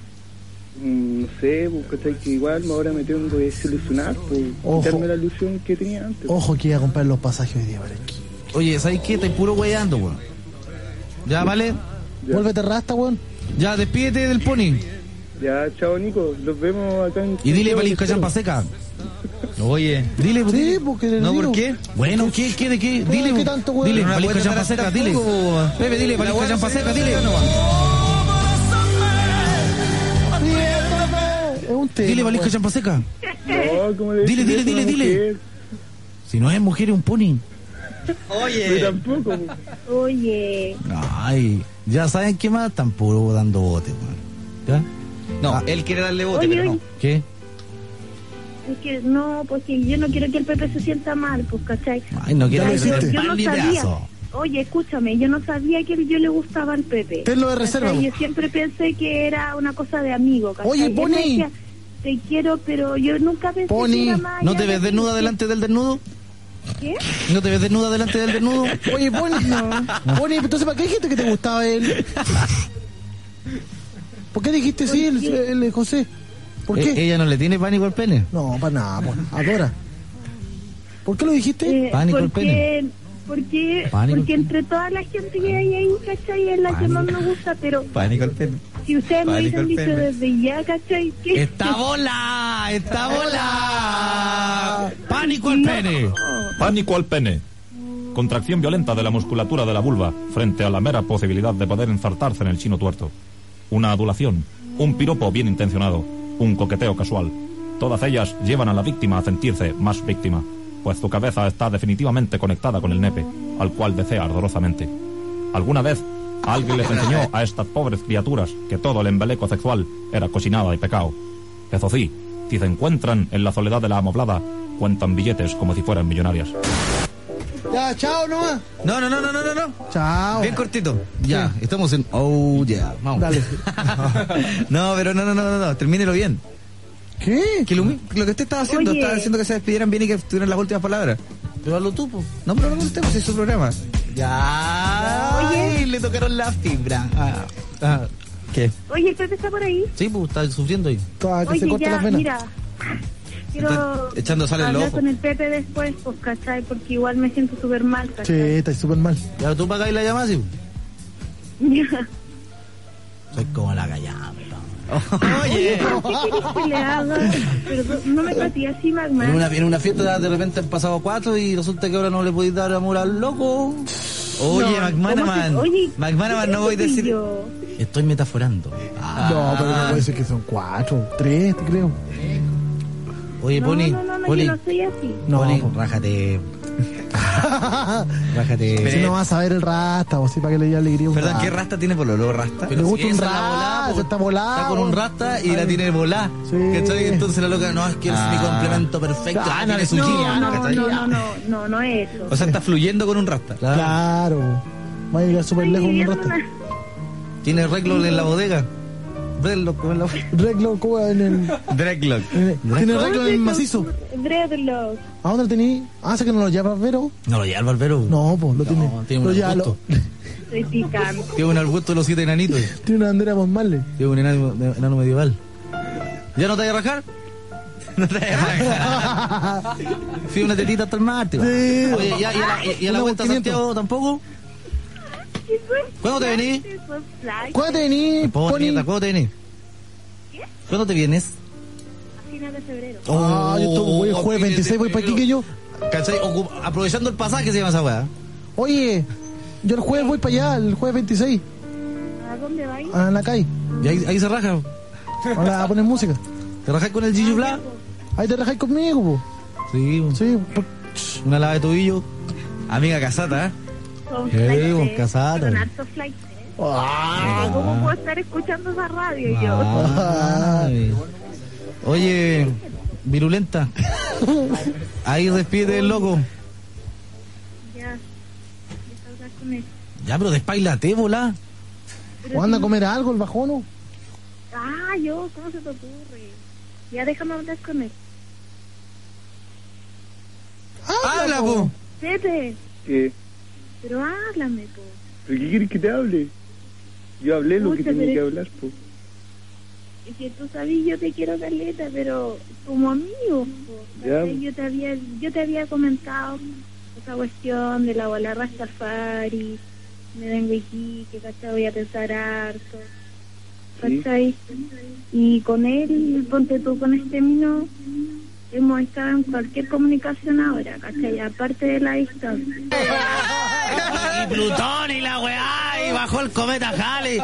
S13: Mm, No sé, bo, ¿cachai? Que igual ahora me tengo que desilusionar, pues,
S2: Ojo.
S13: quitarme la ilusión que tenía antes.
S2: Ojo que iba a comprar los pasajes hoy día, para aquí.
S1: Oye, ¿sabes qué? Estás puro weyando, weón. Ya, vale.
S2: Vuélvete rasta, weón.
S1: Ya, despídete del pony.
S13: Ya, chao, Nico, los vemos acá en...
S1: Y dile, Palisca
S13: Espero.
S1: Champa Seca.
S7: Oye.
S1: Dile,
S2: Sí,
S1: dile.
S2: porque le
S7: pues, No,
S2: digo.
S7: ¿por qué?
S1: Bueno, ¿qué? ¿Qué? ¿De qué? Dile,
S7: pues.
S2: ¿qué tanto, weón? pues,
S1: dile,
S7: Pero no la
S1: Palisca
S7: puedes tratar
S1: Champa Seca,
S7: así
S1: dile.
S7: tampoco, weón.
S1: Pepe, dile,
S7: La
S1: Palisca
S7: buena
S1: Champa
S7: señora
S1: Seca, dile.
S7: Seca nomás.
S2: Riéndome. es un tema.
S1: Dile, Valisca
S2: weón.
S1: Champaseca.
S13: No, ¿cómo le
S1: Dile,
S13: decís
S1: dile,
S13: eso a
S1: dile,
S13: una
S1: dile.
S13: mujer?
S1: Si no es mujer, es un pony.
S13: Yo tampoco.
S11: Oye.
S1: Ay, ya saben qué más, tan puro dando bote, weón. ¿Ya? Ah.
S9: No, él quiere darle bote,
S11: Oye,
S9: pero no.
S1: ¿Qué?
S11: Es que no, porque yo no quiero que el Pepe se sienta mal, pues, ¿cachai?
S1: Ay, no quiero
S11: Yo-
S1: que se
S11: yo-
S1: sienta
S11: yo
S1: mal
S11: no
S1: ni
S11: sabía.
S1: pedazo.
S11: Oye, escúchame, yo no sabía que yo le gustaba al Pepe.
S2: Tenlo de
S11: ¿cachai?
S2: reserva, vos.
S11: Yo siempre pensé que era una cosa de amigo, ¿cachai?
S2: Oye,
S11: Él me
S2: Pony.
S11: decía, Te quiero, pero yo nunca pensé que era más
S1: ¿No
S11: allá
S1: te ves
S11: de-
S1: desnuda delante del desnudo?
S11: ¿Qué?
S1: ¿No te ves desnuda delante del desnudo?
S2: Oye, Bonnie, Bonnie, entonces, ¿para qué dijiste que te gustaba él? ¿Por qué dijiste sí, el, el José? ¿Por
S1: Eh,
S2: qué?
S1: ¿Ella no le tiene pánico al pene?
S2: No, para nada, pues, adora. ¿Por qué lo dijiste?
S11: Eh, porque, porque,
S1: Pánico
S11: porque entre toda la gente que hay ahí, ¿cachai? Es la que más me gusta, pero
S9: Pánico al pene.
S11: si ustedes me hubiesen
S9: Pánico al
S11: dicho
S9: pene.
S11: desde ya, ¿cachai? Que...
S1: ¡Está bola! ¡Está bola! ¡Pánico
S8: al pene! Pánico al pene. Contracción violenta de la musculatura de la vulva frente a la mera posibilidad de poder enzartarse en el chino tuerto. Una adulación, un piropo bien intencionado, un coqueteo casual. Todas ellas llevan a la víctima a sentirse más víctima, pues su cabeza está definitivamente conectada con el nepe, al cual desea ardorosamente. ¿Alguna vez alguien les enseñó a estas pobres criaturas que todo el embeleco sexual era cocinada y pecado? Eso sí, si se encuentran en la soledad de la amoblada, cuentan billetes como si fueran millonarias.
S2: Ya, chao nomás.
S1: No, no, no, no, no, no, no.
S2: Chao.
S1: Bien cortito. Ya, estamos en. Oh, yeah. Vamos.
S2: Dale.
S9: No, pero no, no, no, no, no, termínelo bien.
S2: ¿Qué?
S9: Que lo, mi- lo que usted estaba haciendo,
S11: Oye.
S9: estaba haciendo que se despidieran bien y que tuvieran las últimas palabras.
S2: Pero hazlo tú, po.
S9: No, pero no contemos, es su programa.
S1: Ya. Oye, le tocaron la fibra. Ah, ah.
S9: ¿Qué?
S11: Oye, el Pepe está por ahí.
S1: Sí, pues está sufriendo ahí.
S2: Toda, Ah, que se
S11: Oye,
S2: corten
S11: ya,
S2: las venas.
S11: mira. Quiero
S9: Está echando sal en el
S11: hablar
S9: ojo.
S11: con el Pepe después, pues, ¿cachai? Porque igual me siento súper mal,
S2: Sí,
S11: ¿cachai?
S2: está súper mal.
S1: Ya tú pagáis la llamada, sí.
S11: Ya.
S1: Soy como la callada.
S9: Oye.
S11: ¿Pero ¿Qué querés que le haga? Perdón, no me patí así, Magma.
S1: En una, en una fiesta de repente han pasado cuatro y resulta que ahora no le podéis dar amor al loco.
S9: Oye, McManaman.
S11: ¿cómo que- oye,
S9: McManaman,
S11: ¿qué
S9: no voy a
S11: soy
S9: decir.
S11: yo?
S1: Estoy metaforando. Ah.
S2: No, pero no puede ser que son cuatro, tres, te creo.
S1: Oye,
S11: No,
S1: Poli,
S11: no, no, no,
S1: Poli,
S11: yo no soy así.
S2: No,
S1: Poli,
S2: po.
S1: rájate. Rájate.
S2: Si no vas a ver el rasta, o si para que le diga alegría un
S9: Perdón,
S2: rasta.
S9: ¿qué rasta tiene por olor rasta?
S2: Le gusta
S1: si esa
S2: un
S1: es la
S2: rasta,
S1: volada, po.
S2: se está volado.
S1: Está con un rasta y la
S2: Ay.
S1: tiene volá.
S2: Sí.
S1: ¿Cachai? Entonces la loca, no, es que es mi
S9: Ah.
S1: complemento perfecto. Ah,
S2: Claro,
S1: tiene su
S11: No,
S1: giga,
S11: no,
S1: ¿cachai?
S11: no, no, no, no, no es eso.
S9: O sea, está fluyendo con un rasta.
S1: Claro.
S2: Claro. Va a llegar súper
S11: Estoy
S2: lejos con un
S11: viviendo
S2: rasta.
S11: una-
S1: Tiene reglo en la bodega. Reglo en la bodega.
S2: Reglo, ¿cómo va en el...?
S9: Dreadlock.
S2: en el- ¿Tiene
S11: ¿Cómo
S2: reglo
S11: se
S2: en el
S11: llama?
S2: macizo?
S11: Dreadlock.
S2: ¿A dónde lo tení? Ah, sé que no lo llevas, Vero.
S1: No lo lleva el barbero.
S2: No, pues lo tiene.
S1: tiene un
S2: lo lleva,
S1: arbusto.
S11: Soy picante.
S1: Tiene un arbusto de los siete enanitos.
S2: Tiene una bandera por Marley.
S1: Tiene un enano, enano medieval. ¿Ya no te vas a rajar? No te vas a rajar. Fui una tetita hasta el martes.
S2: Sí.
S1: Oye, ¿y a, y a la, y a la
S2: Una
S1: vuelta a
S2: por 500.
S1: Santiago tampoco? ¿Cuándo te venís?
S2: ¿Cuándo te venís,
S1: Pony,
S2: Pony?
S1: ¿Cuándo te vienes? ¿Cuándo te vienes? Oh,
S11: A finales de febrero.
S2: Ah, yo estuve- voy el jueves 26, voy para aquí que yo.
S1: ¿Cachai? Ocu- aprovechando el pasaje se llama esa weá.
S2: Oye, yo el jueves voy para allá, el jueves 26,
S11: ¿A dónde vais?
S1: Ah,
S2: a la calle.
S1: Y ahí, ahí se raja.
S2: Ahora a poner música.
S1: ¿Te rajas con el Gigi Bla?
S2: Ahí te rajáis conmigo,
S1: Sí,
S2: po. Sí, po.
S1: una lava de tobillo.
S9: Amiga casata, ¿eh?
S11: Son
S1: Eh,
S11: flights,
S1: con
S11: eh,
S1: casada.
S11: Son hartos flights, eh.
S2: Ah.
S11: ¿Cómo puedo estar escuchando esa radio yo?
S1: Ay. Oye, virulenta. Ahí despide el loco.
S11: Ya. Deja hablar con él.
S1: Ya, pero despailate, volá.
S2: o anda a comer algo, el bajono.
S11: Ah, yo, ¿cómo se te ocurre? Ya déjame hablar con él.
S9: ¡Habla, po!
S11: Pepe,
S13: ¿Qué?
S11: pero háblame, po.
S13: ¿Pero qué quieres que te hable? Yo hablé lo que
S11: Pucha,
S13: tenía que
S11: pero-
S13: hablar, po.
S11: Es que tú sabes, yo te quiero caleta, pero como amigo, po.
S13: Ya.
S11: ¿Cachai? Yo te había, yo te había comentado esa cuestión de la bola Rastafari, me vengo aquí, que cachai voy a pensar harto.
S13: Sí.
S11: ¿Cachai? Y con él, ponte tú con este mino, hemos estado en cualquier comunicación ahora, ¿cachai? Aparte de la distancia.
S1: Y Plutón y la weá. ¡Ey! Bajó el cometa Halley.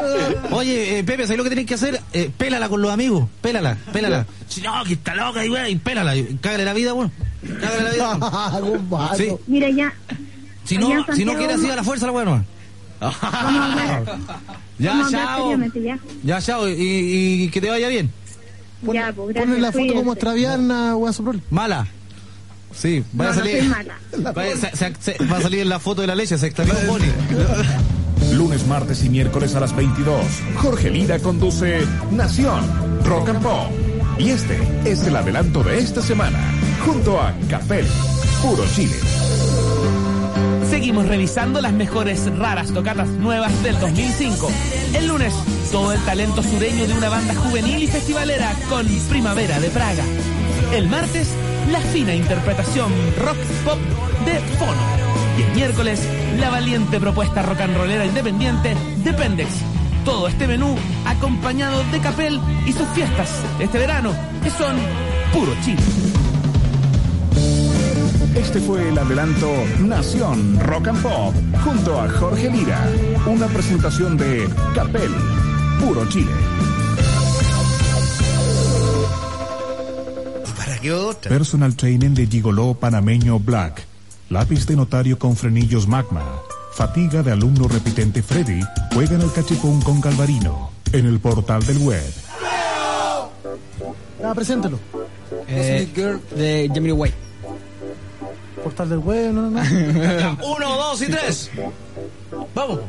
S1: Oye, eh, Pepe, ¿sabes lo que tenés que hacer? Eh, pélala con los amigos. Pélala, pélala. Si No, que está loca y güey, pélala. y Cágale la vida, weón. Cágale la vida. weón. Sí.
S6: Mira, ya.
S1: Si no,
S6: Allá en
S1: si no
S6: Santiago-
S1: quiere así a la fuerza, la weón. nomás.
S6: Vamos a hablar.
S1: Ya,
S6: vamos a hablar
S1: chao.
S6: seriamente, ya.
S1: Ya, chao. Y, y que te vaya bien.
S6: ya, pues, gracias.
S2: Ponle la foto
S6: cuídense.
S2: como extraviarna, weón, su
S1: Mala. Sí, va a
S6: No, no soy
S1: salir.
S6: mala.
S1: Vaya, se- se- se- va a salir en la foto de la leche, se extravió un boli.
S3: Lunes, martes y miércoles a las 22. Jorge Lira conduce Nación Rock and Pop. Y este es el adelanto de esta semana, junto a Café, Puro Chile.
S17: Seguimos revisando las mejores raras tocatas nuevas del 2005. El lunes, todo el talento sureño de una banda juvenil y festivalera con Primavera de Praga. El martes, la fina interpretación rock pop de Fono. Y el miércoles, la valiente propuesta rock and rollera independiente de Pendex. Todo este menú acompañado de Capel y sus fiestas este verano, que son puro chile.
S3: Este fue el adelanto Nación Rock and Pop, junto a Jorge Lira. Una presentación de Capel, Puro Chile.
S18: ¿Para qué otra?
S3: Personal training de Gigoló Panameño Black. Lápiz de notario con frenillos magma. Fatiga de alumno repitente Freddy. Juega en el cachipún con Calvarino. En el portal del web.
S2: Ya, Ah, preséntalo.
S11: Eh,
S2: Girl de Gemini White. Portal del web, no, no,
S1: Ya,
S2: no.
S1: Uno, dos y tres. Vamos.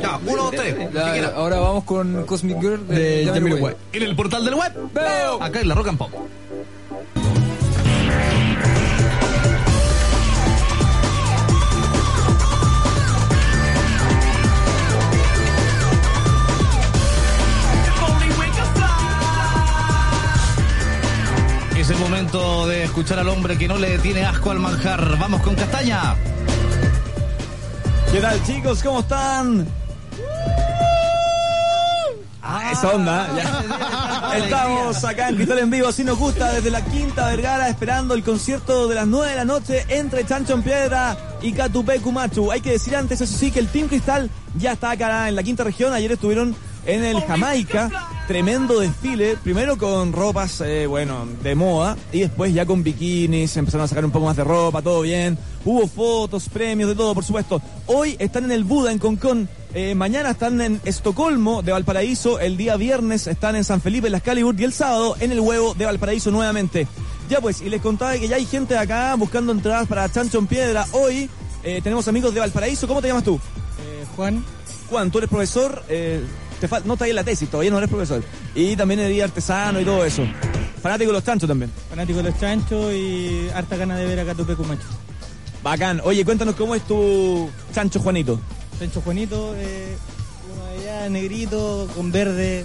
S1: Ya, uno, dos, tres.
S12: Ya,
S1: Siquiera.
S12: ahora vamos con Cosmic Girl de, Jamie White.
S1: En el portal del web. Acá en la Rock and Pop. Es el momento de escuchar al hombre que no le tiene asco al manjar. Vamos con Castaña.
S9: ¿Qué tal, chicos? ¿Cómo están? Esa onda, ¿eh? Ya. Estamos acá en Cristal en Vivo, así nos gusta, desde la Quinta Vergara, esperando el concierto de las 9 de la noche entre Chancho en Piedra y Catupé Cumachu. Hay que decir antes, eso sí, que el Team Cristal ya está acá en la Quinta Región. Ayer estuvieron en el Jamaica, tremendo desfile, primero con ropas, eh, bueno, de moda, y después ya con bikinis, empezaron a sacar un poco más de ropa, todo bien. Hubo fotos, premios, de todo, por supuesto. Hoy están en el Buda, en Concón. Eh, mañana están en Estocolmo de Valparaíso, el día viernes están en San Felipe, en las Calibur y el sábado en el huevo de Valparaíso nuevamente. Ya pues, y les contaba que ya hay gente acá buscando entradas para Chancho en Piedra. Hoy eh, tenemos amigos de Valparaíso, ¿cómo te llamas tú?
S10: Eh,
S9: Juan. Juan, tú eres profesor, eh, te fal- no está ahí en la tesis, todavía no eres profesor. Y también eres artesano y todo eso. Fanático de los chanchos también.
S10: Fanático de los chanchos y harta gana de ver a Catupe Cumacho.
S9: Bacán. Oye, cuéntanos cómo es tu chancho Juanito.
S10: Chancho Juanito, eh, uno de allá, negrito, con verde,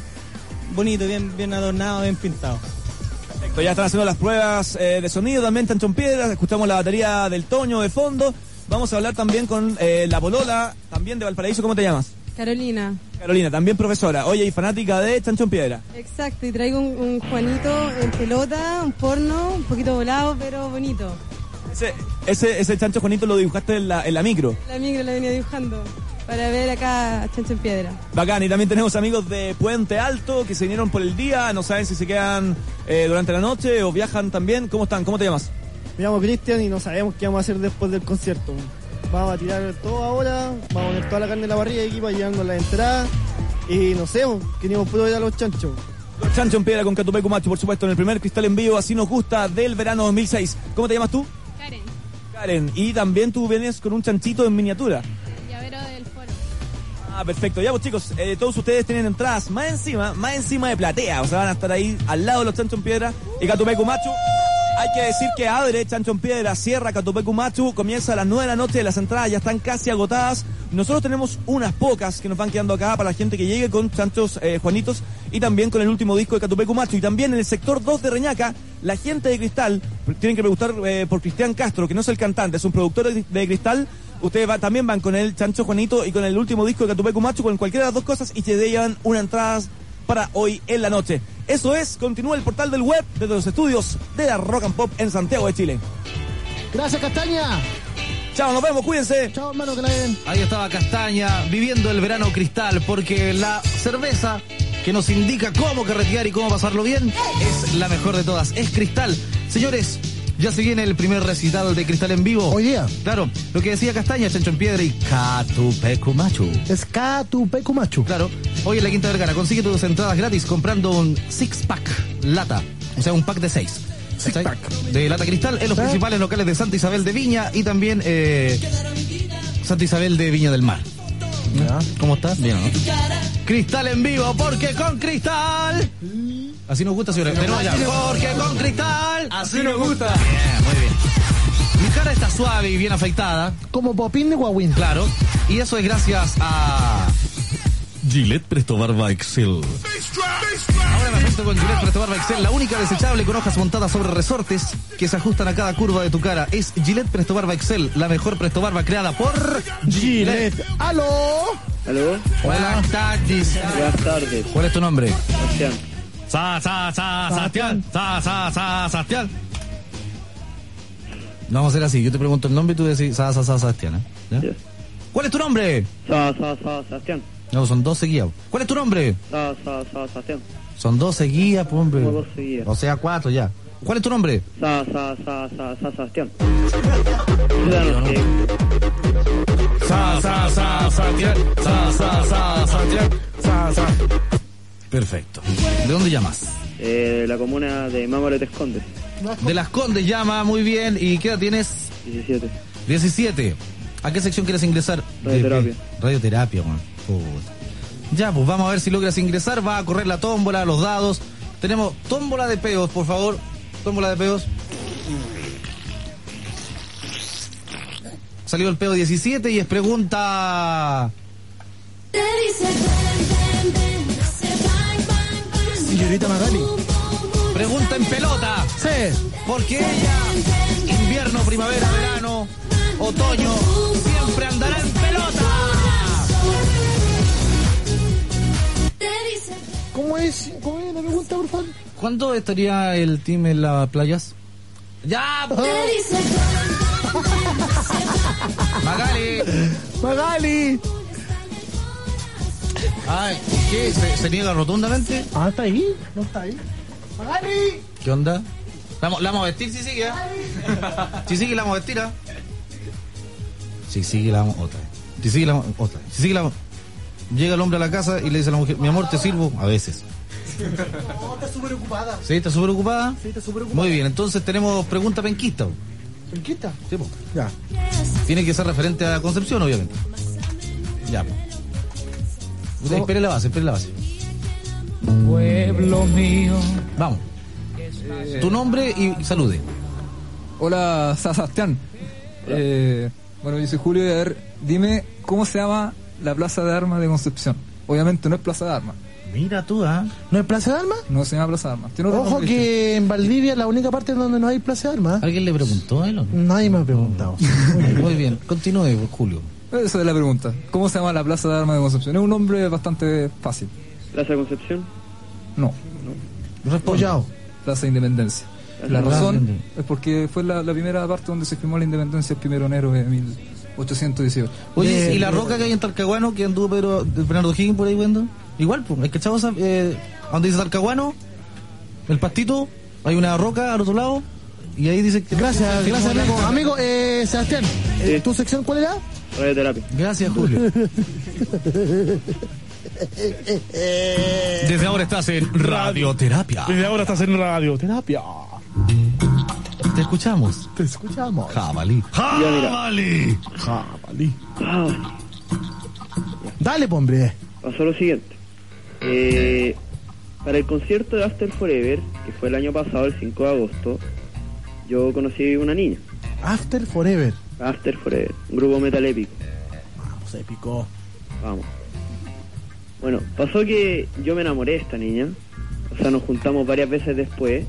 S10: bonito, bien, bien adornado, bien pintado.
S9: Perfecto, ya están haciendo las pruebas eh, de sonido también, Tancho en Piedras, escuchamos la batería del Toño de fondo. Vamos a hablar también con eh, la Polola, también de Valparaíso, ¿cómo te llamas?
S19: Carolina,
S9: Carolina, también profesora. Oye, y fanática de Chancho en Piedra.
S19: exacto, y traigo un, un Juanito en pelota, un porno, un poquito volado, pero bonito.
S9: Ese, ese, ese Chancho Juanito lo dibujaste en la, en la micro.
S19: La micro la venía dibujando para ver acá a Chancho en Piedra.
S9: Bacán, y también tenemos amigos de Puente Alto que se vinieron por el día, no saben si se quedan eh, durante la noche o viajan también. ¿Cómo están? ¿Cómo te llamas?
S7: Me llamo Cristian y no sabemos qué vamos a hacer después del concierto. Vamos a tirar todo ahora, vamos a poner toda la carne en la barriga y aquí para llevarnos las entradas. Y no sé, bo, queríamos puro ver a los chanchos.
S9: Los Chancho en Piedra con Catupé Cumacho, por supuesto, en el primer cristal en vivo, así nos gusta, del verano 2006. ¿Cómo te llamas tú?
S20: Karen,
S9: Karen, y también tú vienes con un chanchito en miniatura.
S20: llavero del foro.
S9: Ah, perfecto. Ya pues chicos, eh, todos ustedes tienen entradas más encima, más encima de platea. O sea, van a estar ahí al lado de los Chancho en Piedra y Catupecu Machu. Hay que decir que abre Chancho en Piedra, cierra Catupecu Machu, comienza a las 9 de la noche, las entradas ya están casi agotadas. Nosotros tenemos unas pocas que nos van quedando acá para la gente que llegue con Chanchos eh, Juanitos y también con el último disco de Catupecu Machu. Y también en el sector 2 de Reñaca, la gente de Cristal, tienen que preguntar eh, por Cristian Castro, que no es el cantante, es un productor de- de Cristal. Ustedes va- también van con el Chancho Juanito y con el último disco de Catupecu Macho, con cualquiera de las dos cosas, y te llevan una entrada para hoy en la noche. Eso es, continúa el portal del web desde los estudios de la Rock and Pop en Santiago de Chile.
S2: Gracias, Castaña.
S9: Chao, nos vemos, cuídense.
S2: Chao, hermano, que la den.
S1: Ahí estaba Castaña viviendo el verano cristal porque la cerveza que nos indica cómo carretear y cómo pasarlo bien es la mejor de todas. Es cristal. Señores, ya se viene el primer recital de cristal en vivo. Hoy
S2: día.
S1: Claro, lo que decía Castaña, Chancho en Piedra y Catupecumachu.
S2: Es Catupecumachu.
S1: Claro. Hoy en la Quinta Vergara consigue tus entradas gratis comprando un six pack lata. O sea, un pack de seis. ¿Cachai? De lata cristal en los principales locales de Santa Isabel de Viña y también eh, Santa Isabel de Viña del Mar. ¿Cómo estás? Bien, ¿no? Cristal en vivo, porque con cristal. Así nos gusta, señores. De nuevo ya. Porque con cristal. Así nos gusta. Bien, muy bien. Mi cara está suave y bien afeitada.
S2: Como popín de guaguín.
S1: Claro. Y eso es gracias a. Gillette Presto Barba Excel. Ahora me afecto con Gillette Presto Barba Excel, la única desechable con hojas montadas sobre resortes que se ajustan a cada curva de tu cara. Es Gillette Presto Barba Excel, la mejor Presto Barba creada por Gillette.
S2: ¡Aló!
S1: ¿Aló? Buenas tardes. Buenas tardes. ¿Cuál es tu nombre? Sebastián. Sa, sa, sa, Sebastián. Sa, sa, sa, Sebastián. No vamos a hacer así, yo te pregunto el nombre y tú decís sa, sa, sa, Sebastián. ¿eh? ¿Ya? ¿Cuál es tu nombre?
S20: Sa, sa, sa, Sebastián.
S1: No, son 12 guías. ¿Cuál es tu nombre?
S20: Sa, sa, sa, Sebastián.
S1: Son 12 guías, pues, hombre.
S20: Como 12 guías.
S1: O sea, cuatro ya. ¿Cuál es tu nombre?
S20: Sa, sa, sa, sa, sa, Sebastián.
S1: Sa, sa, sa, Sebastián. Sa, sa, sa, Sebastián. Sa, sa. Perfecto. ¿De dónde llamas?
S20: Eh, la comuna de Mamoré Te Condes.
S1: De Las Condes llama, muy bien. ¿Y qué edad tienes?
S20: 17.
S1: 17. ¿A qué sección quieres ingresar? De-
S20: Radioterapia.
S1: de- Radioterapia, weón. Puta. Ya, pues vamos a ver si logras ingresar. Va a correr la tómbola, los dados. Tenemos tómbola de peos, por favor. Tómbola de peos. Salió el peo 17 y es pregunta.
S2: Señorita Magali.
S1: Pregunta en pelota.
S2: Sí.
S1: Porque ella, invierno, primavera, verano, otoño, siempre andará en pelota.
S2: ¿Cómo es, ¿Cómo es la pregunta, por favor?
S1: ¿Cuándo estaría el team en las playas? ¡Ya!
S2: Ah.
S1: Magali.
S2: Magali.
S1: Ay, ¿qué? ¿Se, se niega rotundamente?
S2: Ah, está ahí. No está ahí. Magali.
S1: ¿Qué onda? La, vamos- la vamos a vestir si sigue, ¿eh? Si sigue, la vamos a vestir, ¿ah? Si sigue, la vamos otra vez. Si sigue, la vamos otra vez. Si sigue, la vamos- Llega el hombre a la casa y le dice a la mujer, mi amor, ¿te sirvo? A veces.
S2: No, está súper ocupada.
S1: ¿Sí? ¿Está súper ocupada?
S2: Sí, está súper ocupada.
S1: Muy bien, entonces tenemos pregunta penquista. po.
S2: Penquista.
S1: Sí, po.
S2: Ya.
S1: Tiene que ser referente a Concepción, obviamente. Ya. po.
S2: Oh.
S1: Usted espere la base, espere la base.
S17: Pueblo mío.
S1: Vamos. Tu nombre y salude.
S12: Hola, Sa- Sebastián. Eh, bueno, yo soy Julio y a ver, dime cómo se llama la Plaza de Armas de Concepción. Obviamente no es Plaza de Armas.
S1: Mira tú, ¿ah?
S2: ¿No hay plaza de armas?
S12: No se llama Plaza de Armas. Tiene otro
S2: Ojo
S12: nombre distinto.
S2: que en Valdivia es la única parte donde no hay plaza de armas.
S1: ¿Alguien le preguntó a él o no?
S2: Nadie me ha preguntado.
S1: Muy bien, continúe, Julio.
S12: Esa es la pregunta. ¿Cómo se llama la Plaza de Armas de Concepción? Es un nombre bastante fácil.
S20: Plaza Concepción.
S12: No.
S2: Apoyado.
S12: Plaza de Independencia. La
S20: Ah,
S12: razón
S20: entiendo.
S12: es porque fue la, la primera parte donde se firmó la independencia el primero de enero de 1818.
S1: Oye,
S12: Eh,
S1: ¿y la roca que hay en Talcahuano que anduvo Pedro, Bernardo Higgins por ahí viendo? Igual, pues, es que chavos, eh, a donde dice Talcahuano, el pastito, hay una roca al otro lado, y ahí dice que.
S2: Gracias,
S1: que-
S2: gracias, amigo. Amigo, eh, Sebastián, eh, ¿tu sección cuál era?
S20: Radioterapia.
S1: Gracias, Julio. Desde ahora estás en radioterapia.
S21: Desde ahora estás en radioterapia.
S1: Te escuchamos.
S2: Te escuchamos.
S1: Jabalí.
S21: Jabalí. Jabalí.
S2: Dale, po, hombre.
S20: pasó lo siguiente. Eh, para el concierto de After Forever, que fue el año pasado, el 5 de agosto, yo conocí una niña,
S2: After Forever.
S20: After Forever, un grupo metal épico.
S2: Vamos, épico.
S20: Vamos. Bueno, pasó que yo me enamoré de esta niña, o sea, nos juntamos varias veces después,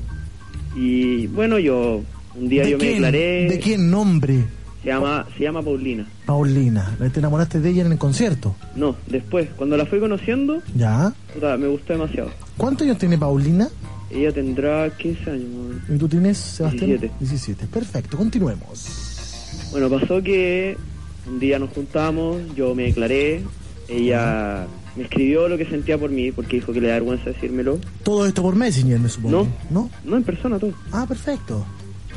S20: y bueno, yo un día
S2: ¿De
S20: yo me
S2: quién?
S20: declaré,
S2: ¿De quién nombre?
S20: se llama, se llama Paulina.
S2: Paulina. ¿Te enamoraste de ella en el concierto?
S20: No, después, cuando la fui conociendo,
S2: Ya.
S20: puta, me gustó demasiado.
S2: ¿Cuántos años tiene Paulina?
S20: Ella tendrá 15 años, más o menos.
S2: ¿Y tú tienes, Sebastián?
S20: 17.
S2: 17. Perfecto, continuemos.
S20: Bueno, pasó que un día nos juntamos, yo me declaré, ella me escribió lo que sentía por mí, porque dijo que le da vergüenza decírmelo.
S2: Todo esto por Messenger, me supongo. No,
S20: no en persona todo.
S2: Ah, perfecto.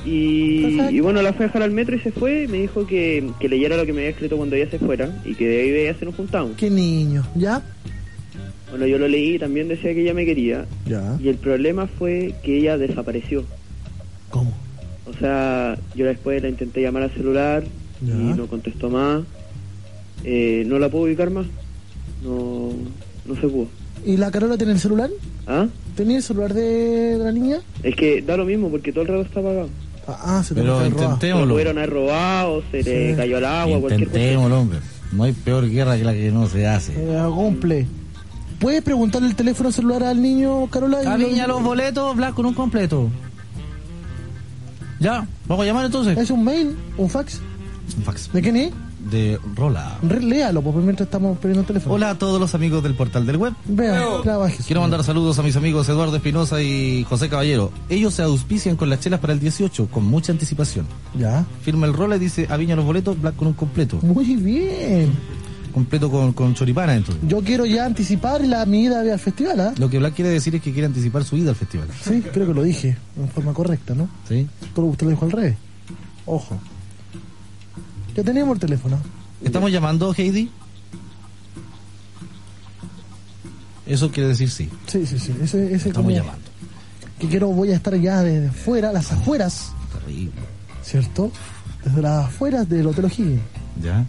S20: Y,
S2: Perfecto.
S20: y bueno, la fue a dejar al metro y se fue. Me dijo que, que leyera lo que me había escrito cuando ella se fuera y que de ahí de ella se nos juntamos.
S2: Qué niño, ¿ya?
S20: Bueno, yo lo leí y también decía que ella me quería.
S2: Ya.
S20: Y el problema fue que ella desapareció. ¿Cómo? O sea, yo después la intenté llamar al celular
S2: Ya.
S20: y no contestó más. Eh, no la puedo ubicar más. No, no se pudo.
S2: ¿Y la Carola tiene el celular?
S20: ¿Ah?
S2: ¿Tenía el celular de la niña?
S20: Es que da lo mismo porque todo el rato está apagado.
S2: Ah, ah, se
S1: Pero
S2: tenía que robar.
S1: intentémoslo.
S20: Lo pudieron haber robado, se le
S1: Sí.
S20: cayó al agua, cualquier cosa.
S1: Intentémoslo, hombre. No hay peor guerra que la que no se hace.
S2: Eh, cumple. ¿Puedes preguntarle el teléfono celular al niño, Carola?
S18: A
S2: niña
S18: Viña los boletos, Blas con un completo.
S1: Ya, vamos a llamar entonces.
S2: ¿Es un mail? ¿Un fax?
S1: Un fax.
S2: ¿De quién es?
S1: De Rola.
S2: Re- Léalo, pues mientras estamos perdiendo el teléfono.
S1: Hola a todos los amigos del portal del web.
S2: Vea, trabaje.
S1: Quiero mandar saludos a mis amigos Eduardo Espinosa y José Caballero. Ellos se auspician con las chelas para el 18 con mucha anticipación.
S2: Ya.
S1: Firma el Rola y dice a Viña los boletos, Black con un completo.
S2: Muy bien.
S1: Completo con, con choripana entonces.
S2: Yo quiero ya anticipar la, mi ida al festival, ¿ah?
S1: Lo que Black quiere decir es que quiere anticipar su ida al festival.
S2: Sí, creo que lo dije en forma correcta, ¿no?
S1: Sí.
S2: Todo usted lo dijo al revés. Ojo. Ya teníamos el teléfono.
S1: ¿Estamos llamando, Heidi? Eso quiere decir sí.
S2: Sí, sí, sí. Ese, ese
S1: Estamos
S2: como
S1: llamando.
S2: Que quiero, voy a estar ya desde fuera, las afueras,
S1: Terrible.
S2: ¿cierto? Desde las afueras del Hotel O'Higgins.
S1: Ya,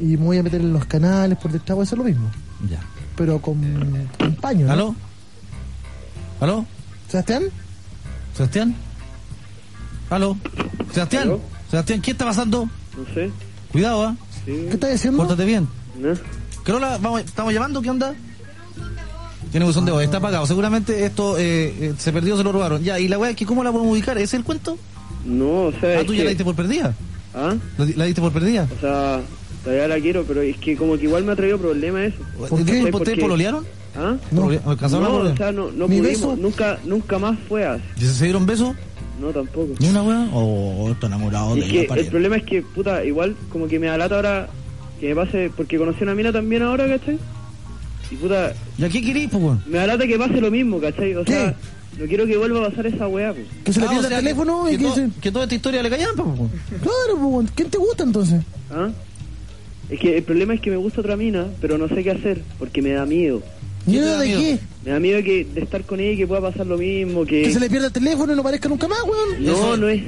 S2: Y me voy a meter en los canales por detrás, voy a hacer lo mismo.
S1: ya.
S2: Pero con, con paño. ¿no?
S1: ¿Aló? ¿Aló?
S2: ¿Sebastián?
S1: ¿Sebastián? ¿Aló? ¿Sebastián? ¿Sebastián? ¿Qué está pasando?
S20: No sé.
S1: Cuidado, ¿ah?
S20: Sí.
S2: ¿Qué estás diciendo?
S1: Pórtate bien.
S20: ¿No?
S1: Carola, vamos, ¿estamos llamando? ¿Qué onda? Tiene buzón de voz, está apagado. Seguramente esto eh, eh, se perdió, se lo robaron. Ya, y la weá es que ¿cómo la podemos ubicar? ¿Ese ¿Es el cuento?
S20: No, o sea.
S1: Ah,
S20: es
S1: tú ya
S20: que-
S1: la diste por perdida.
S20: ¿Ah?
S1: ¿La, di- la diste por perdida?
S20: O sea, todavía la quiero, pero es que como que igual me ha traído problemas eso.
S1: ¿Por qué?
S20: No sé
S1: ¿Ustedes
S20: qué.
S1: pololearon?
S20: ¿Ah?
S1: No. ¿Alcanzaron a
S20: No,
S1: pololear?
S20: o sea, no, no
S1: ¿Ni
S20: pudimos,
S1: beso?
S20: nunca, nunca más fue así.
S1: ¿Y se dieron besos?
S20: No, tampoco.
S1: ¿Ni una weá? ¿O está enamorado
S20: Es
S1: de
S20: que
S1: la
S20: el
S1: pared?
S20: problema es que, puta, igual como que me da lata ahora que me pase, porque conocí a una mina también ahora, ¿cachai? Y puta,
S1: ¿Y a qué querís, pues, weón?
S20: me da lata que pase lo mismo, ¿cachai? O sea, no quiero que vuelva a pasar esa weá, pues.
S2: Que se le
S1: Ah,
S2: pierda
S1: o sea,
S2: el teléfono y que,
S1: todo-
S2: se-
S1: que toda esta historia le callan, pues, weón.
S2: Claro, pues, bueno, ¿quién te gusta entonces?
S20: ¿Ah? Es que el problema es que me gusta otra mina, pero no sé qué hacer, porque me da miedo.
S2: ¿Miedo de qué?
S20: Me da miedo que, de estar con ella y que pueda pasar lo mismo, que...
S2: Que se le pierda el teléfono y no aparezca nunca más, weón.
S20: No, no es...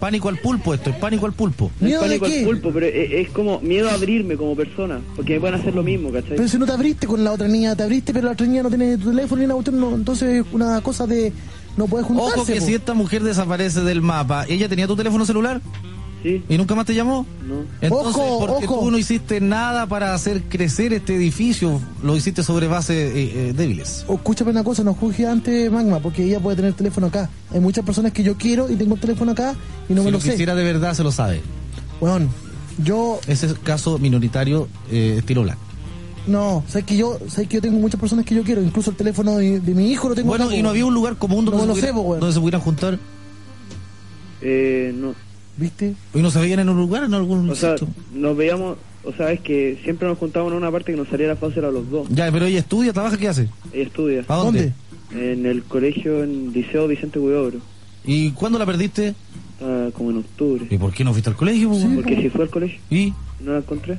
S1: Pánico al pulpo esto, es pánico al pulpo.
S20: No es
S2: ¿Miedo de
S20: pánico
S2: qué?
S20: al pulpo, pero es, es como miedo a abrirme como persona, porque me pueden hacer lo mismo, ¿cachai?
S2: Pero si no te abriste con la otra niña, te abriste, pero la otra niña no tiene tu teléfono ni una cuestión, no, entonces una cosa de no puedes juntarse.
S1: Ojo que
S2: po.
S1: si esta mujer desaparece del mapa, ¿ella tenía tu teléfono celular?
S20: Sí.
S1: ¿Y nunca más te llamó?
S20: No.
S1: Entonces,
S2: Ojo,
S1: porque
S2: ojo.
S1: tú no hiciste nada para hacer crecer este edificio, lo hiciste sobre bases eh, eh, débiles.
S2: O Escúchame una cosa, no juzgue antes Magma, porque ella puede tener el teléfono acá. Hay muchas personas que yo quiero y tengo el teléfono acá y no
S1: si
S2: me
S1: lo,
S2: lo sé.
S1: quisiera de verdad, se lo sabe.
S2: Weón, yo
S1: Ese es caso minoritario, eh, estilo black.
S2: no, sabes que yo, sabes que yo tengo muchas personas que yo quiero, incluso el teléfono de, de mi hijo lo tengo
S1: Bueno,
S2: acá,
S1: y
S2: po.
S1: no había un lugar común donde,
S2: No
S1: se,
S2: lo
S1: pudiera-
S2: sé, po, weón.
S1: donde se pudieran juntar.
S20: Eh, no.
S2: ¿Viste?
S1: ¿Y Pues no se veían en un lugar, en algún
S20: O sea,
S1: sitio?
S20: nos veíamos... O sea, es que siempre nos juntábamos en una parte que nos saliera fácil a los dos.
S1: Ya, pero ella estudia, trabaja, ¿qué hace?
S20: Ella estudia.
S1: ¿A dónde?
S20: En el colegio, en Liceo Vicente Huidobro,
S1: ¿Y cuándo la perdiste?
S20: ah, como en octubre.
S1: ¿Y por qué no fuiste al colegio? po, weón?
S20: Porque si fue al colegio,
S1: ¿Y?
S20: no la encontré.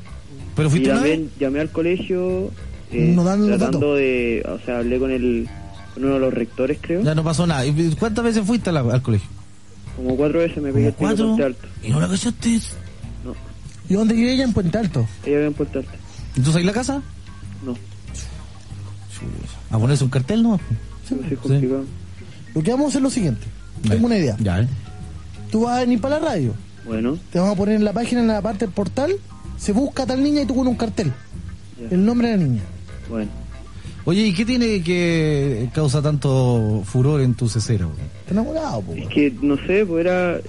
S1: ¿Pero
S20: Y
S1: fuiste una vez?
S20: llamé, llamé al colegio eh,
S2: No dan los
S20: tratando de... O sea, hablé con el... con uno de los rectores, creo.
S1: Ya no pasó nada. ¿Y ¿Cuántas veces fuiste a la- al colegio?
S20: Como cuatro veces me pegué el tiro
S1: cuatro?
S20: en Puente Alto.
S1: ¿Y no la cachaste?
S2: ¿Y dónde vive ella en Puente Alto?
S20: Ella vive en Puente Alto.
S1: ¿Entonces ahí la casa?
S20: No.
S2: Ah,
S1: A ponerse un cartel, ¿no?
S20: Sí, es complicado.
S2: Lo que vamos a hacer es lo siguiente. Tengo una idea.
S1: Ya, ¿eh?
S2: Tú vas a venir para la radio.
S20: Bueno,
S2: Te vamos a poner en la página, en la parte del portal, se busca a tal niña y tú con un cartel. El nombre de la niña.
S20: bueno.
S1: Oye, ¿y qué tiene que causa tanto furor en tu cesera? güey?
S2: Está enamorado, po.
S20: Es que, no sé, pues era...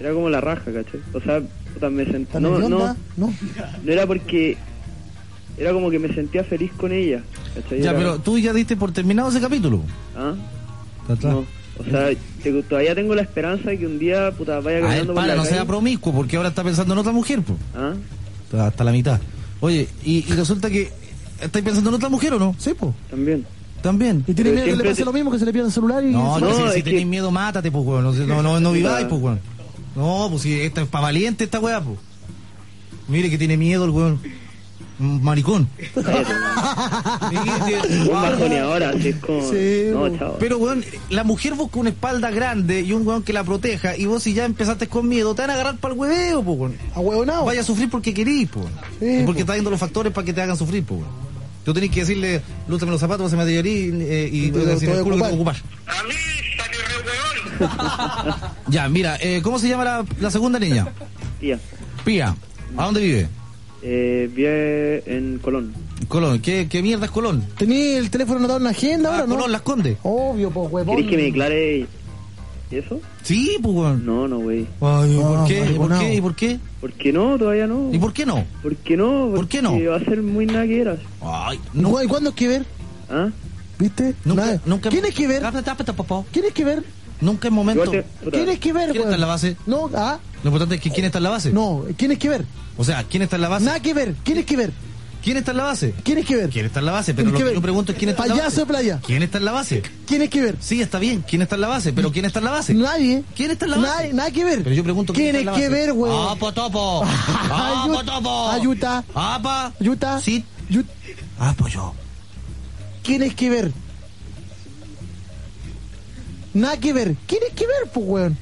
S20: Era como la raja, ¿cachai? O sea, puta, me sentí...
S2: ¿Está
S20: No, no,
S2: nerviosa? No.
S20: no era porque... Era como que me sentía feliz con ella, ¿cachai?
S1: Ya,
S20: Era-
S1: pero tú ya diste por terminado ese capítulo.
S20: ¿Ah?
S1: Está atrás.
S20: No. O sea, te- todavía tengo la esperanza de que un día, puta, vaya
S1: A él,
S20: caminando por
S1: para,
S20: la
S1: no
S20: calle.
S1: sea promiscuo, porque ahora está pensando en otra mujer, po.
S20: ¿Ah?
S1: Está Hasta la mitad. Oye, y, y resulta que. ¿Estáis pensando en otra mujer o no? Sí, po.
S20: También.
S1: También.
S2: Y tiene miedo que le pase lo mismo, que se le pierda el celular y...
S1: No,
S2: se-
S1: no, si, si tenéis miedo, mátate, pues, weón. No, no, no, no viváis, pues, weón. No, pues si esta es para valiente esta weá, pues. Mire que tiene miedo el weón. Un maricón.
S20: Un bajoneador, así es como...
S1: Sí,
S20: no,
S1: po.
S20: chao.
S1: Pero, weón, la mujer busca una espalda grande y un weón que la proteja. Y vos, si ya empezaste con miedo, te van a agarrar para el hueveo, pues, weón. A huevonao. Vaya a sufrir porque querís, pues. y porque está viendo los factores para que te hagan sufrir, pues, weón. Tú tenés que decirle, lústame los zapatos, se me te eh, y,
S2: Y te
S1: te voy a decir
S2: lo
S1: el culo que
S2: voy
S1: te voy a
S2: a
S1: ocupar. Ya, mira, eh, ¿cómo se llama la, la segunda niña?
S20: Tía,
S1: Pía. ¿A dónde vive?
S20: eh, vive en Colón.
S1: Colón. ¿Qué, qué mierda es Colón?
S2: Tení el teléfono anotado en la agenda
S20: Ah,
S2: ahora, ¿no?
S1: Colón las conde.
S2: Obvio, pues, huevón.
S20: ¿Quieres que me declare eso?
S1: Sí, pues, weón.
S20: No, no, güey.
S1: Ay, ¿por qué? ¿Y por qué? ¿Y por qué?
S20: ¿Por qué no? Todavía no.
S1: ¿Y por qué no?
S20: ¿Por qué no? ¿Por
S1: qué no?
S20: va a ser muy nagueras.
S1: Ay,
S2: no. ¿Y cuándo es que ver?
S20: ¿Ah?
S2: ¿Viste? Nada. ¿Quién es que ver? ¿Quién es que ver?
S1: Nunca en momento.
S2: ¿Quién es que ver,
S1: ¿Quién está en la base?
S2: No, ah,
S1: Lo importante es que quién está en la base.
S2: no, ¿quién es que ver?
S1: O sea, ¿quién está en la base?
S2: Nada que ver, ¿quién es que ver?
S1: ¿Quién está en la base?
S2: ¿Quién es que ver?
S1: ¿Quién está en la base? Pero
S2: ¿Quién
S1: lo
S2: es
S1: que
S2: que
S1: yo
S2: ver?
S1: pregunto es quién está en la base.
S2: Payaso de playa.
S1: ¿Quién está en la base?
S2: ¿Quién es que ver?
S1: Sí, está bien. ¿Quién está en la base? Pero ¿quién está en la base?
S2: Nadie.
S1: ¿Quién está en la base?
S2: Nadie, nada que ver.
S1: Pero yo pregunto
S2: ¿Quién es
S1: está en
S2: que
S1: la base?
S2: ver, güey? Ah,
S1: ¡Apo, topo! ¡Apo, topo!
S2: Ayuta.
S1: ¡Apa!
S2: Ayuta.
S1: Sí. ¡Apo, Ah, pues yo!
S2: ¿Quién es que ver? Nada que ver. ¿Quién es que ver, pues, weón?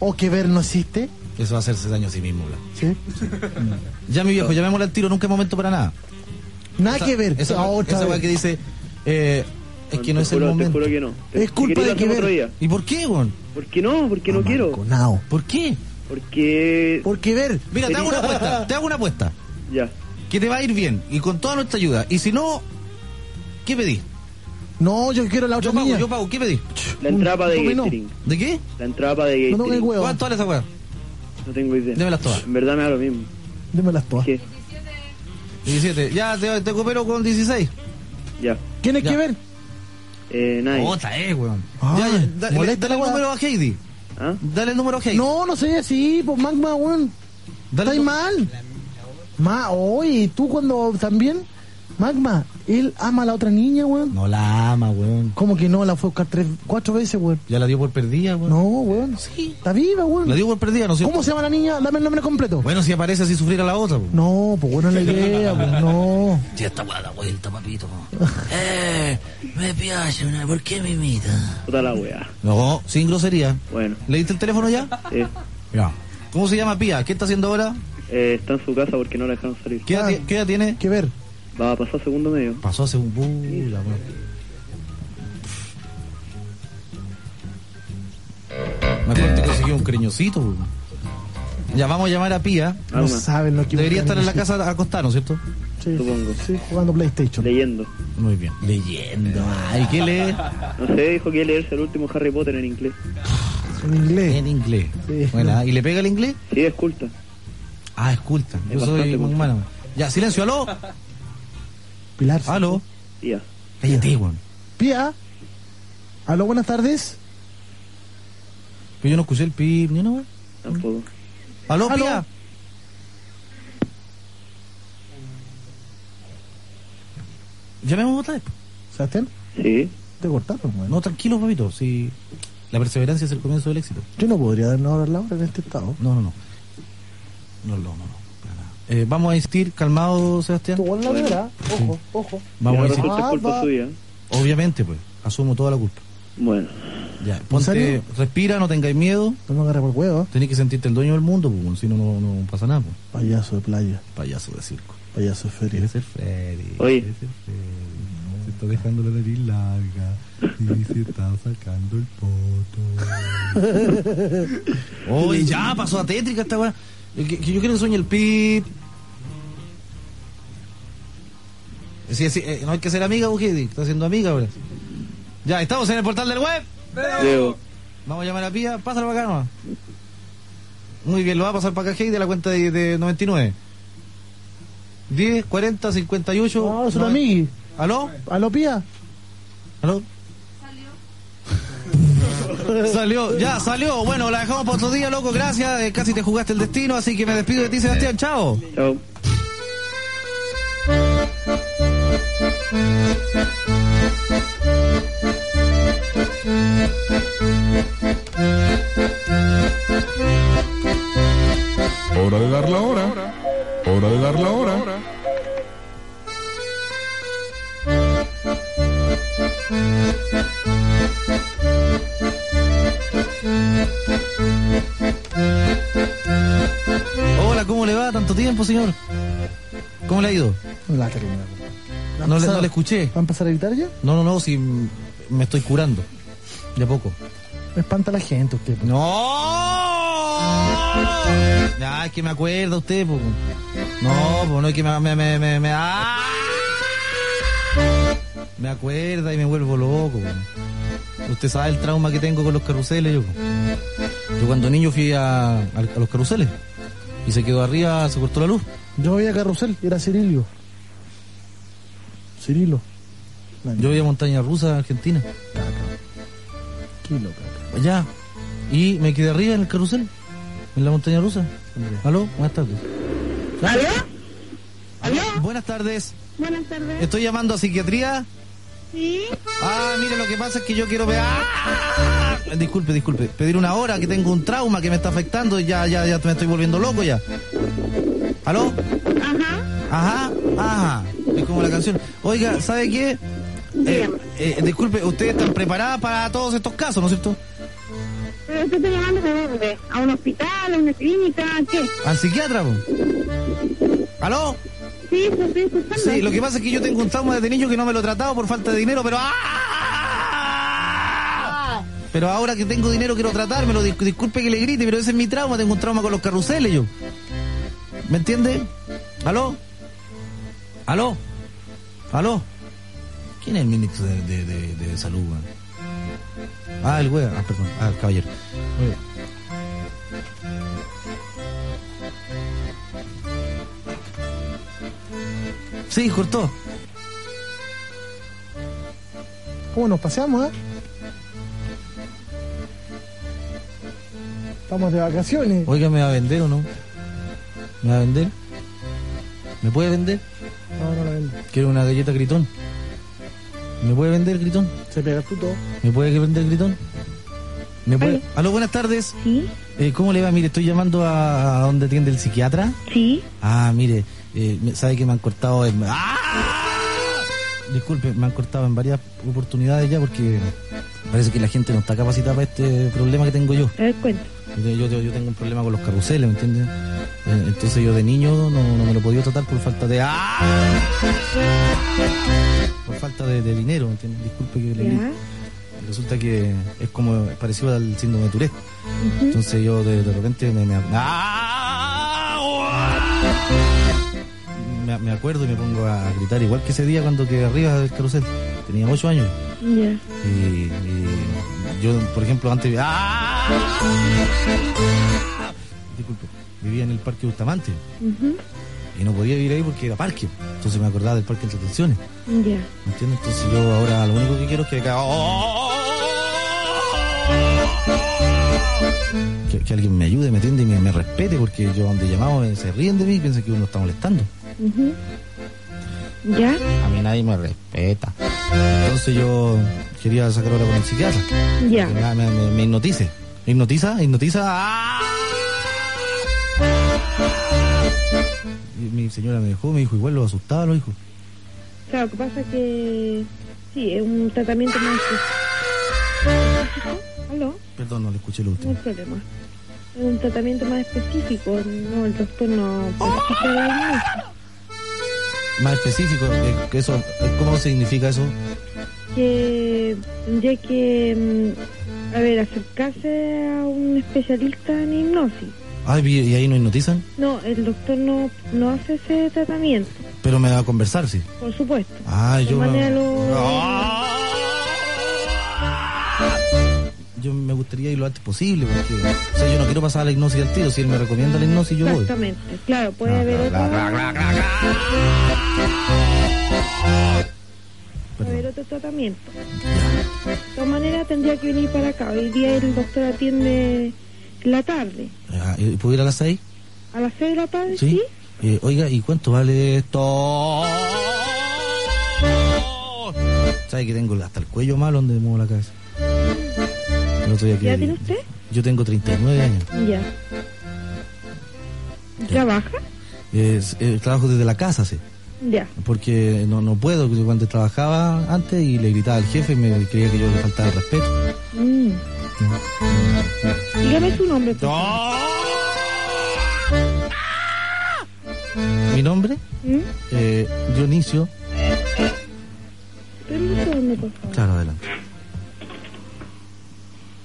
S2: ¿O que ver no existe?
S1: Eso va a hacerse daño a sí mismo, bla. Mm.
S2: ¿Sí?
S1: Ya, mi viejo, llamémosle al tiro. Nunca es momento para nada.
S2: Nada
S1: Esa-
S2: que ver.
S1: Esa,
S2: Ah, otra
S1: esa
S2: vez.
S1: weá que dice, eh, es que no es el momento.
S20: que no.
S2: Es culpa de que ver.
S1: ¿Y por qué, weón?
S20: ¿Por qué no? ¿Por qué no quiero?
S1: ¿Por qué?
S20: Porque...
S2: Porque ver.
S1: Mira, te hago una apuesta, te hago una apuesta.
S20: Ya.
S1: Que te va a ir bien y con toda nuestra ayuda. Y si no, ¿qué pedí?
S2: No, yo quiero la otra
S1: Yo pago,
S2: niña.
S1: yo pago, ¿qué pedí?
S20: La entrada para de
S1: no, no.
S20: Gathering.
S1: ¿De qué?
S20: La entrada para de Gathering.
S1: ¿Cuánto vale esa weá?
S20: No tengo idea.
S1: Démelas todas.
S20: En verdad me da lo mismo.
S2: Démelas todas.
S1: 17. Ya, te, te coopero con 16.
S20: Ya.
S2: ¿Tienes
S1: Ya.
S2: que ver?
S20: Eh, nadie.
S1: Otra es, weón.
S2: Ah,
S1: ya, ya, dale,
S2: molesta
S1: dale el
S2: la weá.
S1: número a Heidi.
S20: ¿Ah?
S1: Dale el número a Heidi.
S2: No, no sería así, pues Magma, weón.
S1: Dale
S2: Estáis
S1: tú.
S2: mal. Ma, oye, ¿y tú cuando también? Magma, él ama a la otra niña, weón.
S1: No la ama, weón.
S2: ¿Cómo que no? La fue a buscar tres, cuatro veces, weón.
S1: Ya la dio por perdida, weón.
S2: No, weón. Sí. Está viva, weón.
S1: La dio por perdida, ¿no es cierto?
S2: ¿Cómo se llama la niña? Dame el nombre completo.
S1: Bueno, si aparece así sufrir a la otra, weón.
S2: No, pues buena la idea, pues no.
S18: Ya esta weá da vuelta, papito. eh, me pillas una, ¿por qué me imitas?
S20: Puta la weá.
S1: No, sin grosería.
S20: Bueno.
S1: ¿Le diste el teléfono ya?
S20: Eh,
S1: Ya. ¿Cómo se llama Pía? ¿Qué está haciendo ahora?
S20: eh, está en su casa porque no la dejaron salir.
S1: ¿Qué edad, ti- qué edad tiene?
S2: Que Ah, ver.
S20: Va a pasar segundo medio.
S1: Pasó hace un... Uh, la weá. Mejor
S2: Eh,
S1: te conseguí Este un creñosito. weón. Ya vamos a llamar a Pía.
S2: No Alma. saben lo que
S1: Debería estar
S2: buscan
S1: en la
S2: en el
S1: casa acostado, ¿no es cierto?
S2: Sí,
S20: Supongo.
S2: sí, jugando PlayStation.
S20: Leyendo.
S1: Muy bien. Leyendo. Ay, ¿qué lee?
S20: No sé, dijo que iba a leerse el último Harry Potter en inglés.
S2: En inglés.
S1: En inglés. Buena, ¿Y le pega el inglés?
S20: Sí, es culta.
S1: Ah, es culta. Yo
S20: Es
S1: soy
S20: bastante
S1: un
S20: culta.
S1: humano. Ya, silencio, aló.
S2: Pilar.
S1: Aló.
S20: Tía.
S1: Cállate, weón.
S2: Pía. Aló, buenas tardes.
S1: Pero yo no escuché el pip ni una weón.
S20: Tampoco.
S1: Aló, Pía. Llamemos otra vez.
S2: ¿Sebastián?
S20: Sí.
S2: Te cortaron, weón.
S1: No, tranquilo, papito. Si la perseverancia es el comienzo del éxito.
S2: Yo no podría darnos ahora la hora en este estado.
S1: No, no, no. No, no, no. no. Eh, vamos a insistir, calmado, Sebastián.
S2: Tú la verdad. Ojo, ojo.
S1: Vamos a
S20: Ya,
S1: insistir.
S20: resulta es culpa
S2: Ah, va.
S20: suya.
S1: Obviamente, pues. Asumo toda la culpa.
S20: Bueno.
S1: Ya, pues.
S2: serio?
S1: ponte, respira, no tengáis miedo.
S2: No me agarra por el huevo.
S1: Tenés que sentirte el dueño del mundo, pues, bueno, si no, no, no pasa nada, pues.
S2: Payaso de playa.
S1: Payaso de circo.
S2: Payaso de feria.
S1: Quieres ser Freddy.
S20: Oye.
S1: quieres ser Freddy. Se está dejando la nariz larga y se está sacando el poto. Oye, ya pasó a tétrica esta weá. Eh, que- que Yo quiero que sueñe el pip. Sí, sí, eh, no hay que ser amiga, Ujidi. Está siendo amiga ahora. Ya, estamos en el portal del web.
S20: Leo.
S1: Vamos a llamar a Pía. Pásalo para acá nomás. Muy bien, lo va a pasar para acá Heidi de la cuenta de, de 99. 10, 40, 58.
S2: No, es una
S1: noven-
S2: amigui.
S1: ¿Aló?
S2: ¿Aló, Pía?
S1: ¿Aló? Salió, ya salió. Bueno, la dejamos para otro día, loco. Gracias. Eh, casi te jugaste el destino, así que me despido de ti, Sebastián. Chao.
S20: Chao.
S3: Hora de dar la hora. Hora de dar la hora.
S1: Hola, ¿cómo le va? ¿Tanto tiempo, señor? ¿Cómo le ha ido?
S2: La terminó.
S1: No le- no le escuché.
S2: ¿Va a empezar a gritar ya?
S1: No, no, no, si mm, me estoy curando. De a poco.
S2: Me espanta la gente usted. pues.
S1: ¡No! Ah, es que me acuerda usted, po. No, pues no es que me. me, me, me, me- ¡Ah! Me acuerda y me vuelvo loco, po. Usted sabe el trauma que tengo con los carruseles, yo. po. Yo cuando niño fui a, a- a los carruseles y se quedó arriba, se cortó la luz.
S2: Yo voy a carrusel, era Cirilio. Cirilo. Ah,
S1: Yo voy a montaña rusa, Argentina.
S2: Qué loca.
S1: Allá. Pues Y me quedé arriba en el carrusel, en la montaña rusa. ¿Aló? Buenas tardes. ¿Aló? Buenas tardes.
S6: Buenas tardes.
S1: Estoy llamando a psiquiatría.
S6: Sí.
S1: Ah, mire, lo que pasa es que yo quiero ver. ¡Ah! Disculpe, disculpe. Pedir una hora, que tengo un trauma que me está afectando. y Ya, ya, ya me estoy volviendo loco ya. ¿Aló? Ajá. Ajá, ajá. Es como la canción. Oiga, ¿sabe qué? Eh, eh, disculpe, ¿ustedes están preparadas para todos estos casos, no es cierto?
S6: ¿Pero usted está llamando de dónde? ¿A un hospital? ¿A una clínica? ¿Qué?
S1: ¿Al psiquiatra? po? ¿Aló?
S6: Sí, sí, sí, Susana.
S1: Sí, lo que pasa es que yo tengo un trauma de niño que no me lo he tratado por falta de dinero, pero ¡ah! Pero ahora que tengo dinero quiero tratármelo. Dis- disculpe que le grite, pero ese es mi trauma. Tengo un trauma con los carruseles yo. ¿Me entiende? ¿Aló? ¿Aló? ¿Aló? ¿Quién es el ministro de, de- de- de salud? weón? Ah, el wea. Ah, perdón. Ah, el caballero. Muy bien. Sí, cortó.
S2: ¿Cómo nos paseamos, eh? Estamos de vacaciones.
S1: Oiga, ¿me va a vender o no? ¿Me va a vender? ¿Me puede vender?
S2: No, no la vendo.
S1: Quiero una galleta gritón. ¿Me puede vender gritón?
S2: Se pega tú todo.
S1: ¿Me puede vender gritón? ¿Me puede? Aló, buenas tardes. Eh,
S6: Sí.
S1: ¿Cómo le va? Mire, estoy llamando a, a donde atiende el psiquiatra.
S6: Sí.
S1: Ah, mire, eh, me- sabe que me han cortado en... ¡Ah! Disculpe, me han cortado en varias oportunidades ya porque parece que la gente no está capacitada para este problema que tengo yo.
S6: A ver, cuento.
S1: Yo, yo- yo tengo un problema con los carruseles, ¿me entiendes? Eh, entonces yo de niño no, no me lo podía tratar por falta de... ¡Ah! Por falta de, de dinero, ¿me entiendes? Disculpe que le grite. Resulta que es como parecido al síndrome de Tourette. Entonces yo de, de repente me, me- ¡Ah! ¡Uah! Me- me acuerdo y me pongo a gritar, igual que ese día cuando quedé arriba del carrusel. Tenía ocho años.
S6: Ya.
S1: Y, y yo, por ejemplo, antes... ¡Ah! Disculpe, vivía en el Parque Bustamante
S6: Ujú.
S1: y no podía vivir ahí porque era parque. Entonces me acordaba del Parque Entre Tensiones.
S6: Ya.
S1: ¿Me entiendes? Entonces yo ahora lo único que quiero es que acá... ¡Oh! Que, que alguien me ayude, me atienda y me, me respete, porque yo donde llamamos eh, se ríen de mí y piensan que uno está molestando.
S6: Ujú. Ya.
S1: A mí nadie me respeta. Entonces yo quería sacar ahora con el psiquiatra.
S6: Ya.
S1: Que Me, me, me- me hipnotice. ¿Me hipnotiza? ¿Hipnotiza? ¡Ah! Y mi señora me dejó, me dijo, igual lo asustaba, lo dijo.
S6: Claro, lo que pasa es que. Sí, es un tratamiento más. ¿Aló?
S1: Perdón, no le escuché lo
S6: No
S1: último.
S6: hay problema. Es un tratamiento más específico. No, el doctor no practica la diagnosis.
S1: Más específico, eh, que eso, eh, ¿cómo significa eso?
S6: Que tendría que, mm, a ver, acercarse a un especialista en hipnosis.
S1: Ah, ¿y y ahí no hipnotizan?
S6: No, el doctor no, no hace ese tratamiento,
S1: Pero me va a conversar, sí.
S6: por supuesto.
S1: Ah,
S6: De
S1: yo...
S6: manera lo-
S1: Yo me gustaría ir lo antes posible, porque o sea, yo no quiero pasar a la hipnosis al tiro. Si él me recomienda la hipnosis, yo voy.
S6: Exactamente, claro, puede haber otro, puede haber otro tratamiento.
S11: De todas maneras tendría que venir para acá. Hoy día el doctor atiende en la tarde.
S1: Ya, ¿y ¿Puedo ir a las seis?
S11: ¿A las seis de la tarde?
S1: Sí. Eh, oiga, ¿y cuánto vale esto? ¿Sabe que tengo hasta el cuello malo donde muevo la cabeza? El otro día
S11: ¿Ya
S1: que-
S11: tiene usted?
S1: Yo tengo 39 años.
S11: Ya. ¿Trabaja?
S1: Es- eh, trabajo desde la casa, sí.
S11: Ya.
S1: Porque no, no puedo. Yo cuando trabajaba antes y le gritaba al jefe, me creía que yo le faltaba el respeto.
S11: Mm. Dígame su nombre. por
S1: ¿Mi nombre?
S11: ¿Mm?
S1: Eh, Dionisio.
S11: Espera un segundo, por favor.
S1: Claro, adelante.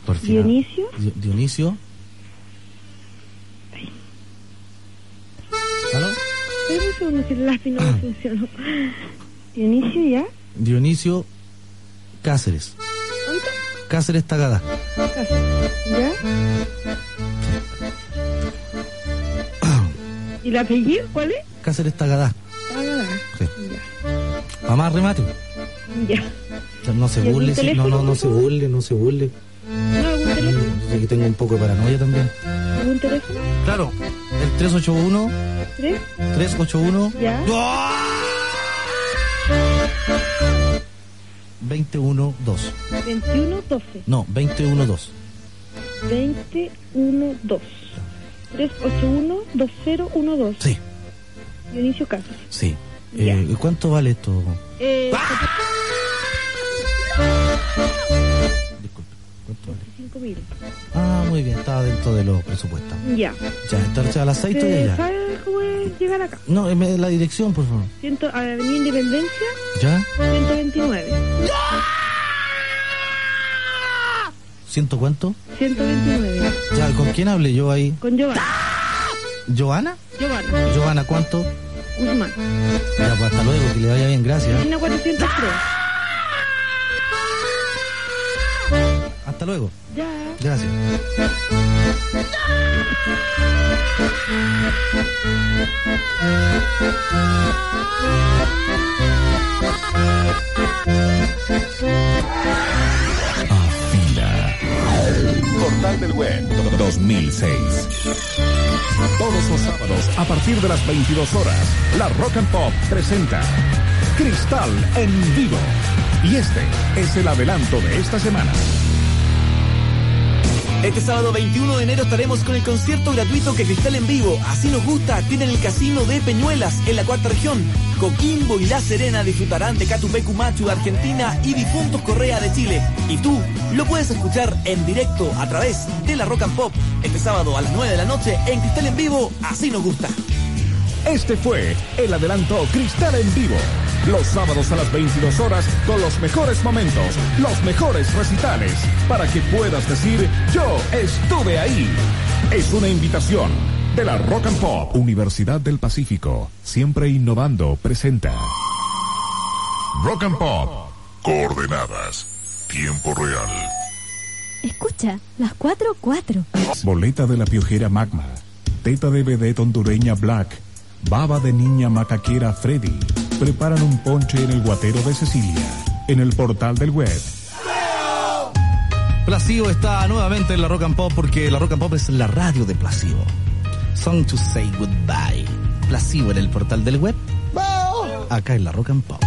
S1: Por fin.
S11: ¿Dionisio?
S1: Di- Dionisio. ¿Aló?
S11: Espera un segundo si el lápiz no me funcionó. ¿Dionisio ya?
S1: Dionisio Cáceres. Cáceres Tagada.
S11: ¿Ya? ¿Y el apellido cuál es?
S1: Cáceres Tagada.
S11: Ah,
S1: Sí. Mamá, remate.
S11: ya.
S1: No se
S11: ¿Y algún
S1: burle, sí, no,
S11: teléfono,
S1: no, no
S11: por
S1: se burle, no se burle. Aquí tengo un poco de paranoia también.
S11: ¿Algún teléfono?
S1: Claro, el 381
S11: ¿Tres?
S1: 381
S11: ¿Ya?
S1: 212.
S11: 21 12.
S1: No, 212.
S11: 21 2. 381 2012.
S1: Sí.
S11: Dionisio Casas.
S1: Sí. Eh, ¿Cuánto vale esto?
S11: Eh,
S1: ¡Ah! ¿Cuánto vale?
S11: 5.000.
S1: Ah, muy bien, está dentro de los presupuestos.
S11: Ya.
S1: Ya, entonces a las 6 estoy
S11: Eh,
S1: allá.
S11: ¿Sabe cómo es llegar acá?
S1: No, eh, me- la dirección, por favor.
S11: Ciento, Avenida Independencia,
S1: ¿Ya?
S11: 129.
S1: ¿Ciento cuánto?
S11: 129.
S1: Ya, ¿con quién hablé yo ahí?
S11: Con Giovanna.
S1: ¿Giovanna?
S11: Giovanna.
S1: Giovanna, ¿cuánto?
S11: Guzmán.
S1: Ya, pues hasta luego, que le vaya bien, gracias.
S11: Cocina 403.
S1: Hasta luego.
S11: Ya.
S1: Gracias.
S3: Portal del Web 2006. Todos los sábados a partir de las 22 horas, la Rock and Pop presenta Cristal en vivo. Y este es el adelanto de esta semana.
S9: Este sábado 21 de enero estaremos con el concierto gratuito que Cristal en Vivo, así nos gusta, tiene en el casino de Peñuelas, en la cuarta región. Coquimbo y La Serena disfrutarán de Catupecu Machu de Argentina y Difuntos Correa de Chile. Y tú lo puedes escuchar en directo a través de la Rock and Pop este sábado a las 9 de la noche en Cristal en Vivo, así nos gusta.
S3: Este fue el adelanto Cristal en vivo. Los sábados a las 22 horas con los mejores momentos, los mejores recitales, para que puedas decir yo estuve ahí. Es una invitación de la Rock and Pop. Universidad del Pacífico, siempre innovando, presenta.
S22: Rock and Pop. Coordenadas. Tiempo real.
S7: Escucha, las 4-4.
S3: Boleta de la piojera magma. Teta de vedette hondureña black. Baba de niña macaquera Freddy. Preparan un ponche en el guatero de Cecilia. En el portal del web.
S1: Placido está nuevamente en la Rock and Pop porque la Rock and Pop es la radio de Placido. Song to say goodbye. Placido en el portal del web. Acá en la Rock and Pop.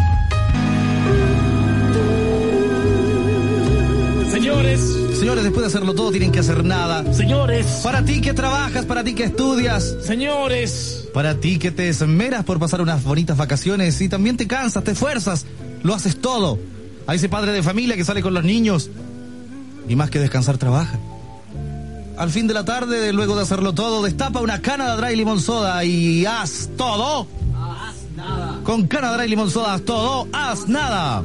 S23: Señores.
S1: Señores, después de hacerlo todo, tienen que hacer nada.
S23: Señores.
S1: Para ti que trabajas, para ti que estudias.
S23: Señores.
S1: Para ti que te esmeras por pasar unas bonitas vacaciones y también te cansas, te esfuerzas, lo haces todo. A ese padre de familia que sale con los niños y más que descansar trabaja. Al fin de la tarde, luego de hacerlo todo, destapa una cana de dry limón soda y haz todo. Con Canadá y Limón Soda, haz todo, haz nada.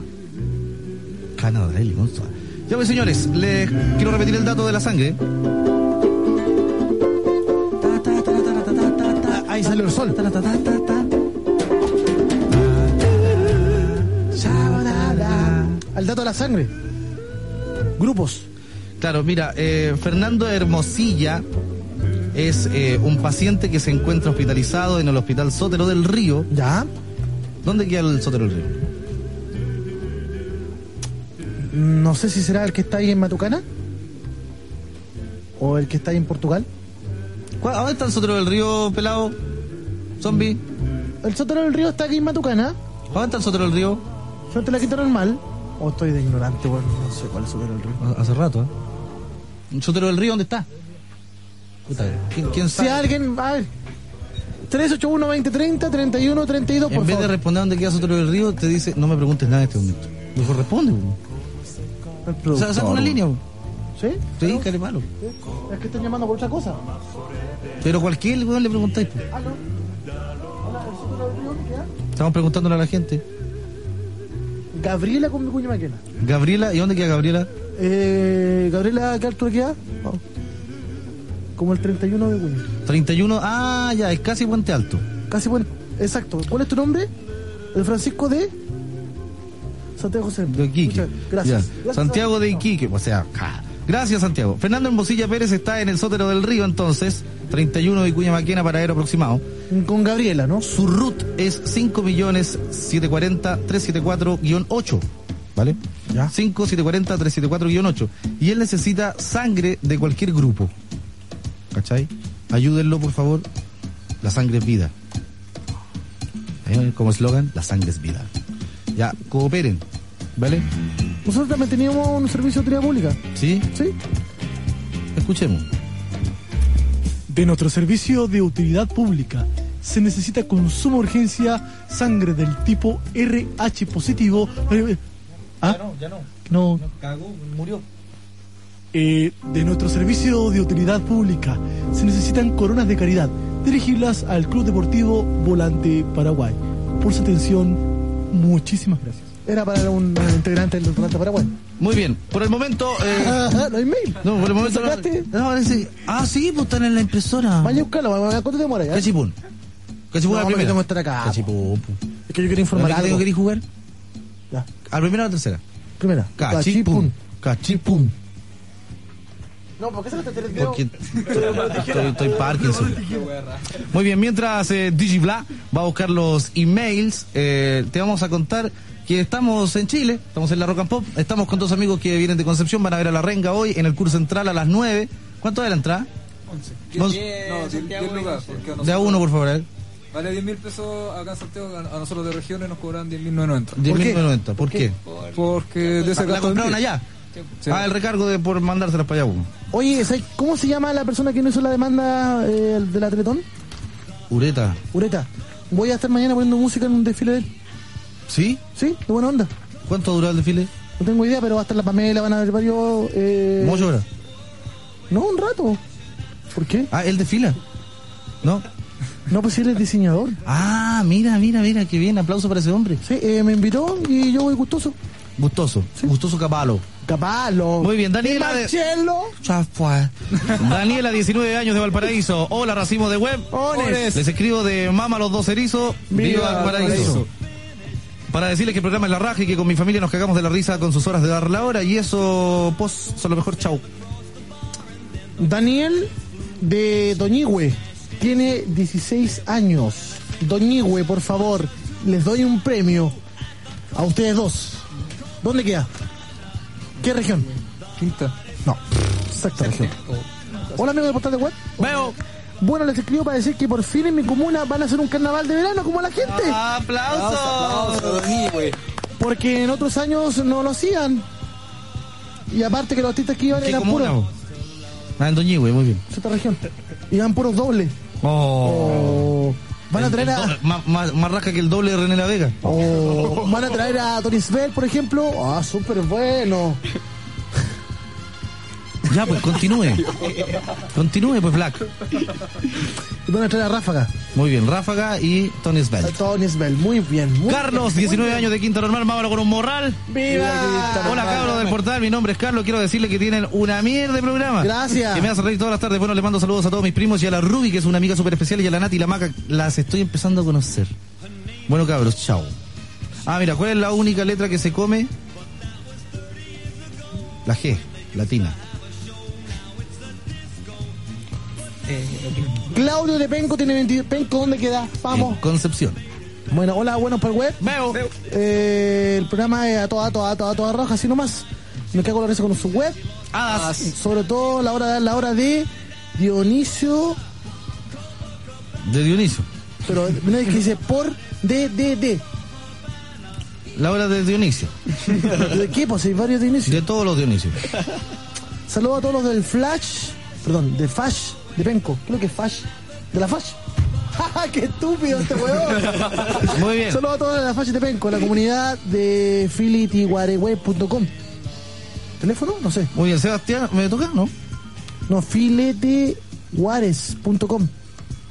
S1: Canadá y Limón Soda. Ya pues, señores, les quiero repetir el dato de la sangre. Ah, Ahí salió el sol.
S2: Al dato de la sangre.
S1: Grupos. Claro, mira, eh, Fernando Hermosilla es eh, un paciente que se encuentra hospitalizado en el Hospital Sotero del Río. ¿Ya? ¿Dónde queda el Sotero del Río?
S2: No sé si será el que está ahí en Matucana. O el que está ahí en Portugal.
S1: ¿Cuál- ¿A dónde está el sotero del río, pelado? Zombie.
S2: El sotero del río está aquí en Matucana.
S1: ¿A dónde está el sotero del río?
S2: Frente a la quinta normal. O estoy de ignorante, bueno, no sé cuál es el sotero del río.
S1: Hace rato, ¿eh? ¿El sotero del río dónde está? Puta, ¿quién, quién
S2: Si
S1: sabe?
S2: alguien, a ver. 381-2030, 31-32, por
S1: en vez de
S2: favor.
S1: responder dónde queda Sotero del Río, te dice, no me preguntes nada en este momento. Mejor responde, weón. O sea, saca una línea, weón.
S2: ¿Sí?
S1: Sí, cale malo.
S2: Es que están llamando por otra cosa.
S1: Pero cualquier weón le preguntáis, po.
S2: Aló. Hola, ¿el sotero del río dónde queda?
S1: Estamos preguntándole a la gente.
S2: Gabriela con mi cuña maquena.
S1: Gabriela, ¿y dónde queda Gabriela?
S2: Eh, Gabriela, ¿qué altura queda?
S1: Oh.
S2: Vamos. Como el 31 de junio.
S1: 31, ah, ya, es casi Puente Alto.
S2: Casi bueno. Exacto. ¿Cuál es tu nombre? El Francisco de Santiago José.
S1: De Iquique.
S2: gracias.
S1: Ya.
S2: Gracias,
S1: Santiago de Iquique, o sea, ja. gracias Santiago. Fernando Hermosilla Pérez está en el Sotero del Río entonces, 31 de Cuña Maquena para aero aproximado.
S2: Con Gabriela, ¿no?
S1: Su root es 5 millones 374-8. ¿Vale? 5-740-374-8. Y él necesita sangre de cualquier grupo. ¿Cachai? Ayúdenlo, por favor. La sangre es vida. ¿Eh? Como eslogan, la sangre es vida. Ya, cooperen. ¿Vale?
S2: Nosotros también teníamos un servicio de utilidad pública.
S1: ¿Sí?
S2: Sí.
S1: Escuchemos.
S21: De nuestro servicio de utilidad pública se necesita con suma urgencia sangre del tipo RH positivo. eh, ¿ah?
S1: ya no.
S21: No.
S1: Cagó, murió.
S21: Eh, de nuestro servicio de utilidad pública se necesitan coronas de caridad dirigidas al Club Deportivo Volante Paraguay. Por su atención, muchísimas gracias.
S2: Era para un eh, integrante del Plata Paraguay.
S1: Muy bien, por el momento. eh,
S2: no hay mail.
S1: No, por el momento.
S2: ¿Lo sacaste?
S1: No, ahora sí. Ah, sí, pues están en la impresora. pues.
S2: Vaya a buscarlo, vaya a ver, ¿cuánto te demora ya?
S1: Cachipún. Cachipún
S2: No,
S1: a la
S2: porque
S1: primera.
S2: tengo que estar acá,
S1: Cachipún. po.
S2: Es que yo quiero informar
S1: ¿A qué tengo
S2: algo.
S1: que ir a jugar?
S2: Ya.
S1: ¿A la primera o a la tercera?
S2: Primera.
S1: Cachipún.
S2: Cachipún.
S1: Cachipún.
S2: No, ¿por qué sacaste el teléfono?
S1: Porque estoy, estoy Parkinson. Muy bien, mientras eh, DigiBla va a buscar los emails, eh, te vamos a contar que estamos en Chile, estamos en la Rock and Pop, estamos con dos amigos que vienen de Concepción, van a ver a la Renga hoy en el curso central a las 9. ¿Cuánto es la entrada? Vos-
S12: No, 10 lucas. porque a
S1: De a
S12: nosotros-
S1: uno, por favor. a ver.
S12: Vale 10 mil pesos acá en Santiago, a, a nosotros de regiones nos cobran 10 mil 990.
S1: 10.090, ¿por qué?
S12: Porque de ese
S1: ¿La- ¿La
S12: gasto
S1: compraron
S12: envío.
S1: allá? Ah, el recargo de por mandárselas para allá. uno.
S2: Oye, ¿sabes ¿cómo se llama la persona que no hizo la demanda eh, de la Teletón?
S1: Ureta.
S2: Ureta. Voy a estar mañana poniendo música en un desfile de él.
S1: ¿Sí?
S2: Sí, de buena onda.
S1: ¿Cuánto duró el desfile?
S2: No tengo idea, pero va a estar la Pamela, van a haber varios... Eh...
S1: ¿Cómo llora?
S2: No, un rato. ¿Por qué?
S1: Ah, él desfila. ¿No?
S2: No, pues si él es diseñador.
S1: Ah, mira, mira, mira, qué bien. Aplauso para ese hombre.
S2: Sí, eh, me invitó y yo voy gustoso.
S1: Gustoso. Gustoso Capalo.
S2: Capalo.
S1: Muy bien, Daniela. de-
S2: Marcelo.
S1: Ya fue. Daniela, 19 años de Valparaíso. Hola, Racimo de Web.
S2: Ones.
S1: Les escribo de Mama los dos erizos. Viva,
S2: Viva
S1: Valparaíso.
S2: Valparaíso.
S1: Para decirles que el programa es la raja y que con mi familia nos cagamos de la risa con sus horas de dar la hora. Y eso, pos, son lo mejor. Chau.
S2: Daniel de Doñigüe tiene 16 años. Doñigüe, por favor, les doy un premio a ustedes dos. ¿Dónde queda? ¿Qué región?
S12: Quinta.
S2: No, exacta región. Hola amigos de Portal de Web.
S1: Veo.
S2: Bueno, les escribo para decir que por fin en mi comuna van a hacer un carnaval de verano como la gente.
S1: Ah,
S12: Ah,
S1: ¡Aplausos!
S2: Porque en otros años no lo hacían. Y aparte que los artistas que iban
S1: ¿Qué
S2: eran
S1: comuna?
S2: puros.
S1: vos? Ah, en Doñigüe, muy bien.
S2: Esta región. Iban puros dobles.
S1: Oh.
S2: Van a traer a-
S1: El do- Más, más- más raja que el doble de René La Vega.
S2: O Oh. van a traer a Tony Svel, por ejemplo. Ah, súper bueno.
S1: Ya, pues continúe. continúe, pues, Black.
S2: Y van a traer a Ráfaga.
S1: Muy bien, Ráfaga y Tony
S2: A
S1: Svel.
S2: Tony Svel, muy bien. muy
S1: Carlos,
S2: bien, muy
S1: 19
S2: bien.
S1: años de Quinta Normal, Mábalo con un morral.
S2: ¡Viva!
S1: Hola, cabros del portal. Mi nombre es Carlos. Quiero decirle que tienen una mierda de programa.
S2: Gracias.
S1: Que me hace reír todas las tardes. Bueno, le mando saludos a todos mis primos y a la Ruby, que es una amiga súper especial, y a la Nati y la Maca. Las estoy empezando a conocer. Bueno, cabros, chao. Ah, mira, ¿cuál es la única letra que se come? La G, latina.
S2: Claudio de Penco tiene 20. Penco, ¿dónde queda? Vamos.
S1: En Concepción.
S2: Bueno, hola, buenos por el web.
S1: Veo.
S2: Eh, el programa es a toda, a toda, a toda, a toda roja, así nomás. Me cago en la risa con su web.
S1: Ah,
S2: Ah, Sobre todo la hora, la hora de Dionisio.
S1: De Dioniso.
S2: Pero no es que dice por de, de, de.
S1: La hora de Dionisio.
S2: ¿De qué? Pues hay varios Dionisios.
S1: De todos los Dionisios.
S2: Saludos a todos los del Flash. Perdón, de Fash, de Penco. Creo que es Fash. De la Fash. ¡Qué estúpido este huevón!
S1: Muy bien.
S2: Saludos a todos de la Fash de Penco, la comunidad de filetiguaregüe.com. ¿Teléfono? No sé.
S1: Muy bien, Sebastián, ¿me toca? No.
S2: No, fileteguares.com.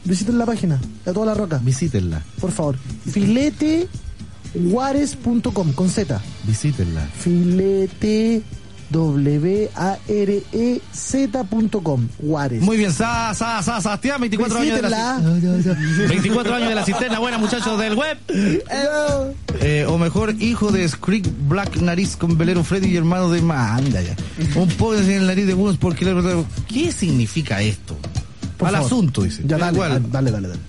S2: Visiten la página, a toda la roca.
S1: Visítenla,
S2: Por favor. Fileteguares.com, con Z.
S1: visítenla.
S2: Filete W A R E Z.com. Guares.
S1: Muy bien, Sa, Sa, Sa, Sebastián, 24 años de la
S2: Visítenla.
S1: 24 años de la cisterna, buena muchachos del web. Eh, o mejor, hijo de Screek Black Nariz con velero Freddy y hermano de Manda. ya. Un pobre en el nariz de Burns porque le ¿Qué significa esto?
S2: Por
S1: Al
S2: favor.
S1: asunto, dice.
S2: Ya, dale,
S1: Igual.
S2: dale, dale, dale.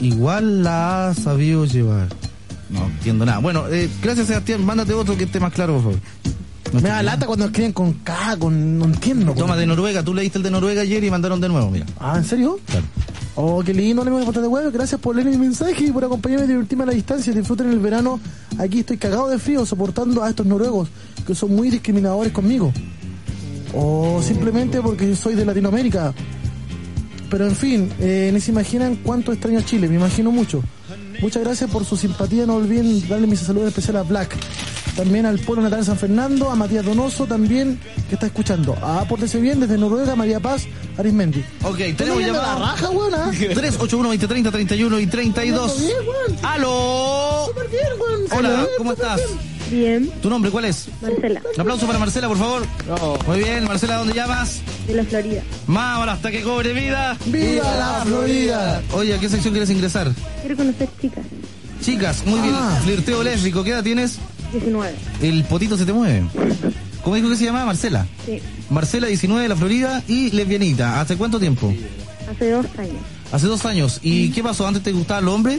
S1: Igual la ha sabido llevar. No entiendo nada. Bueno, eh, gracias Sebastián, mándate otro que esté más claro, por favor.
S2: Me da lata cuando escriben con K, con. No entiendo.
S1: Toma
S2: con-
S1: de Noruega, tú leíste el de Noruega ayer y mandaron de nuevo, mira.
S2: Ah, ¿en serio?
S1: Claro.
S2: Oh, qué lindo, le voy a de huevo. Gracias por leer mi mensaje y por acompañarme y divertirme a la distancia. Disfruten el verano. Aquí estoy cagado de frío soportando a estos noruegos que son muy discriminadores conmigo. O simplemente porque soy de Latinoamérica. Pero en fin, eh, ni se imaginan cuánto extraño a Chile, me imagino mucho. Muchas gracias por su simpatía, no olviden darle mis saludos especiales a Black. También al pueblo natal de San Fernando, a Matías Donoso también, que está escuchando. A Pórtese Bien desde Noruega, María Paz, Arismendi.
S1: Ok, tenemos
S2: Tenemos ya
S1: llamada.
S2: la raja, weón. ah?
S1: 381 2030 31 y 32.
S2: Bien, weón.
S1: Ah, ¡Aló!
S2: Súper bien, weón.
S1: Hola, ¿cómo estás?
S15: Bien,
S1: ¿Tu nombre cuál es?
S15: Marcela,
S1: Un aplauso para Marcela, por favor. Muy bien, Marcela, ¿dónde llamas?
S15: de la Florida.
S1: Más ahora hasta que cobre vida.
S15: ¡Viva la Florida!
S1: Oye, ¿a qué sección quieres ingresar?
S15: Quiero conocer chicas.
S1: Chicas, muy bien. Flirteo lésbico, ¿qué edad tienes?
S15: 19.
S1: El potito se te mueve. ¿Cómo dijo que se llamaba Marcela?
S15: Sí,
S1: Marcela, 19 de la Florida y lesbianita. ¿Hace cuánto tiempo?
S15: hace dos años.
S1: Hace dos años. ¿Y qué pasó? ¿Antes te gustaba el hombre?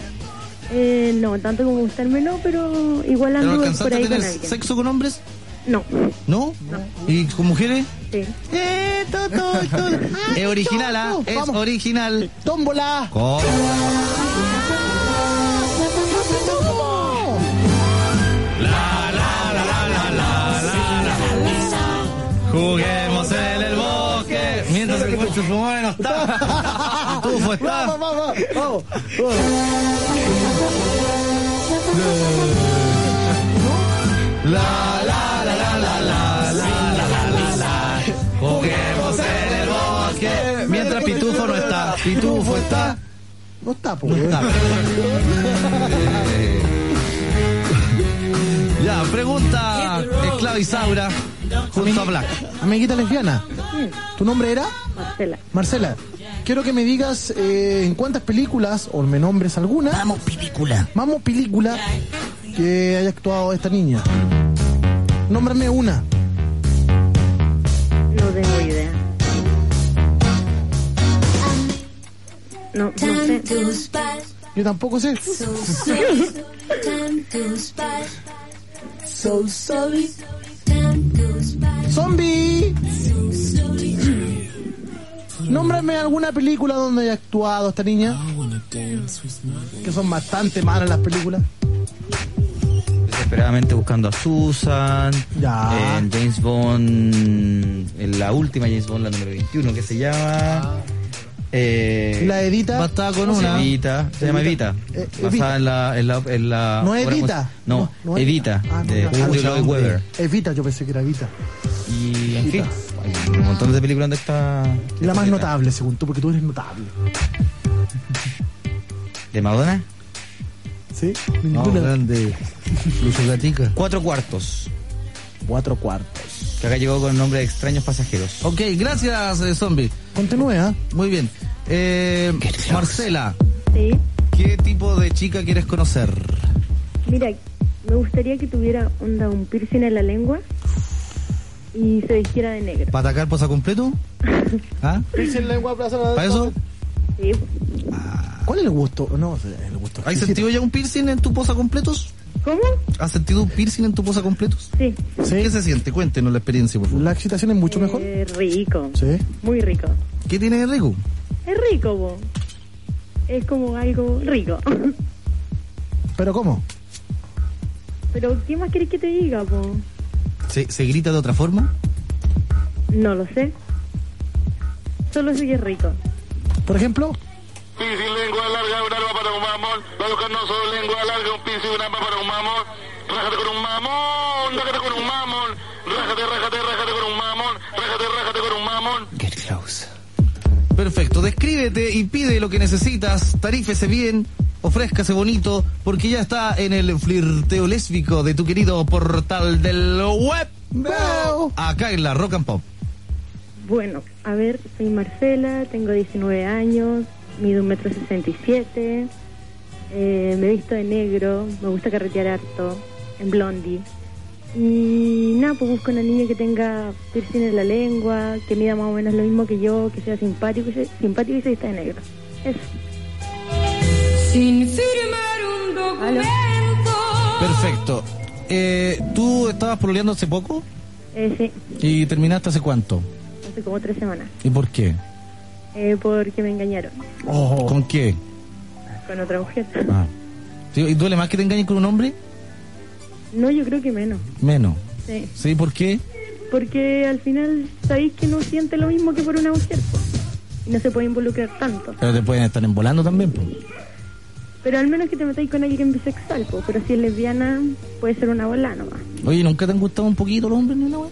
S15: Eh, no, tanto como gustarme no, pero igual
S1: ¿Pero
S15: ando por
S1: alcanzaste a
S15: ahí
S1: tener
S15: con alguien.
S1: sexo con hombres?
S15: No,
S1: ¿No? ¿Y con mujeres?
S15: sí.
S1: ¡Eh, toto, Es original, ¿ah? Es original.
S2: ¡Tómbola!
S1: ¿Cómo? Juguemos en el bosque. Mientras el cuerpo fumó no está. El tufo está.
S2: Vamos, vamos, vamos. vamos.
S1: La la la la la la la la la la. Juguemos en el bosque. Mientras Pitufo no está. Pitufo está.
S2: No está, po,
S1: No
S2: weón.
S1: está. Eh, Ya, pregunta Esclava Isaura junto a Black.
S2: Amiguita lesbiana, ¿tu nombre era?
S15: Marcela.
S2: Marcela, quiero que me digas eh, en cuántas películas, o me nombres alguna. Vamos, película. Vamos, película que haya actuado esta niña. Nómbrame una.
S15: No tengo idea. No, no sé.
S2: Yo tampoco sé. ¡Zombie! Nómbrame alguna película donde haya actuado esta niña. Que son bastante malas las películas.
S16: Desesperadamente buscando a Susan.
S2: Ya.
S16: En James Bond. En la última James Bond, la número 21, que se llama. eh,
S2: La Evita. Bastaba
S16: con una. Evita. Se llama Evita.
S2: Eh,
S16: Basada
S2: Evita.
S16: en la, en la, en la-
S2: No
S16: obra-
S2: Evita.
S16: No,
S2: No, no
S16: Evita.
S2: Ah, no,
S16: de
S2: claro.
S16: Julio Lloyd Webber.
S2: Evita, yo pensé que era Evita.
S16: Y en fin, hay un montón de películas donde está.
S2: Y la más notable, según tú, porque tú eres notable.
S16: ¿De Madonna?
S2: Sí,
S1: ninguna.
S16: grande.
S1: Lucho Gatica.
S16: Cuatro cuartos.
S2: Cuatro cuartos.
S16: Que acá llegó con el nombre de extraños pasajeros.
S1: Ok, gracias, eh, Zombie.
S2: Continúe, ¿ah?
S1: Muy bien. Eh, Marcela. ¿Qué tipo de chica quieres conocer?
S15: Mira, me gustaría que tuviera onda un piercing en la lengua y se vistiera de negro.
S1: ¿Para atacar posa completo? ¿Ah?
S2: lengua
S1: ¿Para eso?
S15: Sí,
S2: ¿Cuál es el gusto? No, el gusto.
S1: ¿Hay sentido ya un piercing en tu posa completos?
S15: ¿Cómo?
S1: ¿Has sentido un piercing en tu posa completos?
S15: Sí.
S1: ¿Qué se siente? Cuéntenos la experiencia, por favor.
S2: La excitación es mucho mejor.
S15: Eh, rico.
S2: Sí.
S15: Muy rico.
S1: ¿Qué tiene de rico?
S15: Es rico, po. Es como algo rico.
S2: ¿Pero cómo?
S15: Pero, ¿qué más querés que te diga, po?
S1: ¿Se, se grita de otra forma?
S15: No lo sé. Solo sé que es rico.
S2: Por ejemplo,
S1: Perfecto, descríbete y pide lo que necesitas, tarífese bien, ofrézcase bonito, porque ya está en el flirteo lésbico de tu querido portal del web. Acá en la Rock and Pop.
S15: Bueno, a ver, soy Marcela, tengo 19 años, mido 1,67m, eh, me visto de negro, me gusta carretear harto, en blondie. Y nada, pues busco una niña que tenga piercing en la lengua, que mida más o menos lo mismo que yo, que sea simpático, y se- simpático y se vista de negro. Eso.
S5: Sin firmar un documento.
S1: Perfecto. Eh, ¿Tú estabas proleando hace poco?
S15: Eh, sí,
S1: ¿Y terminaste hace cuánto?
S15: hace como tres semanas,
S1: ¿Y por qué?
S15: eh, porque me engañaron
S1: ¿Con qué?
S15: con otra mujer.
S1: Ah. Sí, ¿Y duele más que te engañen con un hombre?
S15: No, yo creo que menos.
S1: Menos.
S15: Sí.
S1: ¿Sí? ¿Por qué?
S15: Porque al final sabéis que no siente lo mismo que por una mujer. po. Y no se puede involucrar tanto.
S1: Pero te pueden estar embolando también. po.
S15: Pero al menos que te metáis con alguien bisexual, po. pero si es lesbiana puede ser una bola nomás.
S1: Oye, ¿nunca te han gustado un poquito los hombres ni una wea?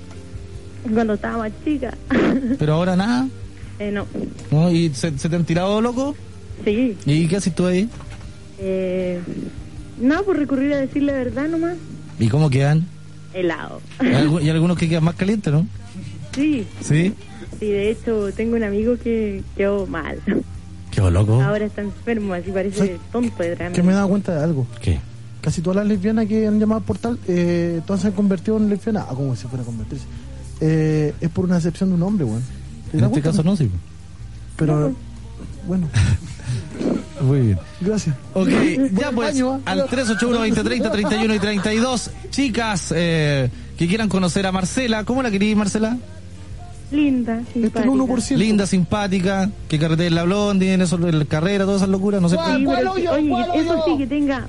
S15: Cuando estaba más chica.
S1: Pero ahora nada.
S15: eh, no.
S1: ¿no? ¿Y se, se te han tirado loco?
S15: Sí.
S1: ¿Y qué haces tú ahí?
S15: Eh, no, por recurrir a decir la verdad nomás.
S1: ¿Y cómo quedan?
S15: Helado.
S1: Hay algu- y algunos que quedan más calientes, ¿no?
S15: Sí.
S1: ¿Sí?
S15: Sí, de hecho tengo un amigo que quedó mal.
S1: Quedó loco.
S15: Ahora está enfermo, así parece tonto de drama.
S2: que me he dado cuenta de algo.
S1: ¿Qué?
S2: Casi todas las lesbianas que han llamado al portal, eh, todas se han convertido en lesbianas. Ah, como si fuera a convertirse. Eh, es por una excepción de un hombre, weón. ¿Te
S1: En
S2: das
S1: este
S2: cuenta?
S1: caso no, sí.
S2: Pero, bueno,
S1: Muy bien.
S2: gracias.
S1: Ok, ya
S2: al
S1: pues,
S2: baño, ¿ah?
S1: al 381-2030, 31 y 32, chicas eh, que quieran conocer a Marcela, ¿cómo la querís, Marcela?
S15: Linda, simpática.
S1: Linda, simpática, que carretea en la blondie, en eso, en la carrera, todas esas locuras, no sé.
S15: Sí,
S1: qué.
S15: pero que- oye, eso sí, que tenga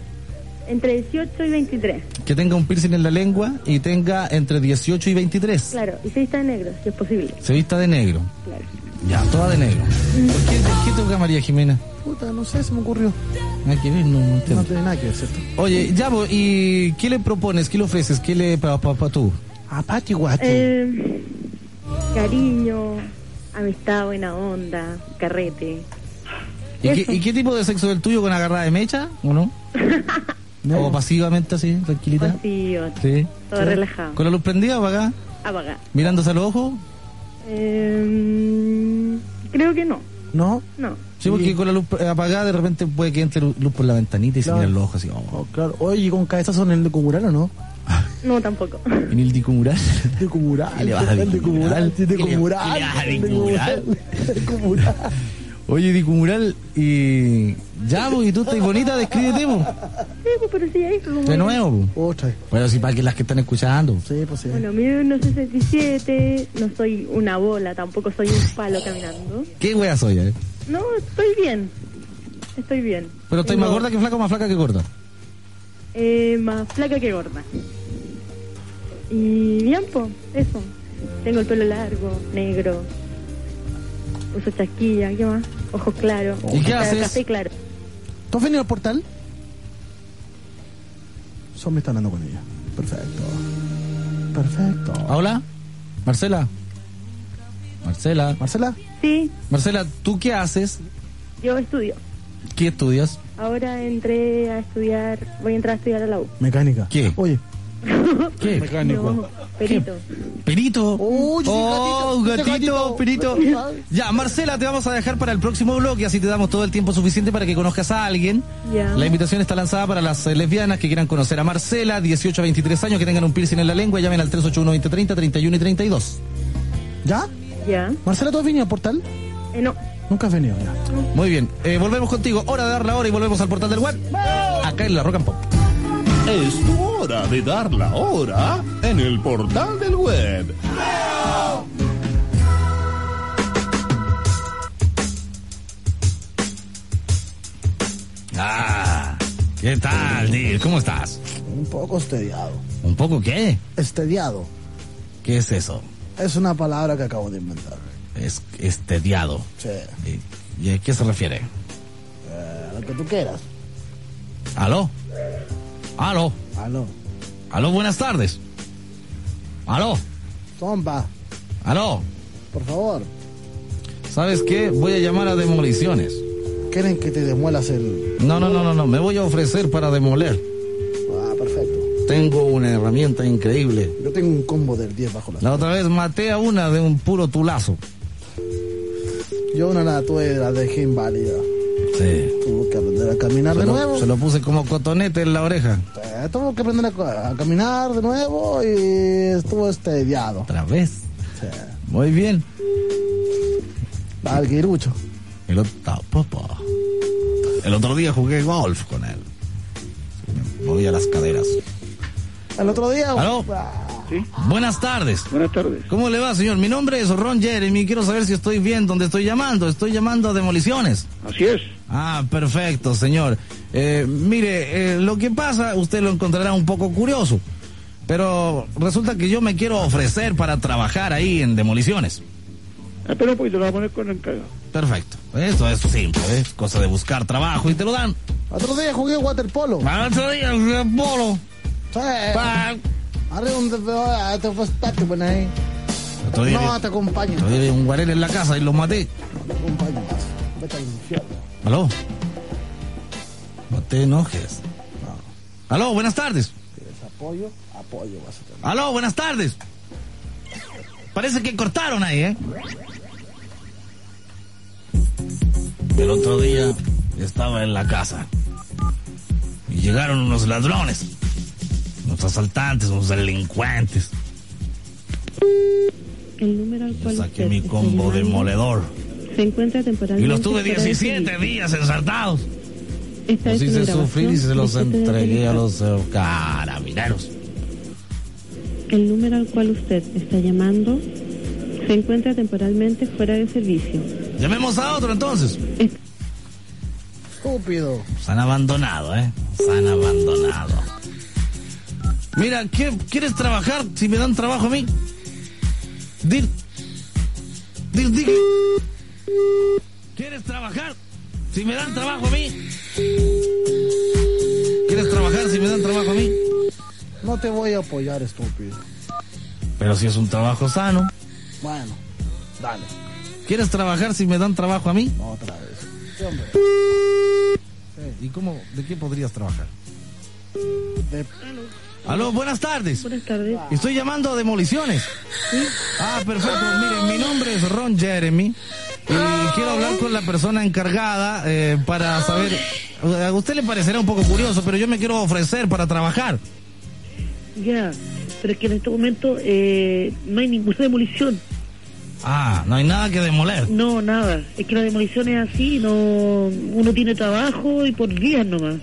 S15: entre 18 y 23.
S1: Que tenga un piercing en la lengua y tenga entre 18 y 23.
S15: Claro, y se vista de negro, si es posible.
S1: Se vista de negro.
S15: Claro.
S1: Ya, toda de negro. ¿Por qué, por qué toca María Jimena?
S2: Puta, no sé, se me ocurrió.
S1: Nada que ver, no, no entiendo.
S2: No tiene nada que ver, ¿cierto?
S1: Oye, ya, pues, ¿y qué le propones? ¿Qué le ofreces? ¿Qué le pa, pa, pa tú?
S2: A Pati Guacho.
S15: Eh, cariño, amistad, buena onda, carrete.
S1: ¿Y qué, y qué tipo de sexo es el tuyo con agarrada de mecha o no? ¿O pasivamente así, tranquilita?
S15: Vacío,
S1: Sí.
S15: todo relajado.
S1: ¿Con la luz prendida para acá?
S15: Apaga.
S1: ¿Mirándose a los ojos?
S15: Eh, creo que no,
S2: ¿No?
S15: no.
S1: Sí, porque con la luz eh, apagada de repente puede que entre lu- luz por la ventanita y se
S2: Claro.
S1: miran los ojos así. oh.
S2: Oh, claro. Oye, ¿y con cabezazo en el de Cumural o no?
S15: No, tampoco.
S1: En el dicumbral.
S2: De Cumural.
S1: ¿Qué le vas a
S2: el de Cumural.
S1: vincular?
S2: De
S1: ¿Qué le-
S2: Cumural.
S1: qué le vas a
S2: de
S1: vincular?
S2: Cumural, de Cumural.
S1: Oye, dicumbral, y... Ya, pues, y tú estás bonita, descríbete, pues.
S15: Sí, pues, pero sí, ahí fue como-
S1: De nuevo, pues.
S2: Otra
S1: Bueno, sí, para que las que están escuchando.
S2: Sí, pues sí.
S15: Bueno, mido 1,67, no soy una bola, tampoco soy un palo caminando.
S1: ¿Qué wea soy, eh?
S15: No, estoy bien. Estoy bien.
S1: ¿Pero estás
S15: Tengo-
S1: más gorda que flaca o más flaca que gorda?
S15: Eh, más flaca que gorda. Y bien, po, eso. Tengo el pelo largo, negro. Uso chasquilla, ¿qué más? Ojos claros.
S2: ¿Y qué
S15: Ca-
S2: haces?
S15: Café claro.
S2: ¿Tú has venido al portal? Son me está hablando con ella. Perfecto. Perfecto.
S1: ¿Hola? ¿Marcela? ¿Marcela?
S2: ¿Marcela?
S15: Sí,
S1: Marcela, ¿tú qué haces?
S15: yo estudio.
S1: ¿Qué estudias?
S15: Ahora entré a estudiar, voy a entrar a estudiar a la U.
S2: Mecánica.
S1: ¿Qué?
S2: Oye.
S1: ¿Qué?
S15: No, perito.
S1: Perito.
S2: Oh,
S1: Oh, gatito, perito. Ya, Marcela, te vamos a dejar para el próximo bloque, así te damos todo el tiempo suficiente para que conozcas a alguien.
S15: Ya.
S1: La invitación está lanzada para las eh, lesbianas que quieran conocer a Marcela, 18 a 23 años, que tengan un piercing en la lengua, llamen al 381-2030, 31 y 32.
S2: ¿Ya?
S15: Ya.
S2: Marcela, ¿tú has venido al portal?
S15: Eh, no.
S2: Nunca has venido, ya.
S1: Muy bien, eh, volvemos contigo, hora de dar la hora y volvemos al portal del web, acá en la Rock and Pop.
S8: Es tu hora de dar la hora en el portal del web.
S1: Ah, ¿qué tal, Neil? ¿Cómo estás?
S2: Un poco estediado.
S1: ¿Un poco qué?
S2: Estediado.
S1: ¿Qué es eso?
S2: Es una palabra que acabo de inventar.
S1: Es estediado.
S2: Sí.
S1: ¿Y a qué se refiere?
S2: Eh, lo que tú quieras.
S1: ¿Aló? ¿Aló?
S2: Aló.
S1: ¿Aló? Buenas tardes. ¿Aló?
S2: Tomba,
S1: ¿Aló?
S2: por favor.
S1: ¿Sabes qué? Voy a llamar a Demoliciones.
S2: ¿Quieren que te demuelas el...?
S1: No, no, no, no, no. Me voy a ofrecer para demoler.
S2: Ah, perfecto.
S1: Tengo una herramienta increíble.
S2: Yo tengo un combo del 10 bajo la...
S1: La otra vez maté a una de un puro tulazo.
S2: Yo una la tuve, la dejé inválida.
S1: Sí.
S2: Tuvo que aprender a caminar
S1: Se
S2: de
S1: lo-
S2: nuevo.
S1: se lo puse como cotonete en la oreja.
S2: Eh, tuvo que aprender a, co- a caminar de nuevo y estuvo estediado.
S1: Otra vez. Muy bien.
S2: Al guirucho.
S1: El otro, papá. El otro día jugué golf con él. Me moví a las caderas.
S2: El otro día... ah.
S1: ¿Aló? Buenas tardes. Buenas tardes. ¿Cómo le va, señor? Mi nombre es Ron Jeremy. Quiero saber si estoy bien donde estoy llamando. Estoy llamando a demoliciones.
S13: Así es.
S1: Ah, perfecto, señor. Eh, mire, eh, lo que pasa, usted lo encontrará un poco curioso. Pero resulta que yo me quiero ofrecer para trabajar ahí en demoliciones.
S13: Espera un poquito, lo voy a poner con el encargado.
S1: Perfecto. Eso es simple, es cosa de buscar trabajo y te lo dan.
S2: Otro día jugué waterpolo.
S1: Al otro día jugué polo.
S2: Sí. Arriba donde te ah, te fue te pone ahí.
S1: Otro día
S2: No,
S1: vi-
S2: te acompaño.
S1: Yo vi un guarel en la casa y lo maté.
S2: Te acompaño. Vete al infierno.
S1: ¿Aló? No te enojes. ¿Aló? Buenas tardes.
S2: ¿Quieres apoyo? Apoyo vas a tener.
S1: ¿Aló? Buenas tardes. Parece que cortaron ahí, ¿eh? El otro día estaba en la casa y llegaron unos ladrones, unos asaltantes, unos delincuentes.
S24: El número al cual
S1: Saqué
S24: usted
S1: mi
S24: está
S1: combo
S24: llamando
S1: demoledor
S24: Se encuentra
S1: y
S24: temporalmente.
S1: los tuve
S24: fuera de
S1: 17
S24: servicio.
S1: días ensartados.
S24: Esta
S1: Los
S24: es una
S1: hice
S24: grabación
S1: sufrir y se los
S24: objeto de
S1: entregué a
S24: utilizar.
S1: los eh, carabineros.
S24: El número al cual usted está llamando se encuentra temporalmente fuera de servicio.
S1: Llamemos a otro entonces.
S2: Estúpido.
S1: Se han abandonado, ¿eh? Se han abandonado. Mira, ¿qué, ¿quieres trabajar si me dan trabajo a mí? Dir. Dir, dir. ¿Quieres trabajar si me dan trabajo a mí? ¿Quieres trabajar si me dan trabajo a mí?
S2: No te voy a apoyar, estúpido.
S1: Pero si es un trabajo sano.
S2: Bueno, dale.
S1: ¿Quieres trabajar si me dan trabajo a mí?
S2: Otra vez. Sí, hombre.
S1: Eh, ¿Y cómo, de qué podrías trabajar?
S2: De-
S1: Aló, buenas tardes.
S24: Buenas tardes.
S1: Estoy llamando a demoliciones. Ah, perfecto. Miren, mi nombre es Ron Jeremy. Y quiero hablar con la persona encargada eh, para saber. A usted le parecerá un poco curioso, pero yo me quiero ofrecer para trabajar.
S25: Ya, pero es que en este momento eh, no hay ninguna demolición.
S1: Ah, no hay nada que demoler.
S25: No, nada. Es que la demolición es así, no uno tiene trabajo y por días nomás.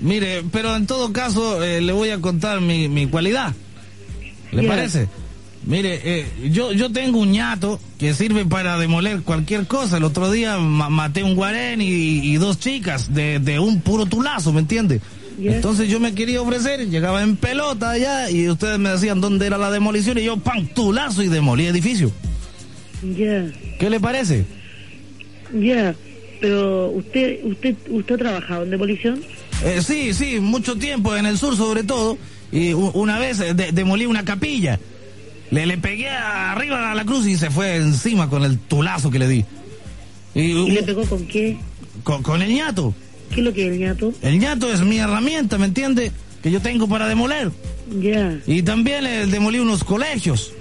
S1: Mire, pero en todo caso eh, le voy a contar mi, mi cualidad. ¿Le
S25: Ya.
S1: parece? Mire, eh, yo, yo tengo un ñato que sirve para demoler cualquier cosa. El otro día ma- maté un guarén y, y dos chicas de, de un puro tulazo, ¿me entiende?
S25: Ya.
S1: Entonces yo me quería ofrecer, llegaba en pelota allá y ustedes me decían dónde era la demolición y yo, ¡pam! Tulazo y demolí edificio.
S25: Ya,
S1: ¿Qué le parece?
S25: ya. Pero usted, usted, usted ha trabajado en demolición.
S1: Eh, sí, sí, mucho tiempo en el sur sobre todo. Y u- una vez eh, de- demolí una capilla. Le, le pegué arriba a la cruz y se fue encima con el tulazo que le di. ¿Y, le
S25: pegó con qué?
S1: Con, el ñato.
S25: ¿Qué es lo que es el ñato?
S1: El ñato es mi herramienta, ¿me entiende? Que yo tengo para demoler.
S25: Ya.
S1: Y también le demolí unos colegios.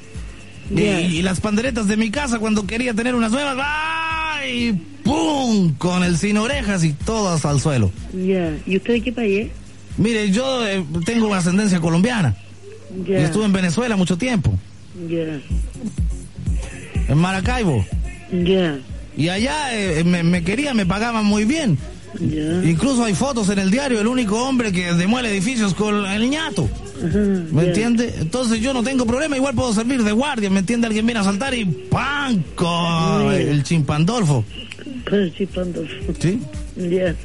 S1: Y-
S25: Ya.
S1: Y, las panderetas de mi casa cuando quería tener unas nuevas. ¡Ay! ¡Pum! Con el sin orejas y todas al suelo.
S25: Ya. ¿Y usted de qué país
S1: Mire, yo eh, tengo ascendencia colombiana.
S25: es?
S1: Y
S25: Ya.
S1: estuve en Venezuela mucho tiempo,
S25: Ya.
S1: en Maracaibo.
S25: Ya.
S1: Y allá eh, me, me quería, me pagaban muy bien. Incluso hay fotos en el diario, el único hombre que demuele edificios con el ñato. ¿Me
S5: ya.
S1: entiende? Entonces yo no tengo problema, igual puedo servir de guardia, ¿me entiende? Alguien viene a saltar y ¡pam! Con el chimpandolfo.
S25: Con el chimpandolfo.
S1: ¿Sí?
S25: Ya.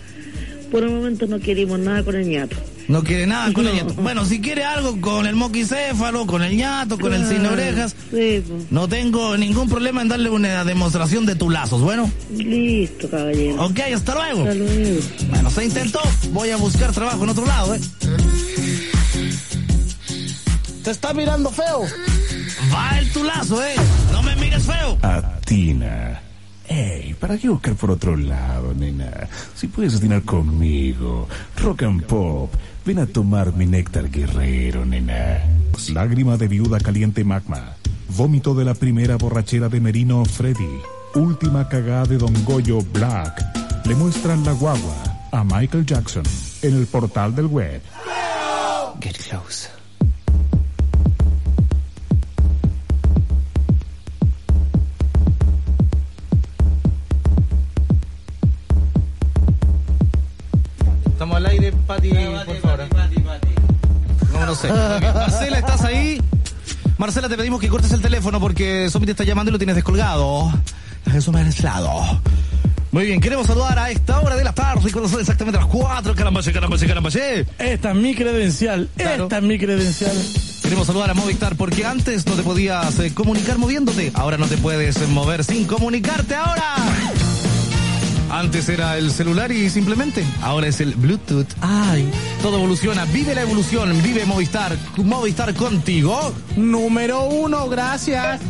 S25: Por el momento no queremos nada con el ñato.
S1: No quiere nada con el ñato. Bueno, si quiere algo con el moquicéfalo, con el ñato, con el sin
S25: Claro,
S1: orejas,
S25: Sí, pues. po.
S1: no tengo ningún problema en darle una demostración de tulazos, ¿bueno?
S25: Listo, caballero.
S1: Ok, hasta luego. Bueno, se intentó. Voy a buscar trabajo en otro lado, ¿eh?
S2: Te está mirando feo.
S1: Va el tulazo, ¿eh? No me mires feo.
S3: Atina. Ey, ¿para qué buscar por otro lado, nena? Si puedes atinar conmigo. Rock and Pop. Ven a tomar mi néctar guerrero, nena. Lágrima de viuda caliente magma. Vómito de la primera borrachera de Merino Freddy. Última cagada de Don Goyo Black. Le muestran la guagua a Michael Jackson en el portal del web.
S18: Get close.
S1: Estamos al aire, Pati, por favor. ¿eh? No, no sé. Muy bien. Marcela, ¿estás ahí? Marcela, te pedimos que cortes el teléfono porque Somi te está llamando y lo tienes descolgado. Eso me ha aislado. Muy bien, queremos saludar a esta hora de la tarde, cuando son exactamente las 4. Carambache, carambache, carambache.
S21: Esta es mi credencial. Esta es mi credencial.
S1: Queremos saludar a Movistar porque antes no te podías eh, comunicar moviéndote, ahora no te puedes eh, mover sin comunicarte ahora. Antes era el celular y simplemente, ahora es el Bluetooth. Ay, todo evoluciona, vive la evolución, vive Movistar, Movistar contigo.
S2: Número uno, gracias.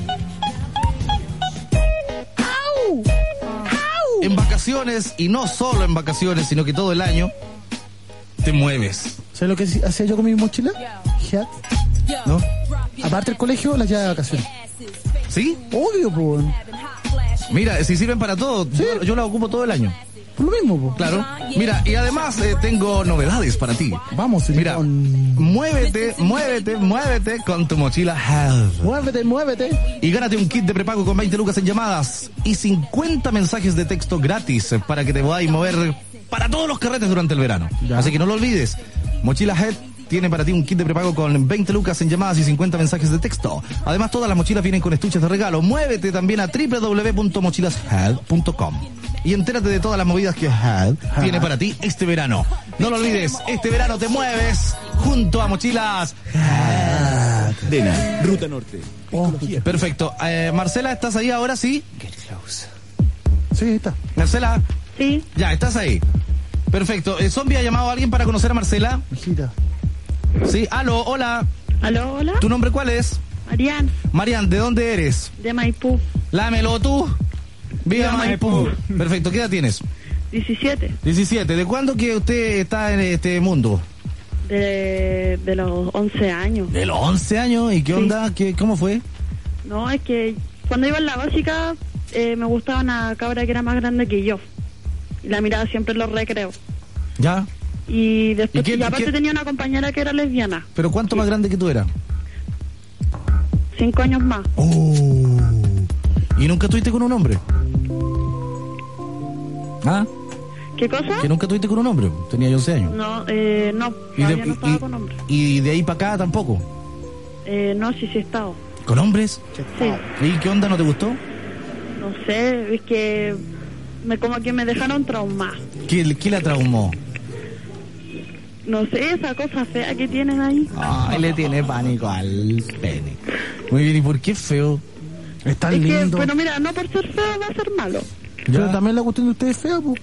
S1: En vacaciones y no solo en vacaciones, sino que todo el año te mueves.
S2: ¿Sabes lo que sí- hacía yo con mi mochila? Hat.
S1: ¿No?
S2: Aparte del colegio, las llevaba de vacaciones.
S1: ¿Sí?
S2: Obvio, pues.
S1: Mira, si sirven para todo, yo, yo la ocupo todo el año.
S2: Por lo mismo, pues.
S1: Claro. Mira, y además eh, tengo novedades para ti.
S2: Vamos,
S1: Mira, muévete, muévete, muévete con tu mochila Health.
S2: Muévete, muévete.
S1: Y gánate un kit de prepago con 20 lucas en llamadas y 50 mensajes de texto gratis eh, para que te podáis mover para todos los carretes durante el verano. Así que no lo olvides. Mochila Head tiene para ti un kit de prepago con 20 lucas en llamadas y 50 mensajes de texto. Además, todas las mochilas vienen con estuches de regalo. Muévete también a www.mochilashead.com y entérate de todas las movidas que Head tiene para ti este verano. No lo olvides, este verano te mueves junto a Mochilas
S9: Dena, Ruta Norte.
S1: Oh, Perfecto. Eh, Marcela, ¿estás ahí ahora sí?
S2: Sí, ahí está.
S1: Marcela.
S25: Sí.
S1: Ya, estás ahí. Perfecto. Eh, ¿Zombie ha llamado a alguien para conocer a Marcela?
S2: Mijita.
S1: Sí. Aló, hola.
S25: Aló, hola.
S1: ¿Tu nombre cuál es?
S25: Marian,
S1: Marian, ¿de dónde eres?
S25: de Maipú,
S1: Lámelo tú. Viva
S25: Viva Maipú.
S1: Maipú. Perfecto. ¿Qué edad tienes?
S25: 17,
S1: 17. ¿De cuándo que usted está en este mundo?
S25: de, de los 11 años.
S1: De los 11 años. ¿Y qué onda? ¿Qué, ¿Cómo fue?
S25: No, es que cuando iba en la básica eh, me gustaba una cabra que era más grande que yo. Y la miraba siempre en los recreos.
S1: ¿Ya?
S25: Y después,
S1: ¿Y qué-
S25: y aparte
S1: qué-
S25: tenía una compañera que era lesbiana,
S1: ¿Pero cuánto más grande que tú eras?
S25: cinco años más.
S1: Oh. ¿Y nunca estuviste con un hombre? ¿Ah?
S25: ¿Qué cosa?
S1: Que nunca estuviste con un hombre. Tenía 11 años.
S25: No, eh, no,
S1: Y
S25: todavía
S1: de-
S25: no estaba
S1: y-
S25: con hombres.
S1: ¿Y de ahí para acá tampoco?
S25: Eh, no, sí, sí he estado.
S1: ¿Con hombres?
S25: Sí.
S1: ¿Y qué onda? ¿No te gustó?
S25: No sé, es que me, como que me dejaron traumada.
S1: ¿Qué, qué la traumó?
S25: No sé, esa cosa fea que tienen ahí.
S1: Ay, le tiene pánico al pene. Muy bien, ¿y por qué es feo?
S2: Es tan
S25: es que,
S2: lindo.
S25: bueno, mira, no por ser feo va a ser malo.
S2: Pero también la cuestión de ustedes es fea, pues.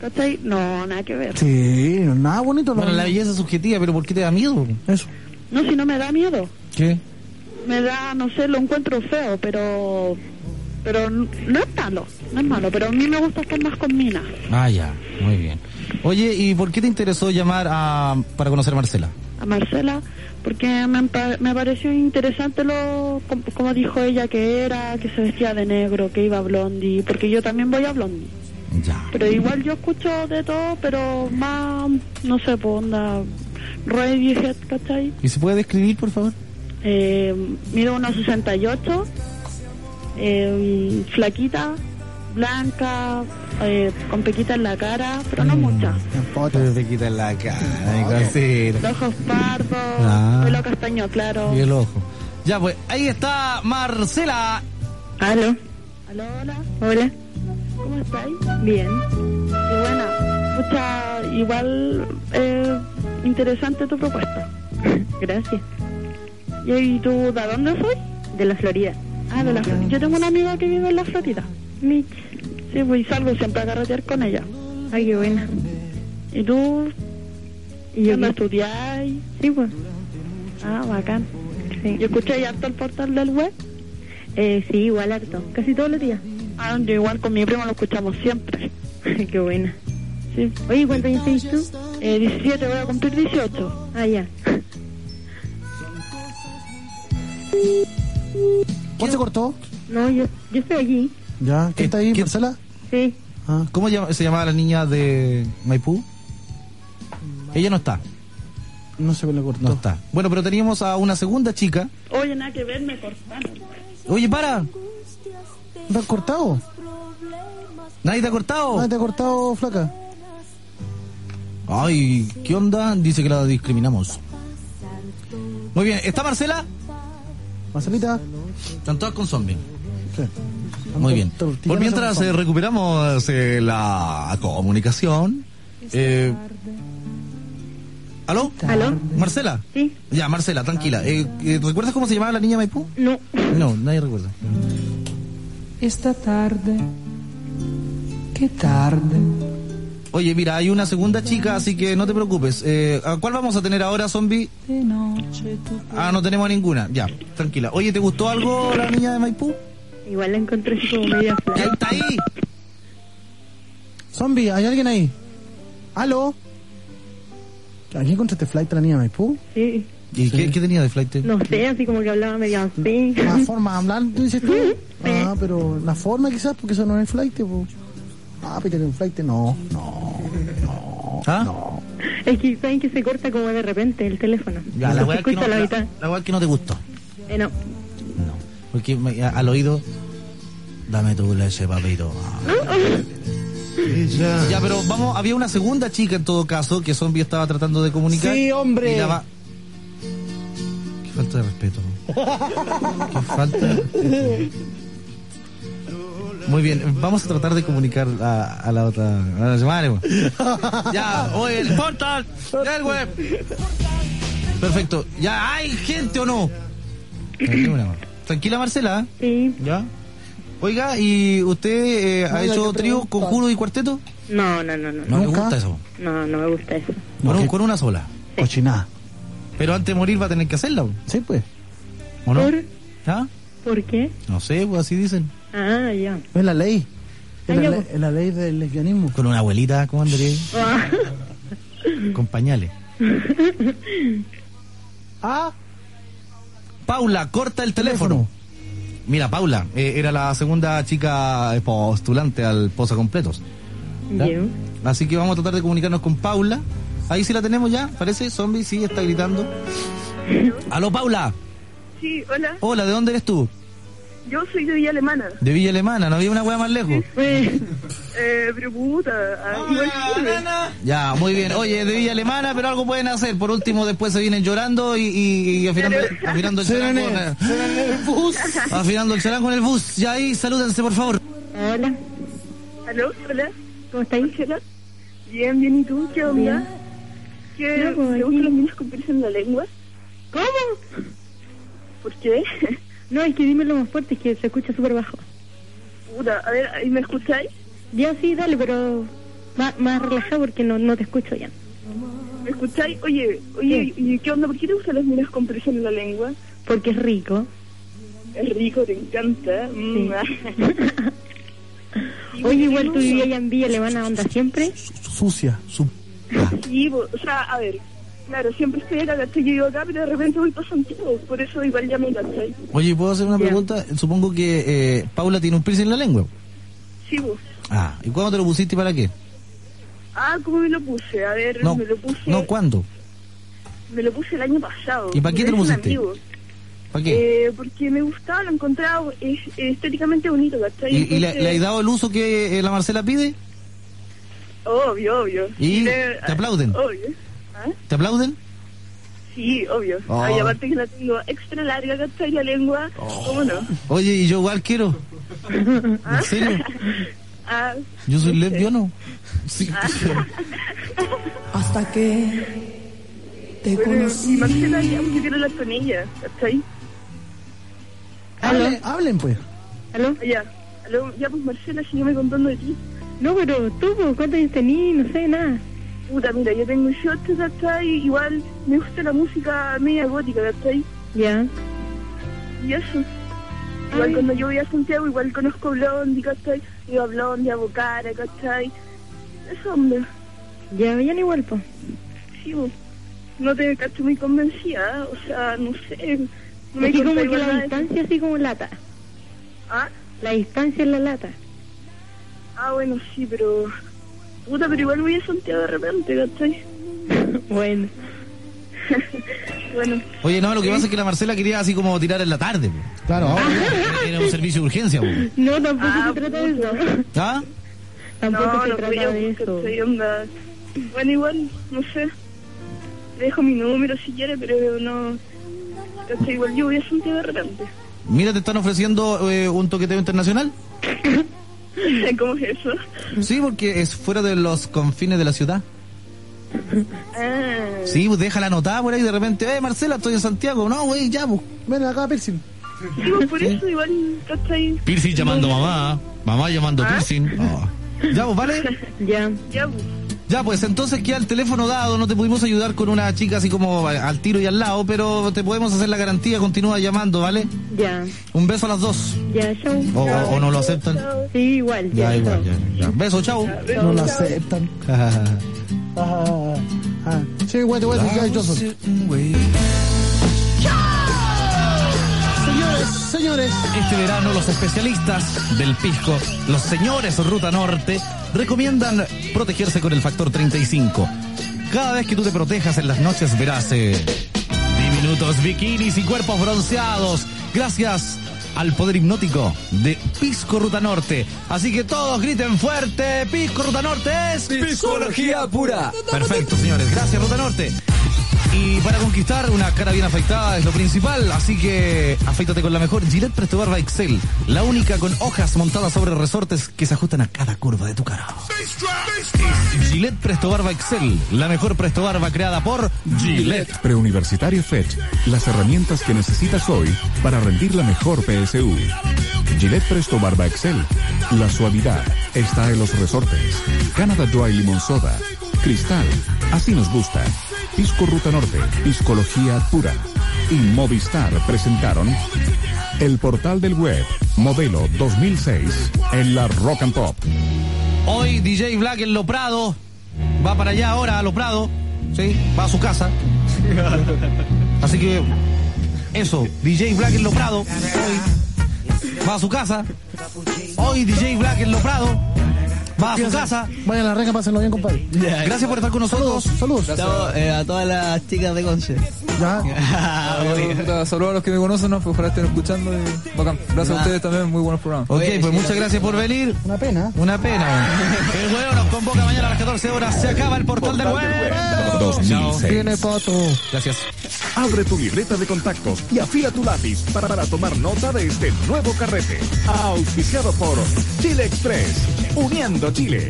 S25: ¿Cachai? No, nada que ver.
S2: Sí, no, nada bonito.
S1: Bueno, la belleza es subjetiva, pero ¿por qué te da miedo?
S2: Eso.
S25: No, si no me da miedo.
S1: ¿Qué?
S25: Me da, no sé, lo encuentro feo, pero... Pero n- no es malo, no es malo. Pero a mí me gusta estar más con minas.
S1: Ah, ya, muy bien. Oye, ¿y por qué te interesó llamar a, para conocer a Marcela?
S25: A Marcela, porque me, empa- me pareció interesante lo... com- Como dijo ella que era, que se vestía de negro, que iba a Blondie. Porque yo también voy a Blondie.
S1: Ya.
S25: Pero igual yo escucho de todo, pero más, no sé, pues onda... Radiohead, ¿cachai?
S1: ¿Y se puede describir, por favor?
S25: Eh, mido 1,68, eh, flaquita, blancas, eh, con pequita en la cara, pero no muchas.
S1: Pero te quitan la cara, mi Consuelo.
S25: Los ojos pardos,
S1: Ah.
S25: pelo castaño claro.
S1: Y el ojo. Ya, pues, ahí está Marcela.
S25: Aló. Aló, hola. Hola. ¿Cómo estáis? Bien. Y bueno, mucha, igual eh, interesante tu propuesta. Gracias. ¿Y, ahí tú de dónde soy? De la Florida. Ah, de la Florida. Yo tengo una amiga que vive en la Florida. Mitch. Sí, pues y salgo siempre a carretear con ella. Ay, qué buena. ¿Y tú? ¿Y yo no estudiáis? Sí, pues. Ah, bacán. ¿Y escucháis harto el portal del web? Eh, sí, igual harto. Casi todos los días. Ah, yo igual con mi primo lo escuchamos siempre. Qué buena. Sí. Oye, ¿cuántos años tienes tú? Eh, 17, voy a cumplir 18. Ah, ya.
S2: ¿Cuál se cortó?
S25: No, yo, yo estoy aquí.
S1: Ya, Eh, ¿qué está ahí, Marcela?
S25: Sí.
S1: ¿Cómo llama- se llamaba la niña de Maipú? Ella no está.
S2: No se me la cortó.
S1: No está. Bueno, pero teníamos a una segunda chica.
S25: Oye, nada que ver, me cortaron.
S1: Oye, para.
S2: ¿Te has cortado?
S1: ¿Nadie te ha cortado?
S2: ¿Nadie te ha cortado, flaca?
S1: Ay, ¿qué onda? Dice que la discriminamos. Muy bien, ¿está Marcela?
S2: Marcelita.
S1: Están todas con zombies. Muy bien. Por
S2: Tortillana
S1: mientras
S2: son
S1: eh,
S2: zombies.
S1: recuperamos eh, la comunicación. eh, ¿Aló?
S25: ¿Aló?
S1: Marcela.
S25: Sí.
S1: Ya, Marcela, tranquila. Eh, eh, ¿Recuerdas cómo se llamaba la niña Maipú?
S25: No.
S1: No, nadie recuerda.
S10: Esta tarde, qué tarde.
S1: Oye, mira, hay una segunda chica, así que no te preocupes. Eh, ¿A cuál vamos a tener ahora, zombie?
S10: De noche tú
S1: Ah, no tenemos a ninguna. Ya, tranquila. Oye, ¿te gustó algo la niña de Maipú?
S25: Igual la encontré así como media flaca.
S1: está ahí!
S2: Zombie, ¿hay alguien ahí? ¿Aló? ¿Aquí encontraste flight de la niña de Maipú?
S25: Sí.
S1: ¿Y qué, qué tenía de flight?
S25: No sé, así como que hablaba medio así.
S2: La forma de hablar, tú dices tú. Ah, pero la forma quizás, porque eso no es flight, po. Ah, pero en flight no. No,
S1: ¿Ah?
S25: Es que saben que se corta como de repente el teléfono.
S1: Ya, la
S25: Se
S1: weá que,
S25: escucha
S1: no,
S25: la
S1: la-
S25: mitad.
S1: la weá que no te gustó.
S25: Eh, no.
S1: Porque me- a- al oído, dame tu leche, papito. Ah. Ya, pero vamos, había una segunda chica en todo caso que Zombie estaba tratando de comunicar.
S2: Sí, hombre.
S1: Y la va- Qué falta de respeto. Qué falta de respeto. Muy bien, vamos a tratar de comunicar a, a la otra. A la llamada, weón. Ya, oye, el portal, el web. Perfecto. ¿Ya hay gente o no? Tranquila, amor. Tranquila, Marcela.
S25: Sí.
S1: ¿Ya? Oiga, ¿y usted eh, ha
S25: Oiga,
S1: hecho
S25: qué
S1: trío,
S25: pregunta.
S1: conjuro y cuarteto?
S25: No, no, no, no.
S1: No me gusta eso.
S25: No, no me gusta eso.
S1: Con, un- con una sola. Cochinada. Pero antes de morir va a tener que hacerla. Sí, pues. ¿O no?
S25: ¿Por?
S1: ¿Ah?
S25: ¿Por qué?
S1: No sé, pues así dicen.
S25: Ah, ya.
S2: Es la ley. Es
S25: Ay,
S2: la,
S25: ya,
S2: ley- es la ley del lesbianismo.
S1: Con una abuelita, ¿cómo andaría? ahí?
S25: Ah.
S1: Con pañales.
S2: Ah,
S1: Paula, corta el teléfono. Mira, Paula, eh, era la segunda chica eh, postulante al Posa Completos. ¿Ya?
S25: Ya.
S1: Así que vamos a tratar de comunicarnos con Paula. Ahí sí la tenemos ya, parece. Zombie sí está gritando. Aló, Paula.
S11: Sí, hola.
S1: Hola, ¿de dónde eres tú?
S11: Yo soy de Villa Alemana.
S1: De Villa Alemana, no había una hueá más lejos.
S11: Eh, pero puta, ah, igual sirve.
S1: Ya, muy bien. Oye, de Villa Alemana, pero algo pueden hacer. Por último, después se vienen llorando y, y, y afinando, afinando el
S2: Se
S1: charango.
S2: ven en- se ven en el
S1: bus. Afinando el charango en el bus. Ya ahí, salúdense, por favor.
S25: Hola.
S11: ¿Aló? Hola. ¿Cómo estás? Bien, bien. ¿Y tú? ¿Qué onda? ¿Qué,
S25: No, pues,
S11: ¿Te gustan los niños con pelos en la lengua?
S25: ¿Cómo?
S11: ¿Por qué?
S25: No, es que dímelo más fuerte, es que se escucha súper bajo.
S11: Puta, a ver, ¿ahí me escucháis?
S25: Ya sí, dale, pero más, más relajado porque no, no te escucho ya.
S11: ¿Me escucháis? Oye, oye, ¿y qué onda? ¿Por qué te gustan los niños con pelos en la lengua?
S25: Porque es rico.
S11: Es rico, te encanta. Mm.
S25: Oye, igual tú vivías allá en Villa Alemana, onda siempre.
S2: sucia. su-
S11: Sí, bo- o sea, a ver, claro, siempre estoy acá, ¿cachai? Yo vivo acá, pero de repente voy para Santiago, por eso igual ya me enganché.
S1: Oye, ¿puedo hacer una pregunta? Supongo que eh, Paula tiene un piercing en la lengua.
S11: Sí, bo.
S1: Ah, ¿y cuándo te lo pusiste y para qué?
S11: Ah, ¿cómo me lo puse? A ver,
S1: No,
S11: me lo puse...
S1: no, ¿cuándo?
S11: Me lo puse el año pasado.
S1: ¿Y para qué te lo
S11: hizo un
S1: pusiste?
S11: amigo.
S1: ¿Para qué?
S11: Eh, porque me gustaba, lo encontraba eh, estéticamente bonito, ¿cachai?
S1: ¿Y, y le,
S11: Entonces-
S1: le has dado el uso que eh, la Marcela pide?
S11: Obvio, obvio.
S1: ¿Y
S11: le-
S1: te aplauden?
S11: Oh, Obvio. ¿Ah?
S1: ¿Te aplauden?
S11: Sí, obvio.
S1: Oh.
S11: Ay, aparte que la tengo extra larga, ¿cachai? La lengua, Oh. ¿cómo no?
S1: Oye, y yo igual quiero. ¿En serio?
S11: Ah,
S1: Yo soy lesbiano. Sí.
S10: Hasta que te
S11: bueno,
S10: conocí.
S11: y Marcela, ya, porque quiero hablar con ella, ¿cachai?
S2: Hablen, hablen, pues.
S11: ¿Aló? Ya, aló, ya pues Marcela, sígueme contando de ti.
S15: No, pero tú, pues, ¿cuántos años tenías? No sé, nada.
S11: Puta, mira, yo tengo 18, ¿cachai? Igual me gusta la música media gótica, ¿cachai?
S15: Ya.
S11: Y eso. Igual cuando yo voy a Santiago, igual conozco Blondie, ¿cachai? Digo a Blondie, a Bocara, ¿cachai? Eso, hombre.
S15: Ya, veían igual, pues.
S11: Sí, vos. no te cacho muy convencida, ¿eh? o sea, no sé. No
S15: Así como
S11: corta
S15: que
S11: igual
S15: la
S11: nada.
S15: distancia, así como lata.
S11: ¿Ah?
S15: La distancia es la lata.
S11: ah, bueno, sí, pero... Puta, pero igual voy a Santiago de repente, ¿cachai?
S15: bueno.
S11: bueno.
S1: Oye, no, lo que pasa es que la Marcela quería así como tirar en la tarde. po.
S2: Claro, ahora.
S1: Era un servicio de urgencia. po.
S15: No, tampoco se trata de eso.
S1: ¿Ah?
S15: Tampoco
S11: no,
S15: se
S11: no
S15: trata
S11: creo,
S15: de eso.
S11: ¿cachai? Onda. Bueno, igual, no sé. Le dejo mi número si quiere, pero no... ¿Cachai? Igual yo voy a Santiago de repente.
S1: Mira, te están ofreciendo eh, un toqueteo internacional.
S11: ¿Cómo es eso?
S1: Sí, porque es fuera de los confines de la ciudad.
S19: Eh.
S11: Ah,
S1: Sí, pues déjala anotada por ahí de repente. Eh, Marcela, estoy en Santiago. No, güey, ya, pues.
S2: Ven acá, Percy.
S11: sí, pues, por eso igual, ¿cachai?
S1: Piercing llamando mamá. Mamá llamando
S11: ¿Ah?
S1: piercing. Oh. Ya, pues, ¿vale?
S15: Ya.
S11: Ya, pues.
S1: Ya, pues entonces queda el teléfono dado, no te pudimos ayudar con una chica así como a- al tiro y al lado, pero te podemos hacer la garantía, continúa llamando, ¿vale?
S15: Ya.
S1: Un beso a las dos.
S15: Ya, chau.
S1: O,
S19: Oh.
S1: o- o no lo aceptan.
S15: Sí, igual.
S1: Ya,
S15: Ya,
S1: igual,
S15: chau.
S1: ya. ya. Beso, chao.
S2: No lo aceptan. Ah, ah. Sí, guay, guay, guay, Johnson. Señores, señores.
S1: Este verano los especialistas del pisco, los señores Ruta Norte, recomiendan protegerse con el factor 35. Cada vez que tú te protejas en las noches verás eh, diminutos bikinis y cuerpos bronceados gracias al poder hipnótico de Pisco Ruta Norte. Así que todos griten fuerte, Pisco Ruta Norte es
S12: Piscología pura.
S1: Perfecto, señores. Gracias, Ruta Norte. Y para conquistar una cara bien afeitada es lo principal, así que afeítate con la mejor Gillette Presto Barba Excel, la única con hojas montadas sobre resortes que se ajustan a cada curva de tu cara. Gillette Presto Barba Excel, la mejor Presto Barba creada por Gillette.
S3: Preuniversitario FET. Las herramientas que necesitas hoy para rendir la mejor PSU. Gillette Presto Barba Excel. La suavidad está en los resortes. Canada Dry Limon Soda. Cristal. Así nos gusta. Pisco Ruta Norte. Piscología pura. Y Movistar presentaron el portal del web. Modelo 2006 en la Rock and Pop.
S1: Hoy DJ Black en Lo Prado va para allá ahora a Lo Prado, ¿sí? Va a su casa. Así que eso, DJ Black en Lo Prado hoy va a su casa. Hoy DJ Black en Lo Prado va a su casa.
S2: Vayan a la reja, pásenlo bien, compadre.
S1: Gracias por estar con nosotros.
S2: Saludos.
S1: Chao,
S16: eh, a todas las chicas de Conce.
S12: Ah, bueno, puta, Saludos a los que me conocen, nos por estar escuchando. y bacán. Gracias a
S16: Ah.
S12: ustedes también, muy buenos programas.
S1: Ok, pues muchas gracias por venir.
S2: Una pena.
S1: Una pena. El huevo nos convoca mañana a las 14 horas. Se acaba el portal del huevo.
S3: 2006.
S2: Tiene pato.
S1: Gracias.
S3: Abre tu libreta de contactos y afila tu lápiz para, para tomar nota de este nuevo carrete. Auspiciado por Chile Express, uniendo Chile.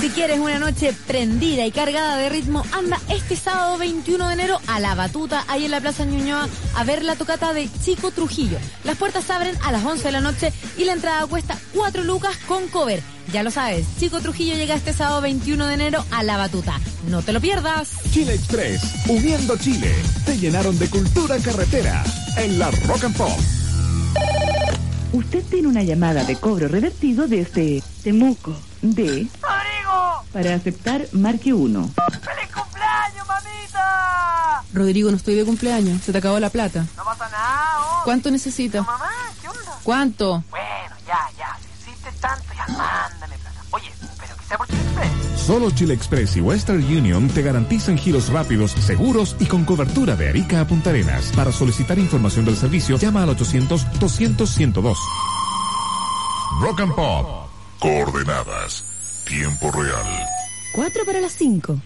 S6: Si quieres una noche prendida y cargada de ritmo, anda este sábado 21 de enero a La Batuta, ahí en la Plaza Ñuñoa, a ver la tocata de Chico Trujillo. Las puertas abren a las 11 de la noche y la entrada cuesta 4 lucas con cover. Ya lo sabes, Chico Trujillo llega este sábado 21 de enero a La Batuta. No te lo pierdas.
S3: Chile Express, uniendo Chile. Te llenaron de cultura carretera en la Rock and Pop.
S19: Usted tiene una llamada de cobro revertido desde Temuco de
S7: ¡Rodrigo!
S19: para aceptar marque 1.
S7: ¡Feliz cumpleaños, mamita!
S19: Rodrigo, no estoy de cumpleaños, se te acabó la plata.
S7: No pasa nada, hoy.
S19: ¿Cuánto necesitas?
S7: Mamá, ¿qué onda?
S19: ¿Cuánto?
S7: Bueno, ya, ya. Si hiciste tanto, ya mándame plata. Oye, pero que sea por Chile Express.
S3: Solo Chile Express y Western Union te garantizan giros rápidos, seguros y con cobertura de Arica a Punta Arenas. Para solicitar información del servicio, llama al 800-200-102.
S4: Rock and Pop. Coordenadas. Tiempo real.
S6: Cuatro para las cinco.